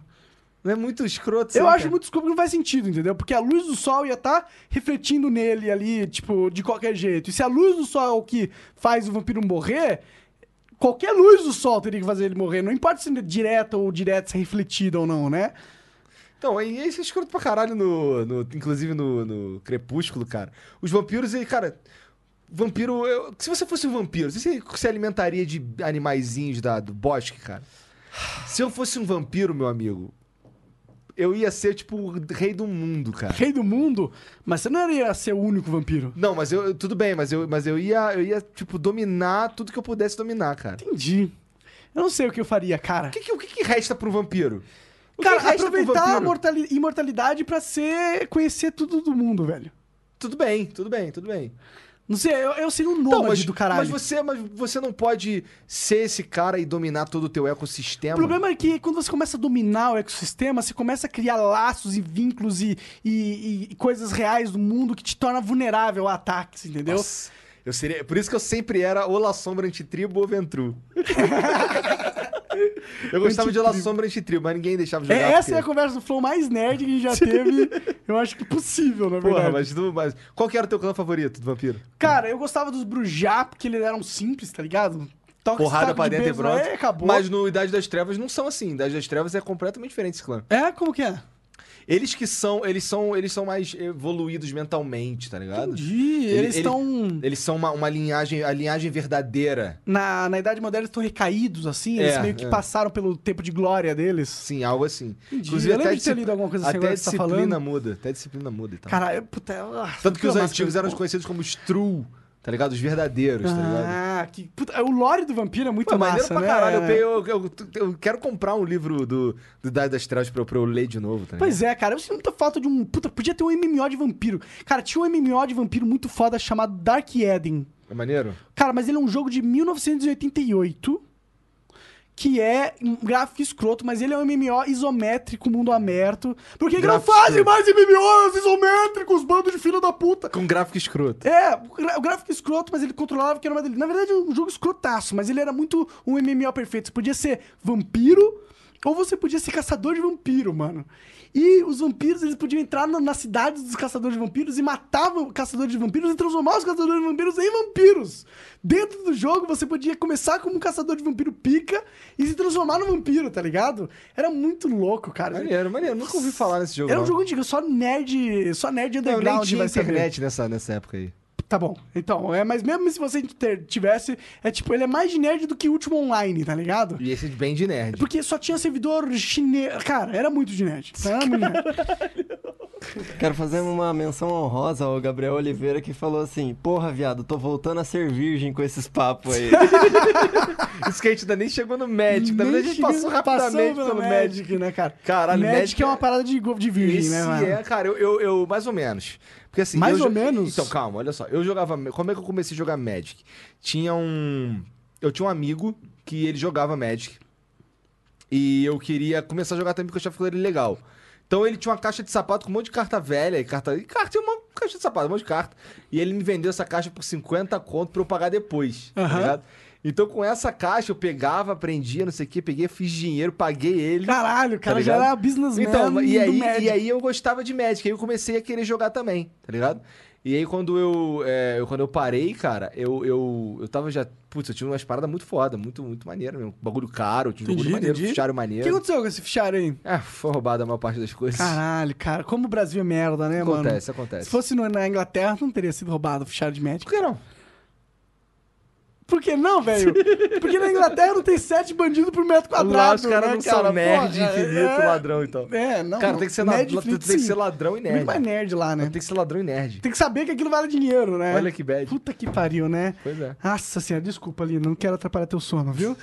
Speaker 2: Não é muito escroto isso
Speaker 1: Eu
Speaker 2: aí,
Speaker 1: acho
Speaker 2: cara?
Speaker 1: muito desculpa que não faz sentido, entendeu? Porque a luz do sol ia estar refletindo nele ali, tipo, de qualquer jeito. E se a luz do sol é o que faz o vampiro morrer, qualquer luz do sol teria que fazer ele morrer. Não importa se é direta ou direta, se é refletida ou não, né?
Speaker 2: Então, e isso é escroto pra caralho, no, no- inclusive no, no Crepúsculo, cara. Os vampiros, e, cara. Vampiro. eu- se você fosse um vampiro, você se- se alimentaria de animaizinhos da, do bosque, cara? Se eu fosse um vampiro, meu amigo, eu ia ser, tipo, o rei do mundo, cara.
Speaker 1: Rei do mundo, mas você não ia ser o único vampiro.
Speaker 2: Não, mas eu. eu- Tudo bem, mas eu, mas eu ia, eu ia, tipo, dominar tudo que eu pudesse dominar, cara.
Speaker 1: Entendi. Eu não sei o que eu faria, cara.
Speaker 2: O que, que- o que, que resta pra um vampiro? O que
Speaker 1: Cara,
Speaker 2: resta pra um
Speaker 1: aproveitar a
Speaker 2: vampiro?
Speaker 1: mortali- imortalidade pra ser conhecer tudo do mundo, velho.
Speaker 2: Tudo bem, tudo bem, tudo bem.
Speaker 1: Não sei, eu, eu seria um nômade
Speaker 2: Então, mas,
Speaker 1: do caralho.
Speaker 2: mas você, mas você não pode ser esse cara e dominar todo o teu ecossistema.
Speaker 1: O problema é que quando você começa a dominar o ecossistema, você começa a criar laços e vínculos e, e- e coisas reais do mundo que te torna vulnerável a ataques, entendeu?
Speaker 2: Nossa, eu seria, por isso que eu sempre era ou La Sombra Antitribo ou Ventru. eu gostava de La Sombra Antitribo, mas ninguém deixava
Speaker 1: É,
Speaker 2: jogar.
Speaker 1: essa é a
Speaker 2: porque-
Speaker 1: conversa do Flow mais nerd que a gente já teve. eu acho que é possível, na verdade.
Speaker 2: Porra, mas, tu- mas qual que era o teu clã favorito do vampiro?
Speaker 1: Cara, eu gostava dos Brujá, porque eles eram simples, tá ligado? Toca
Speaker 2: Porrada
Speaker 1: esse taco
Speaker 2: pra
Speaker 1: de
Speaker 2: dentro e
Speaker 1: beisebol,
Speaker 2: pronto.
Speaker 1: É, acabou.
Speaker 2: Mas no Idade das Trevas não são assim. Idade das Trevas é completamente diferente esse clã.
Speaker 1: É, como que é?
Speaker 2: Eles que são, eles são, eles são mais evoluídos mentalmente, tá ligado?
Speaker 1: Entendi.
Speaker 2: Ele-
Speaker 1: Eles
Speaker 2: ele-
Speaker 1: estão...
Speaker 2: Eles são uma, uma linhagem, a linhagem verdadeira.
Speaker 1: Na, na Idade Moderna eles estão recaídos, assim. Eles
Speaker 2: É,
Speaker 1: meio que
Speaker 2: é.
Speaker 1: passaram pelo tempo de glória deles.
Speaker 2: Sim, algo assim.
Speaker 1: Entendi. Eu lembro de ter
Speaker 2: discipli-
Speaker 1: lido alguma coisa assim
Speaker 2: até
Speaker 1: agora
Speaker 2: a
Speaker 1: que você tá
Speaker 2: disciplina
Speaker 1: falando.
Speaker 2: muda. Até a disciplina muda e tal.
Speaker 1: Cara, eu, puta, eu- ah,
Speaker 2: Tanto que os
Speaker 1: puta, mas
Speaker 2: antigos
Speaker 1: coisa-
Speaker 2: eram conhecidos como os true, tá ligado? Os verdadeiros, tá ligado?
Speaker 1: Ah, que, puta, o lore do vampiro é muito
Speaker 2: Pô, maneiro
Speaker 1: massa,
Speaker 2: pra
Speaker 1: né?
Speaker 2: caralho. Eu, eu, eu- eu quero comprar um livro do, do Idade das Trevas pra, eu- pra eu ler de novo, tá ligado?
Speaker 1: Pois é, cara, eu sinto muita falta de um. Puta, podia ter um MMO de vampiro. Cara, tinha um MMO de vampiro muito foda chamado Dark Eden.
Speaker 2: É maneiro?
Speaker 1: Cara, mas ele é um jogo de 1988, que é um gráfico escroto, mas ele é um MMO isométrico, mundo aberto. Por que, que não
Speaker 2: Gráfico
Speaker 1: fazem
Speaker 2: escroto.
Speaker 1: mais MMOs isométricos, bando de filha da puta?
Speaker 2: Com gráfico escroto.
Speaker 1: É, o gra- o gráfico escroto, mas ele controlava que era uma delícia. Na verdade, é um jogo escrotaço, mas ele era muito um MMO perfeito. Você podia ser vampiro ou você podia ser caçador de vampiro, mano. E os vampiros, eles podiam entrar na- nas cidades dos caçadores de vampiros e matar va- caçadores de vampiros e transformar os caçadores de vampiros em vampiros. Dentro do jogo, você podia começar como um caçador de vampiro pica e se transformar no vampiro, tá ligado? Era muito louco, cara.
Speaker 2: Maneiro, maneiro. Nunca ouvi falar nesse jogo.
Speaker 1: Era um
Speaker 2: não.
Speaker 1: jogo antigo, só nerd, só nerd
Speaker 2: Não,
Speaker 1: underground
Speaker 2: nem tinha
Speaker 1: vai saber.
Speaker 2: internet nessa, nessa época aí.
Speaker 1: Tá bom. Então, é, mas mesmo se você ter- tivesse, é tipo, ele é mais de nerd do que o último online, tá ligado?
Speaker 2: E esse é bem de nerd.
Speaker 1: Porque só tinha servidor chinês. Cara, era muito de nerd. Era muito de nerd.
Speaker 3: Quero fazer uma menção honrosa ao Gabriel Oliveira que falou assim: Porra, viado, tô voltando a ser virgem com esses papos aí.
Speaker 2: Isso que a gente ainda nem chegou no médico. É, tipo, Na
Speaker 1: Nem
Speaker 2: verdade, a gente
Speaker 1: chegou-
Speaker 2: passou rapidamente
Speaker 1: pelo
Speaker 2: pelo médico.
Speaker 1: Magic, né, cara?
Speaker 2: Caralho,
Speaker 1: Magic,
Speaker 2: Magic
Speaker 1: é uma parada de, go- de virgem,
Speaker 2: Esse
Speaker 1: né, mano?
Speaker 2: é, cara, eu, eu, eu- mais ou menos. Porque assim.
Speaker 1: Mais
Speaker 2: eu
Speaker 1: ou
Speaker 2: jo-
Speaker 1: menos?
Speaker 2: Então, calma, olha só. Eu jogava. Como é que eu comecei a jogar Magic? Tinha um. Eu tinha um amigo que ele jogava Magic. E eu queria começar a jogar também porque eu achava que ele legal. Então ele tinha uma caixa de sapato com um monte de carta velha e carta. E carta é uma caixa de sapato, um monte de carta. E ele me vendeu essa caixa por 50 conto pra eu pagar depois.
Speaker 1: Aham.
Speaker 2: Tá ligado? Então com essa caixa eu pegava, aprendia, não sei o que, peguei, fiz dinheiro, paguei ele.
Speaker 1: Caralho, o cara
Speaker 2: Tá
Speaker 1: já
Speaker 2: ligado?
Speaker 1: era businessman
Speaker 2: Então, e
Speaker 1: do
Speaker 2: aí,
Speaker 1: Magic.
Speaker 2: e aí eu gostava de Magic, aí eu comecei a querer jogar também, tá ligado? E aí quando eu, é, eu- quando eu parei, cara, eu, eu, eu tava já... Putz, eu tinha umas paradas muito foda, muito, muito maneiro mesmo. Bagulho caro, tinha um
Speaker 1: Entendi,
Speaker 2: bagulho maneiro,
Speaker 1: entendi.
Speaker 2: fichário
Speaker 1: O
Speaker 2: maneiro.
Speaker 1: que aconteceu com esse fichário aí?
Speaker 2: Ah, foi roubado a maior parte das coisas.
Speaker 1: Caralho, cara, como o Brasil é merda, né, mano?
Speaker 2: acontece, acontece.
Speaker 1: um Se fosse no- na Inglaterra, não teria sido roubado o fichário de Magic.
Speaker 2: Por que não?
Speaker 1: Por que não, velho? Porque na Inglaterra não tem sete bandidos por metro quadrado.
Speaker 4: Lá os caras
Speaker 1: né,
Speaker 4: não são
Speaker 1: cara?
Speaker 4: nerd
Speaker 1: Porra,
Speaker 4: infinito,
Speaker 1: é...
Speaker 4: ladrão, então.
Speaker 1: É, não.
Speaker 2: Cara,
Speaker 1: não.
Speaker 2: tem que ser, na-
Speaker 1: nerd.
Speaker 2: tem que ser ladrão e
Speaker 1: Muito mais
Speaker 2: nerd.
Speaker 1: nerd lá, né?
Speaker 2: Tem que ser ladrão e nerd.
Speaker 1: Tem que saber que aquilo vale dinheiro, né?
Speaker 2: Olha que bad.
Speaker 1: Puta que pariu, né?
Speaker 2: Pois é.
Speaker 1: Nossa senhora, desculpa, Lino. Não quero atrapalhar teu sono, viu?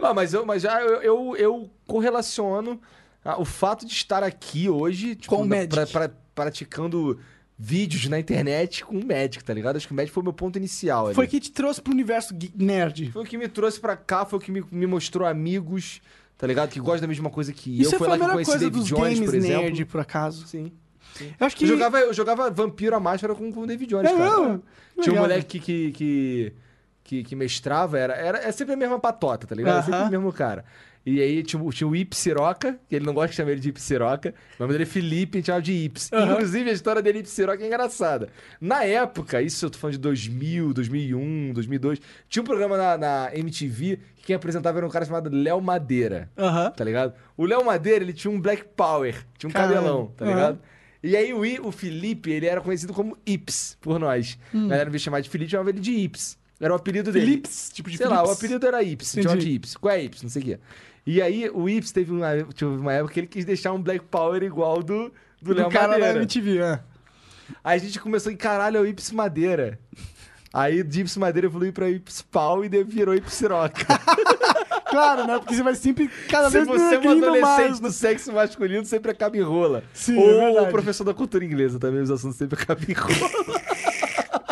Speaker 2: Ah, mas eu, mas já eu, eu, eu correlaciono ah, o fato de estar aqui hoje tipo,
Speaker 1: Com o
Speaker 2: na-
Speaker 1: Magic.
Speaker 2: pra- pra- praticando vídeos na internet com o Magic, tá ligado? Acho que o Magic foi o meu ponto inicial. ali.
Speaker 1: Foi que te trouxe pro universo gui- nerd.
Speaker 2: Foi o que me trouxe pra cá, foi o que me, me mostrou amigos, tá ligado? Que gostam da mesma coisa que
Speaker 1: Isso
Speaker 2: eu.
Speaker 1: foi
Speaker 2: Foi
Speaker 1: a
Speaker 2: lá que eu
Speaker 1: melhor
Speaker 2: conheci
Speaker 1: coisa
Speaker 2: David
Speaker 1: dos
Speaker 2: Jones,
Speaker 1: games
Speaker 2: por exemplo.
Speaker 1: nerd, por acaso.
Speaker 2: Sim.
Speaker 1: Eu acho que...
Speaker 2: Eu, jogava, eu jogava Vampiro a Máscara com com o David Jones,
Speaker 1: É
Speaker 2: cara.
Speaker 1: mesmo?
Speaker 2: Tinha um
Speaker 1: Legal. né?
Speaker 2: moleque que, que, que, que mestrava, era, era é sempre a mesma patota, tá ligado? É sempre
Speaker 1: Aham.
Speaker 2: o mesmo cara. E aí tinha, o- tinha o Ip Siroca, que ele não gosta de chamar ele de Ip Siroca. O nome dele é Felipe, a gente chama de Ips.
Speaker 1: Aham.
Speaker 2: Inclusive, a história dele, Ip Siroca, é engraçada. Na época, isso eu tô falando de 2000, 2001, 2002, tinha um programa na, na MTV que quem apresentava era um cara chamado Léo Madeira
Speaker 1: Aham.
Speaker 2: tá ligado? O Léo Madeira, ele tinha um black power, tinha um
Speaker 1: Caralho.
Speaker 2: cabelão, tá
Speaker 1: Aham.
Speaker 2: ligado? E aí o, I- o Felipe, ele era conhecido como Ips por nós.
Speaker 1: Hum.
Speaker 2: A galera, em vez de chamar de Felipe, chamava ele de Ips. Era o apelido dele.
Speaker 1: Philips, tipo de
Speaker 2: Sei lá, o
Speaker 1: Philips.
Speaker 2: apelido era Ips,
Speaker 1: Entendi.
Speaker 2: chamava de Ips. Qual é Ips? Não sei o quê. E aí o Ips teve uma, teve uma época que ele quis deixar um black power igual do, do Léo
Speaker 1: do cara da
Speaker 2: Madeira.
Speaker 1: MTV, é.
Speaker 2: Aí a gente começou em caralho, é o Ips Madeira. Aí de Ips Madeira evoluiu pra Ips Pau e daí virou Ips Roca.
Speaker 1: Claro, né? Porque você vai sempre cada
Speaker 2: Se
Speaker 1: vez
Speaker 2: você é um
Speaker 1: declindo
Speaker 2: adolescente
Speaker 1: mais.
Speaker 2: do sexo masculino, sempre acaba em rola.
Speaker 1: Sim, é
Speaker 2: Ou
Speaker 1: verdade.
Speaker 2: o professor da cultura inglesa também, os assuntos sempre acabam em rola.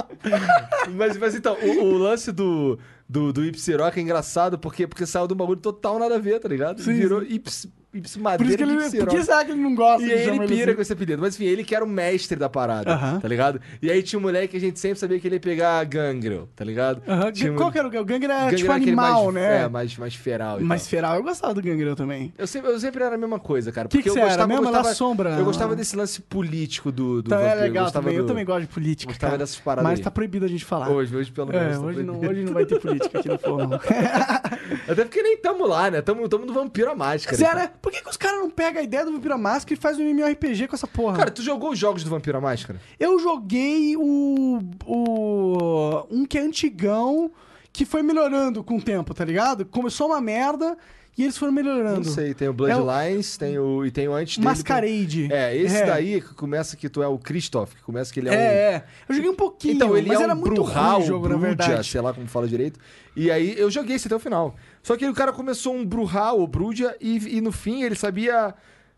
Speaker 2: mas, mas então, o, o lance do, do, do Ipsiroca é engraçado porque, porque saiu do bagulho total nada a ver, tá ligado?
Speaker 1: Sim,
Speaker 2: Virou Ips, Ips
Speaker 1: Por isso que
Speaker 2: Madeira e
Speaker 1: ele... assim, Por que
Speaker 2: Ipsiroca.
Speaker 1: será que ele não gosta
Speaker 2: E
Speaker 1: de
Speaker 2: aí
Speaker 1: chamar
Speaker 2: ele pira
Speaker 1: assim?
Speaker 2: com esse apelido. Mas enfim, ele que era o mestre da parada,
Speaker 1: Aham.
Speaker 2: tá ligado? E aí tinha um moleque que a gente sempre sabia que ele ia pegar gangrel, tá ligado?
Speaker 1: Aham,
Speaker 2: Tinha um-
Speaker 1: Tipo, Qual que era o gangue? O gangue era
Speaker 2: gangrel
Speaker 1: tipo
Speaker 2: era aquele
Speaker 1: animal,
Speaker 2: mais,
Speaker 1: né?
Speaker 2: É, mais, mais feral e tal.
Speaker 1: Mas feral eu gostava do gangrel também.
Speaker 2: Eu sempre, eu sempre era a mesma coisa, cara.
Speaker 1: O que,
Speaker 2: porque
Speaker 1: que
Speaker 2: eu
Speaker 1: você
Speaker 2: gostava,
Speaker 1: era mesmo?
Speaker 2: Eu gostava,
Speaker 1: Ela sombra.
Speaker 2: eu gostava desse lance político do, do
Speaker 1: Então é
Speaker 2: vampiro.
Speaker 1: legal
Speaker 2: eu gostava
Speaker 1: também.
Speaker 2: do-
Speaker 1: Eu também gosto de política.
Speaker 2: gostava
Speaker 1: cara.
Speaker 2: dessas paradas
Speaker 1: Mas
Speaker 2: aí.
Speaker 1: tá proibido a gente falar.
Speaker 2: Hoje, hoje pelo menos.
Speaker 1: é,
Speaker 2: tá
Speaker 1: hoje não,
Speaker 2: proibido.
Speaker 1: hoje não vai ter política aqui no fórum.
Speaker 2: Até porque nem tamo lá, né? Tamo, tamo no Vampiro à Máscara.
Speaker 1: Sério, né? por que, que os caras não pegam a ideia do Vampira Máscara e fazem um MMORPG com essa porra?
Speaker 2: Então. Cara, tu jogou os jogos do Vampiro à Máscara?
Speaker 1: eu joguei o, o. Um que é antigão, que foi melhorando com o tempo, tá ligado? Começou uma merda e eles foram melhorando.
Speaker 2: Não sei,
Speaker 1: É
Speaker 2: tem o Bloodlines, tem o... E tem o antes dele.
Speaker 1: Masquerade.
Speaker 2: tem- É, esse daí que começa que tu é o Christoph, que começa que ele é,
Speaker 1: É,
Speaker 2: um...
Speaker 1: é. Eu joguei um pouquinho,
Speaker 2: Então, ele
Speaker 1: mas
Speaker 2: é um
Speaker 1: era muito
Speaker 2: Bruhal,
Speaker 1: ruim o jogo, na
Speaker 2: Bruja,
Speaker 1: verdade.
Speaker 2: sei lá como fala direito. E aí eu joguei esse até o final. Só que o cara começou um Bruhal ou Bruja e, e no fim ele sabia,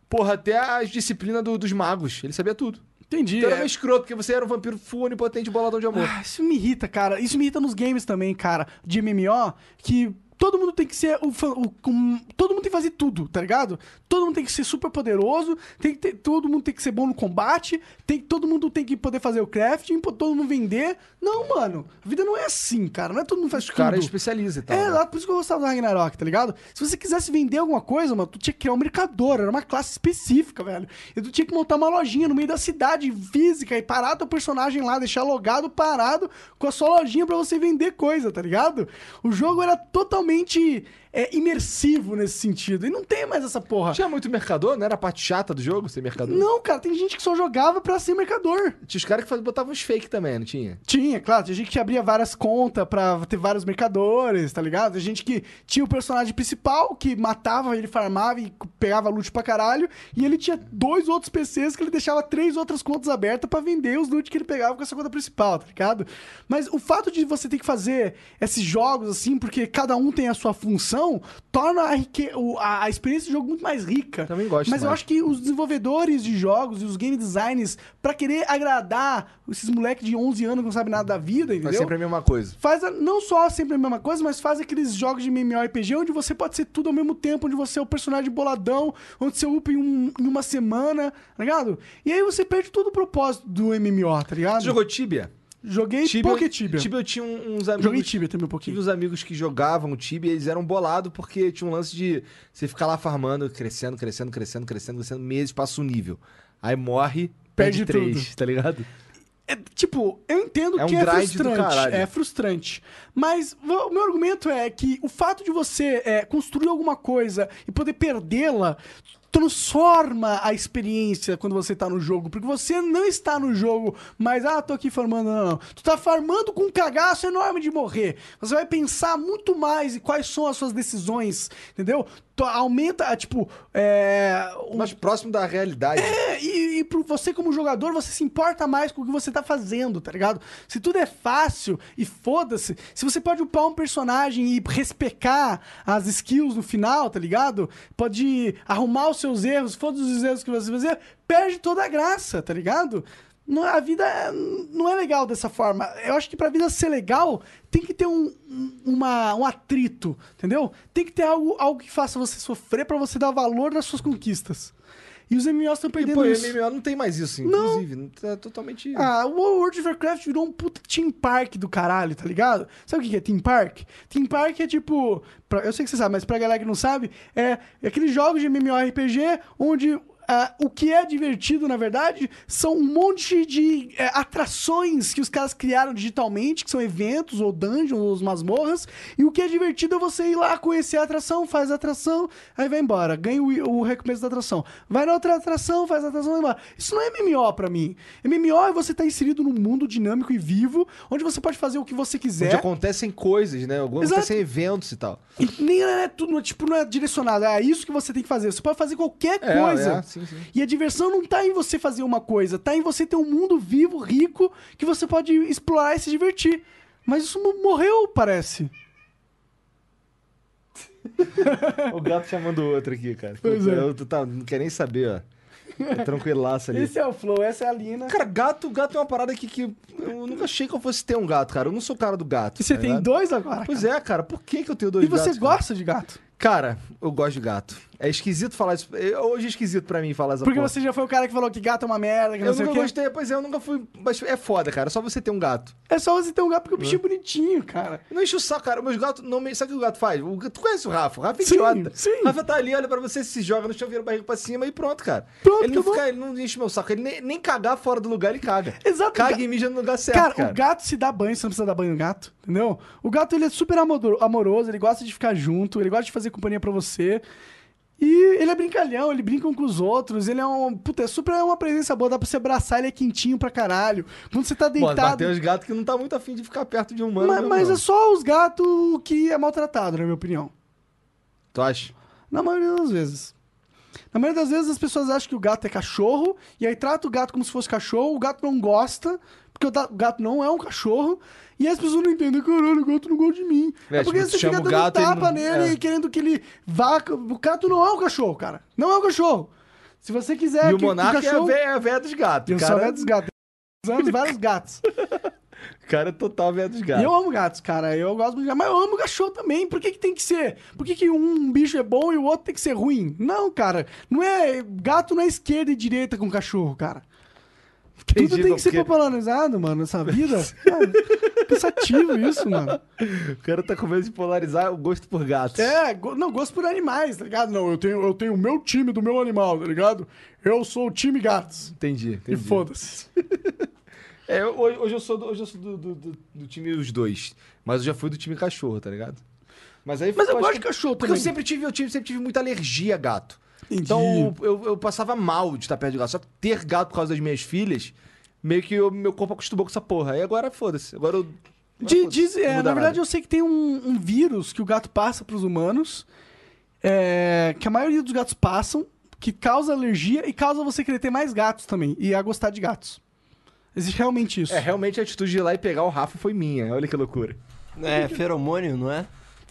Speaker 2: porra, até as disciplinas do- dos magos. Ele sabia tudo.
Speaker 1: Entendi.
Speaker 2: Então era
Speaker 1: é.
Speaker 2: meio escroto, porque você era um vampiro full onipotente boladão de amor.
Speaker 1: Ah, isso me irrita, cara. Isso me irrita nos games também, cara. De MMO, que todo mundo tem que ser o, fã- o- com- todo mundo tem que fazer tudo, tá ligado? Todo mundo tem que ser super poderoso, tem que ter- todo mundo tem que ser bom no combate, tem todo mundo tem que poder fazer o crafting, pô, todo mundo vender. Não, mano. A vida não é assim, cara. Não é todo mundo faz
Speaker 2: Os caras
Speaker 1: tudo.
Speaker 2: especializam e tal.
Speaker 1: É,
Speaker 2: né?
Speaker 1: lá por isso que eu gostava do Ragnarok, tá ligado? Se você quisesse vender alguma coisa, mano, tu tinha que criar um mercador, era uma classe específica, velho. E tu tinha que montar uma lojinha no meio da cidade física e parar teu personagem lá, deixar logado, parado, com a sua lojinha pra você vender coisa, tá ligado? O jogo era totalmente é, imersivo nesse sentido. E não tem mais essa porra.
Speaker 2: Tinha muito mercador, não era a parte chata do jogo ser mercador?
Speaker 1: Não, cara, tem gente que só jogava pra ser mercador.
Speaker 2: Tinha os caras que faz- botavam os fake também, não tinha?
Speaker 1: Tinha, claro. Tinha gente que abria várias contas pra ter vários mercadores, tá ligado? Tinha gente que tinha o personagem principal, que matava, ele farmava e pegava loot pra caralho. E ele tinha dois outros PCs que ele deixava três outras contas abertas pra vender os loot que ele pegava com essa conta principal, tá ligado? Mas o fato de você ter que fazer esses jogos assim, porque cada um tem a sua função, torna a, rique... o- a a experiência do jogo muito mais rica.
Speaker 2: Também gosto
Speaker 1: É. Mas eu
Speaker 2: mais.
Speaker 1: acho que os desenvolvedores de jogos e os game designers, pra querer agradar esses moleques de 11 anos que não sabem nada da vida, entendeu?
Speaker 2: Mas sempre a mesma coisa.
Speaker 1: Faz a- não só sempre a mesma coisa, mas faz aqueles jogos de MMORPG onde você pode ser tudo ao mesmo tempo, onde você é o personagem boladão, onde você upa em, um- em uma semana, tá ligado? E aí você perde todo o propósito do MMO, tá ligado?
Speaker 2: Você jogou Tibia?
Speaker 1: Joguei
Speaker 2: Tibia,
Speaker 1: Poké Tibia.
Speaker 2: Tibia eu tinha um- uns amigos...
Speaker 1: Joguei Tibia também um
Speaker 2: Tive
Speaker 1: pouquinho.
Speaker 2: uns amigos que jogavam o Tibia e eles eram bolados porque tinha um lance de você ficar lá farmando, crescendo, crescendo, crescendo, crescendo, crescendo, meses, passa um nível. Aí morre,
Speaker 1: Perde
Speaker 2: perde, três, tá ligado?
Speaker 1: É, tipo, eu entendo
Speaker 2: É um
Speaker 1: que é
Speaker 2: grind do
Speaker 1: frustrante.
Speaker 2: caralho.
Speaker 1: É frustrante. Mas vo- o meu argumento é que o fato de você é, construir alguma coisa e poder perdê-la transforma a experiência quando você tá no jogo. Porque você não está no jogo, mas, ah, tô aqui farmando. Não, não. Tu tá farmando com um cagaço enorme de morrer. Você vai pensar muito mais em quais são as suas decisões, entendeu? Tu aumenta, ah, tipo, é, o-
Speaker 2: Mais próximo da realidade.
Speaker 1: é, e, e pro você como jogador, você se importa mais com o que você tá fazendo, tá ligado? Se tudo é fácil e foda-se, se você pode upar um personagem e respeitar as skills no final, tá ligado? Pode arrumar os seus erros, foda os erros que você fazer, perde toda a graça, tá ligado? Não- a vida é- não é legal dessa forma. Eu acho que pra vida ser legal, tem que ter um, um- uma, um atrito, entendeu? Tem que ter algo, algo que faça você sofrer pra você dar valor nas suas conquistas. E os MMOs estão
Speaker 2: E,
Speaker 1: perdendo
Speaker 2: pô, o
Speaker 1: isso.
Speaker 2: MMO não tem mais isso, inclusive. Não. Tá totalmente.
Speaker 1: Ah, o World of Warcraft virou um puta team park do caralho, tá ligado? Sabe o que que é team park? Team park é tipo, pra- eu sei que você sabe, mas pra galera que não sabe, é aquele jogo de MMORPG onde ah, o que é divertido, na verdade, são um monte de eh, atrações que os caras criaram digitalmente, que são eventos, ou dungeons, ou masmorras, e o que é divertido é você ir lá conhecer a atração, faz a atração, aí vai embora, ganha o, o recompensa da atração. Vai na outra atração, faz a atração, vai embora. Isso não é MMO pra mim. MMO é você estar inserido num mundo dinâmico e vivo, onde você pode fazer o que você quiser.
Speaker 2: Onde é acontecem coisas, né?
Speaker 1: é.
Speaker 2: Algumas
Speaker 1: Exato.
Speaker 2: acontecem eventos e tal.
Speaker 1: E nem é tudo, não é, tipo, não é direcionado. É isso que você tem que fazer. Você pode fazer qualquer
Speaker 2: É,
Speaker 1: coisa.
Speaker 2: é, sim, sim.
Speaker 1: E a diversão não tá em você fazer uma coisa, tá em você ter um mundo vivo, rico, que você pode explorar e se divertir. Mas isso mo- morreu, parece.
Speaker 2: O gato chamando o outro aqui, cara.
Speaker 1: Pois
Speaker 2: Puta,
Speaker 1: é.
Speaker 2: eu- tu tá- não quer nem saber, ó. Tá tranquilaço ali.
Speaker 1: é o Flow, essa é a Lina.
Speaker 2: Cara, gato, gato é uma parada aqui que eu nunca achei que eu fosse ter um gato, cara. Eu não sou o cara do gato.
Speaker 1: E você
Speaker 2: tá
Speaker 1: tem
Speaker 2: ligado?
Speaker 1: dois agora.
Speaker 2: Pois
Speaker 1: cara.
Speaker 2: é, cara. Por que, que eu tenho dois
Speaker 1: E você
Speaker 2: gatos, né? cara?
Speaker 1: gosta de gato?
Speaker 2: Cara, eu gosto de gato. É esquisito falar isso. é- Hoje é esquisito pra mim falar essa
Speaker 1: Porque
Speaker 2: porra.
Speaker 1: você já foi o cara que falou que gato é uma merda, que não
Speaker 2: Eu
Speaker 1: sei
Speaker 2: nunca
Speaker 1: o quê.
Speaker 2: gostei, pois é, eu nunca fui. Mas é foda, cara. Só você ter um gato.
Speaker 1: É só você ter um gato porque o bicho é bonitinho, cara.
Speaker 2: Não enche o saco, cara. Meus gatos não me. Sabe o que o gato faz? O... Tu conhece o Rafa? O Rafa é
Speaker 1: Sim,
Speaker 2: idiota.
Speaker 1: sim.
Speaker 2: O Rafa tá ali, olha pra você, se joga no chão, vira a barriga pra cima e pronto, cara.
Speaker 1: Pronto,
Speaker 2: ele não
Speaker 1: acabou.
Speaker 2: fica, ele não enche meu saco. Ele nem, nem cagar fora do lugar, ele caga.
Speaker 1: Exato,
Speaker 2: Caga
Speaker 1: ga-
Speaker 2: e mija no lugar certo.
Speaker 1: Cara,
Speaker 2: Cara,
Speaker 1: o gato se dá banho, você não precisa dar banho no gato, entendeu? O gato, ele é super amodor- amoroso, ele gosta de ficar junto, ele gosta de fazer companhia pra você. E ele é brincalhão, ele brinca um com os outros, ele é um... Puta, é super uma presença boa, dá pra você abraçar, ele é quentinho pra caralho. Quando você tá
Speaker 2: Bom, mas
Speaker 1: deitado...
Speaker 2: tem uns gatos que não tá muito afim de ficar perto de um humano.
Speaker 1: mas
Speaker 2: mesmo,
Speaker 1: mas
Speaker 2: não.
Speaker 1: é só os gatos que é maltratado, na minha opinião.
Speaker 2: Tu acha?
Speaker 1: Na maioria das vezes. Na maioria das vezes as pessoas acham que o gato é cachorro, e aí trata o gato como se fosse cachorro, o gato não gosta, porque o da- o gato não é um cachorro, e aí as pessoas não entendem, caralho, o gato não gosta de mim. É,
Speaker 2: É,
Speaker 1: porque
Speaker 2: tipo,
Speaker 1: você
Speaker 2: tu
Speaker 1: fica
Speaker 2: chama o
Speaker 1: dando
Speaker 2: gato, ele
Speaker 1: tapa
Speaker 2: não-
Speaker 1: nele
Speaker 2: é.
Speaker 1: e querendo que ele vá. O gato não é um cachorro, cara. Não é um cachorro. Se você quiser.
Speaker 2: e o
Speaker 1: que- que
Speaker 2: monarca
Speaker 1: cachorro...
Speaker 2: é a véia- é a véia dos gatos.
Speaker 1: Eu
Speaker 2: cara,
Speaker 1: sou velho dos gatos. Tem anos, vários gatos.
Speaker 2: cara é total véia dos gatos.
Speaker 1: E eu amo gatos, cara. Eu gosto muito de gato. Mas eu amo cachorro também. Por que, que tem que ser? Por que, que um bicho é bom e o outro tem que ser ruim? Não, cara. Não é. Gato não é esquerda e direita com cachorro, cara.
Speaker 2: Entendi,
Speaker 1: Tudo tem que ser
Speaker 2: porque
Speaker 1: popularizado, mano, essa vida. É, cansativo isso, mano.
Speaker 2: O cara tá começando a polarizar o gosto por gatos.
Speaker 1: É, go- não, gosto por animais, tá ligado? Não, eu tenho, eu tenho o meu time do meu animal, tá ligado? Eu sou o time gatos.
Speaker 2: Entendi.
Speaker 1: E
Speaker 2: entendi.
Speaker 1: foda-se.
Speaker 2: É, eu- hoje, hoje eu sou, do, hoje eu sou do, do- do- do time os dois. Mas eu já fui do time cachorro, tá ligado? Mas aí
Speaker 1: Mas eu
Speaker 2: acho
Speaker 1: gosto de
Speaker 2: que-
Speaker 1: cachorro
Speaker 2: Porque
Speaker 1: também.
Speaker 2: eu sempre tive, eu tive, sempre tive muita alergia a gato.
Speaker 1: Entendi.
Speaker 2: Então eu, eu passava mal de estar perto de gato. Só ter gato por causa das minhas filhas, meio que o meu corpo acostumou com essa porra. Aí agora foda-se. Agora eu. agora
Speaker 1: Di-
Speaker 2: foda-se,
Speaker 1: diz-
Speaker 2: não
Speaker 1: é,
Speaker 2: muda
Speaker 1: na verdade,
Speaker 2: nada.
Speaker 1: eu sei que tem um, um vírus que o gato passa pros humanos, é, que a maioria dos gatos passam, que causa alergia e causa você querer ter mais gatos também e a gostar de gatos. Existe realmente isso.
Speaker 2: É, realmente a atitude de ir lá e pegar o Rafa foi minha. Olha que loucura.
Speaker 3: É feromônio, não é?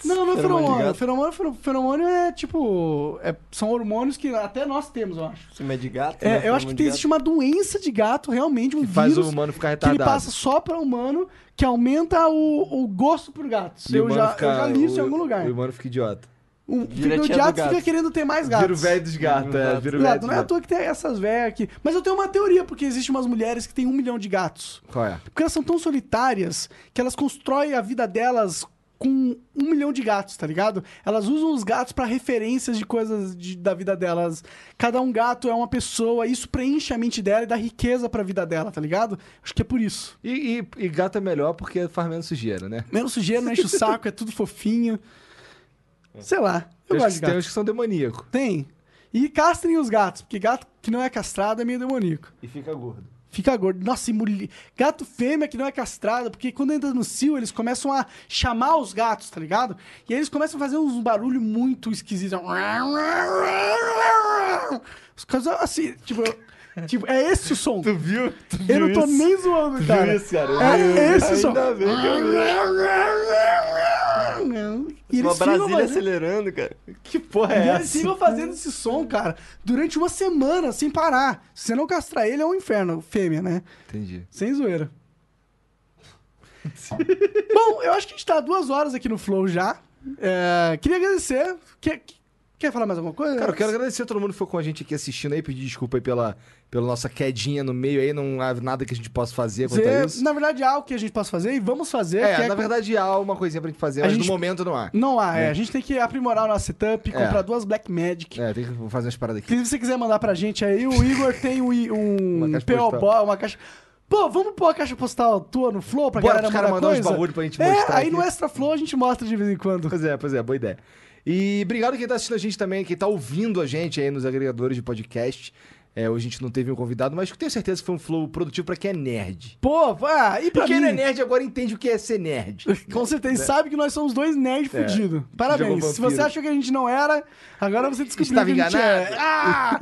Speaker 1: Não, não é
Speaker 3: Feromônio de
Speaker 1: feromônio.
Speaker 3: gato.
Speaker 1: Feromônio, fero- feromônio é tipo. é- são hormônios que até nós temos, eu acho.
Speaker 3: Cima de gato?
Speaker 1: É,
Speaker 3: né?
Speaker 1: eu acho
Speaker 3: Feromônio
Speaker 1: que
Speaker 3: de
Speaker 1: tem-
Speaker 3: gato.
Speaker 1: existe uma doença de gato, realmente, um
Speaker 2: Que
Speaker 1: vírus.
Speaker 2: faz o humano ficar
Speaker 1: que ele
Speaker 2: retardado.
Speaker 1: passa só pra humano, que aumenta o, o gosto por gatos.
Speaker 2: E o
Speaker 1: Eu
Speaker 2: humano
Speaker 1: já,
Speaker 2: fica-
Speaker 1: eu já li isso em
Speaker 2: o-
Speaker 1: algum lugar.
Speaker 2: O humano fica idiota.
Speaker 1: Um,
Speaker 3: Vira
Speaker 1: fica- o
Speaker 3: tia do
Speaker 1: diabo
Speaker 3: gato.
Speaker 1: fica querendo ter mais gatos.
Speaker 2: Vira o velho dos gatos,
Speaker 3: Vira o
Speaker 2: é.
Speaker 3: gato.
Speaker 2: Vira o velho
Speaker 1: Viado,
Speaker 2: dos
Speaker 1: não é à
Speaker 2: gatos.
Speaker 1: toa que tem essas velhas aqui. Mas eu tenho uma teoria, porque existem umas mulheres que têm um milhão de gatos.
Speaker 2: Qual é?
Speaker 1: Porque elas são tão solitárias que elas constroem a vida delas com um milhão de gatos, tá ligado? Elas usam os gatos pra referências de coisas de- da vida delas. Cada um gato é uma pessoa, isso preenche a mente dela e dá riqueza pra vida dela, tá ligado? Acho que é por isso.
Speaker 2: E, e- e gato é melhor porque faz menos sujeira, né?
Speaker 1: Menos sujeira, não enche o saco, é tudo fofinho. Sei lá, eu
Speaker 2: Tem
Speaker 1: gosto
Speaker 2: uns que-
Speaker 1: de
Speaker 2: Tem
Speaker 1: gato.
Speaker 2: uns que são demoníacos.
Speaker 1: Tem. E castrem os gatos, porque gato que não é castrado é meio demoníaco.
Speaker 2: E fica gordo.
Speaker 1: Fica gordo. Nossa, e mulher... gato fêmea que não é castrada, porque quando entra no cio, eles começam a chamar os gatos, tá ligado? E aí eles começam a fazer uns barulho muito esquisito. Os caras, assim, tipo, eu- tipo, é esse o som.
Speaker 2: Tu viu? Tu
Speaker 1: Eu não
Speaker 2: viu
Speaker 1: tô
Speaker 2: isso?
Speaker 1: nem zoando,
Speaker 2: Tu
Speaker 1: cara.
Speaker 2: viu isso, cara?
Speaker 1: É esse o som.
Speaker 3: Ainda bem que eu...
Speaker 1: E
Speaker 3: Uma
Speaker 1: eles
Speaker 3: Brasília
Speaker 1: ficam fazendo-
Speaker 3: acelerando, cara.
Speaker 2: Que porra é
Speaker 1: e eles
Speaker 2: essa?
Speaker 1: ficam fazendo esse som, cara, durante uma semana, sem parar. Se você não castrar ele, é um inferno. Fêmea, né?
Speaker 2: Entendi.
Speaker 1: Sem zoeira. Bom, eu acho que a gente tá duas horas aqui no Flow já. É, queria agradecer. Quer, quer falar mais alguma coisa?
Speaker 2: Cara, eu quero agradecer a todo mundo que foi com a gente aqui assistindo aí, pedir desculpa aí pela, pela nossa quedinha no meio aí, não há nada que a gente possa fazer quanto a
Speaker 1: Dizer,
Speaker 2: isso.
Speaker 1: na verdade, há o que a gente possa fazer e vamos fazer. que
Speaker 2: É, na verdade há uma coisinha pra gente fazer,
Speaker 1: A
Speaker 2: mas
Speaker 1: gente-
Speaker 2: no momento não há.
Speaker 1: Não há, é. A gente tem que aprimorar o nosso setup, comprar duas Blackmagic.
Speaker 2: É, tem que fazer umas paradas aqui.
Speaker 1: Se você quiser mandar pra gente aí, o Igor tem um, i- um
Speaker 2: Uma caixa
Speaker 1: PO
Speaker 2: postal.
Speaker 1: Box, uma caixa. Pô, vamos pôr a caixa postal tua no Flow pra
Speaker 2: Bora
Speaker 1: galera
Speaker 2: pros caras
Speaker 1: mandar
Speaker 2: mandar uns
Speaker 1: coisa?
Speaker 2: bagulho pra gente
Speaker 1: é,
Speaker 2: mostrar
Speaker 1: aí no
Speaker 2: aqui.
Speaker 1: Extra Flow a gente mostra de vez em quando.
Speaker 2: Pois é, pois é, boa ideia. E obrigado quem tá assistindo a gente também, quem tá ouvindo a gente aí nos agregadores de podcast. É, hoje a gente não teve um convidado, mas tenho certeza que foi um flow produtivo pra quem é nerd.
Speaker 1: Pô, vá, e pra
Speaker 2: Pra quem
Speaker 1: mim?
Speaker 2: não é nerd agora entende o que é ser nerd.
Speaker 1: Com certeza, e sabe que nós somos dois nerds
Speaker 2: É.
Speaker 1: fudidos.
Speaker 2: Jogou
Speaker 1: Parabéns. Se você
Speaker 2: vampiro.
Speaker 1: achou que a gente não era, agora você descobriu
Speaker 2: Estava
Speaker 1: que a gente
Speaker 2: enganado.
Speaker 1: é. Ah!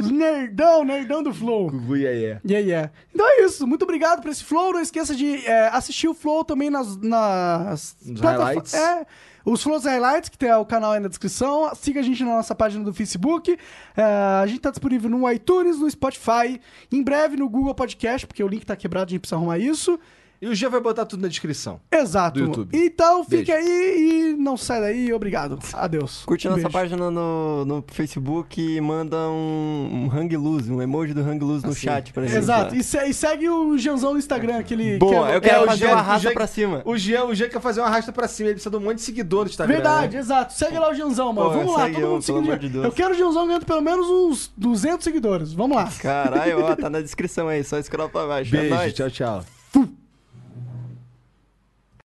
Speaker 1: Os nerdão, nerdão do Flow.
Speaker 2: Gugu e aí é.
Speaker 1: Yeah, yeah. Então é isso. Muito obrigado por esse Flow. Não esqueça de é, assistir o Flow também nas. nas
Speaker 2: Nos
Speaker 1: plataformas-
Speaker 2: highlights.
Speaker 1: É. Os Flows Highlights, que tem o canal aí na descrição. Siga a gente na nossa página do Facebook. É, a gente tá disponível no iTunes, no Spotify. Em breve no Google Podcast, porque o link tá quebrado, a gente precisa arrumar isso.
Speaker 2: E o Jean vai botar tudo na descrição.
Speaker 1: Exato.
Speaker 2: Do YouTube.
Speaker 1: Então fique
Speaker 2: Beijo.
Speaker 1: aí e não sai daí. Obrigado. Adeus.
Speaker 3: Curte a nossa
Speaker 1: Beijo.
Speaker 3: página no, no Facebook e manda um, um hang loose, um emoji do hang loose no chat pra gente.
Speaker 1: É. Exato.
Speaker 3: tá?
Speaker 1: E, se- e segue o Janzão no Instagram, que ele.
Speaker 3: Boa,
Speaker 1: que é-
Speaker 3: eu quero
Speaker 2: é, o
Speaker 3: fazer
Speaker 2: Jean-
Speaker 3: uma
Speaker 2: o
Speaker 3: raça
Speaker 2: Jean-
Speaker 3: pra cima.
Speaker 2: O Jean, o Jean quer fazer uma arrasta pra cima, ele precisa de um monte de seguidor no Instagram.
Speaker 1: Verdade,
Speaker 2: né?
Speaker 1: exato. Segue lá o Janzão, mano.
Speaker 3: Pô,
Speaker 1: Vamos lá,
Speaker 3: segue
Speaker 1: todo
Speaker 3: eu,
Speaker 1: mundo
Speaker 3: pelo
Speaker 1: seguindo.
Speaker 3: amor de Deus.
Speaker 1: eu quero o Janzão ganhando pelo menos uns 200 seguidores. Vamos lá.
Speaker 3: Caralho, ó, tá na descrição aí, só escrola pra baixo. é
Speaker 2: Beijo,
Speaker 3: nóis.
Speaker 2: tchau, tchau.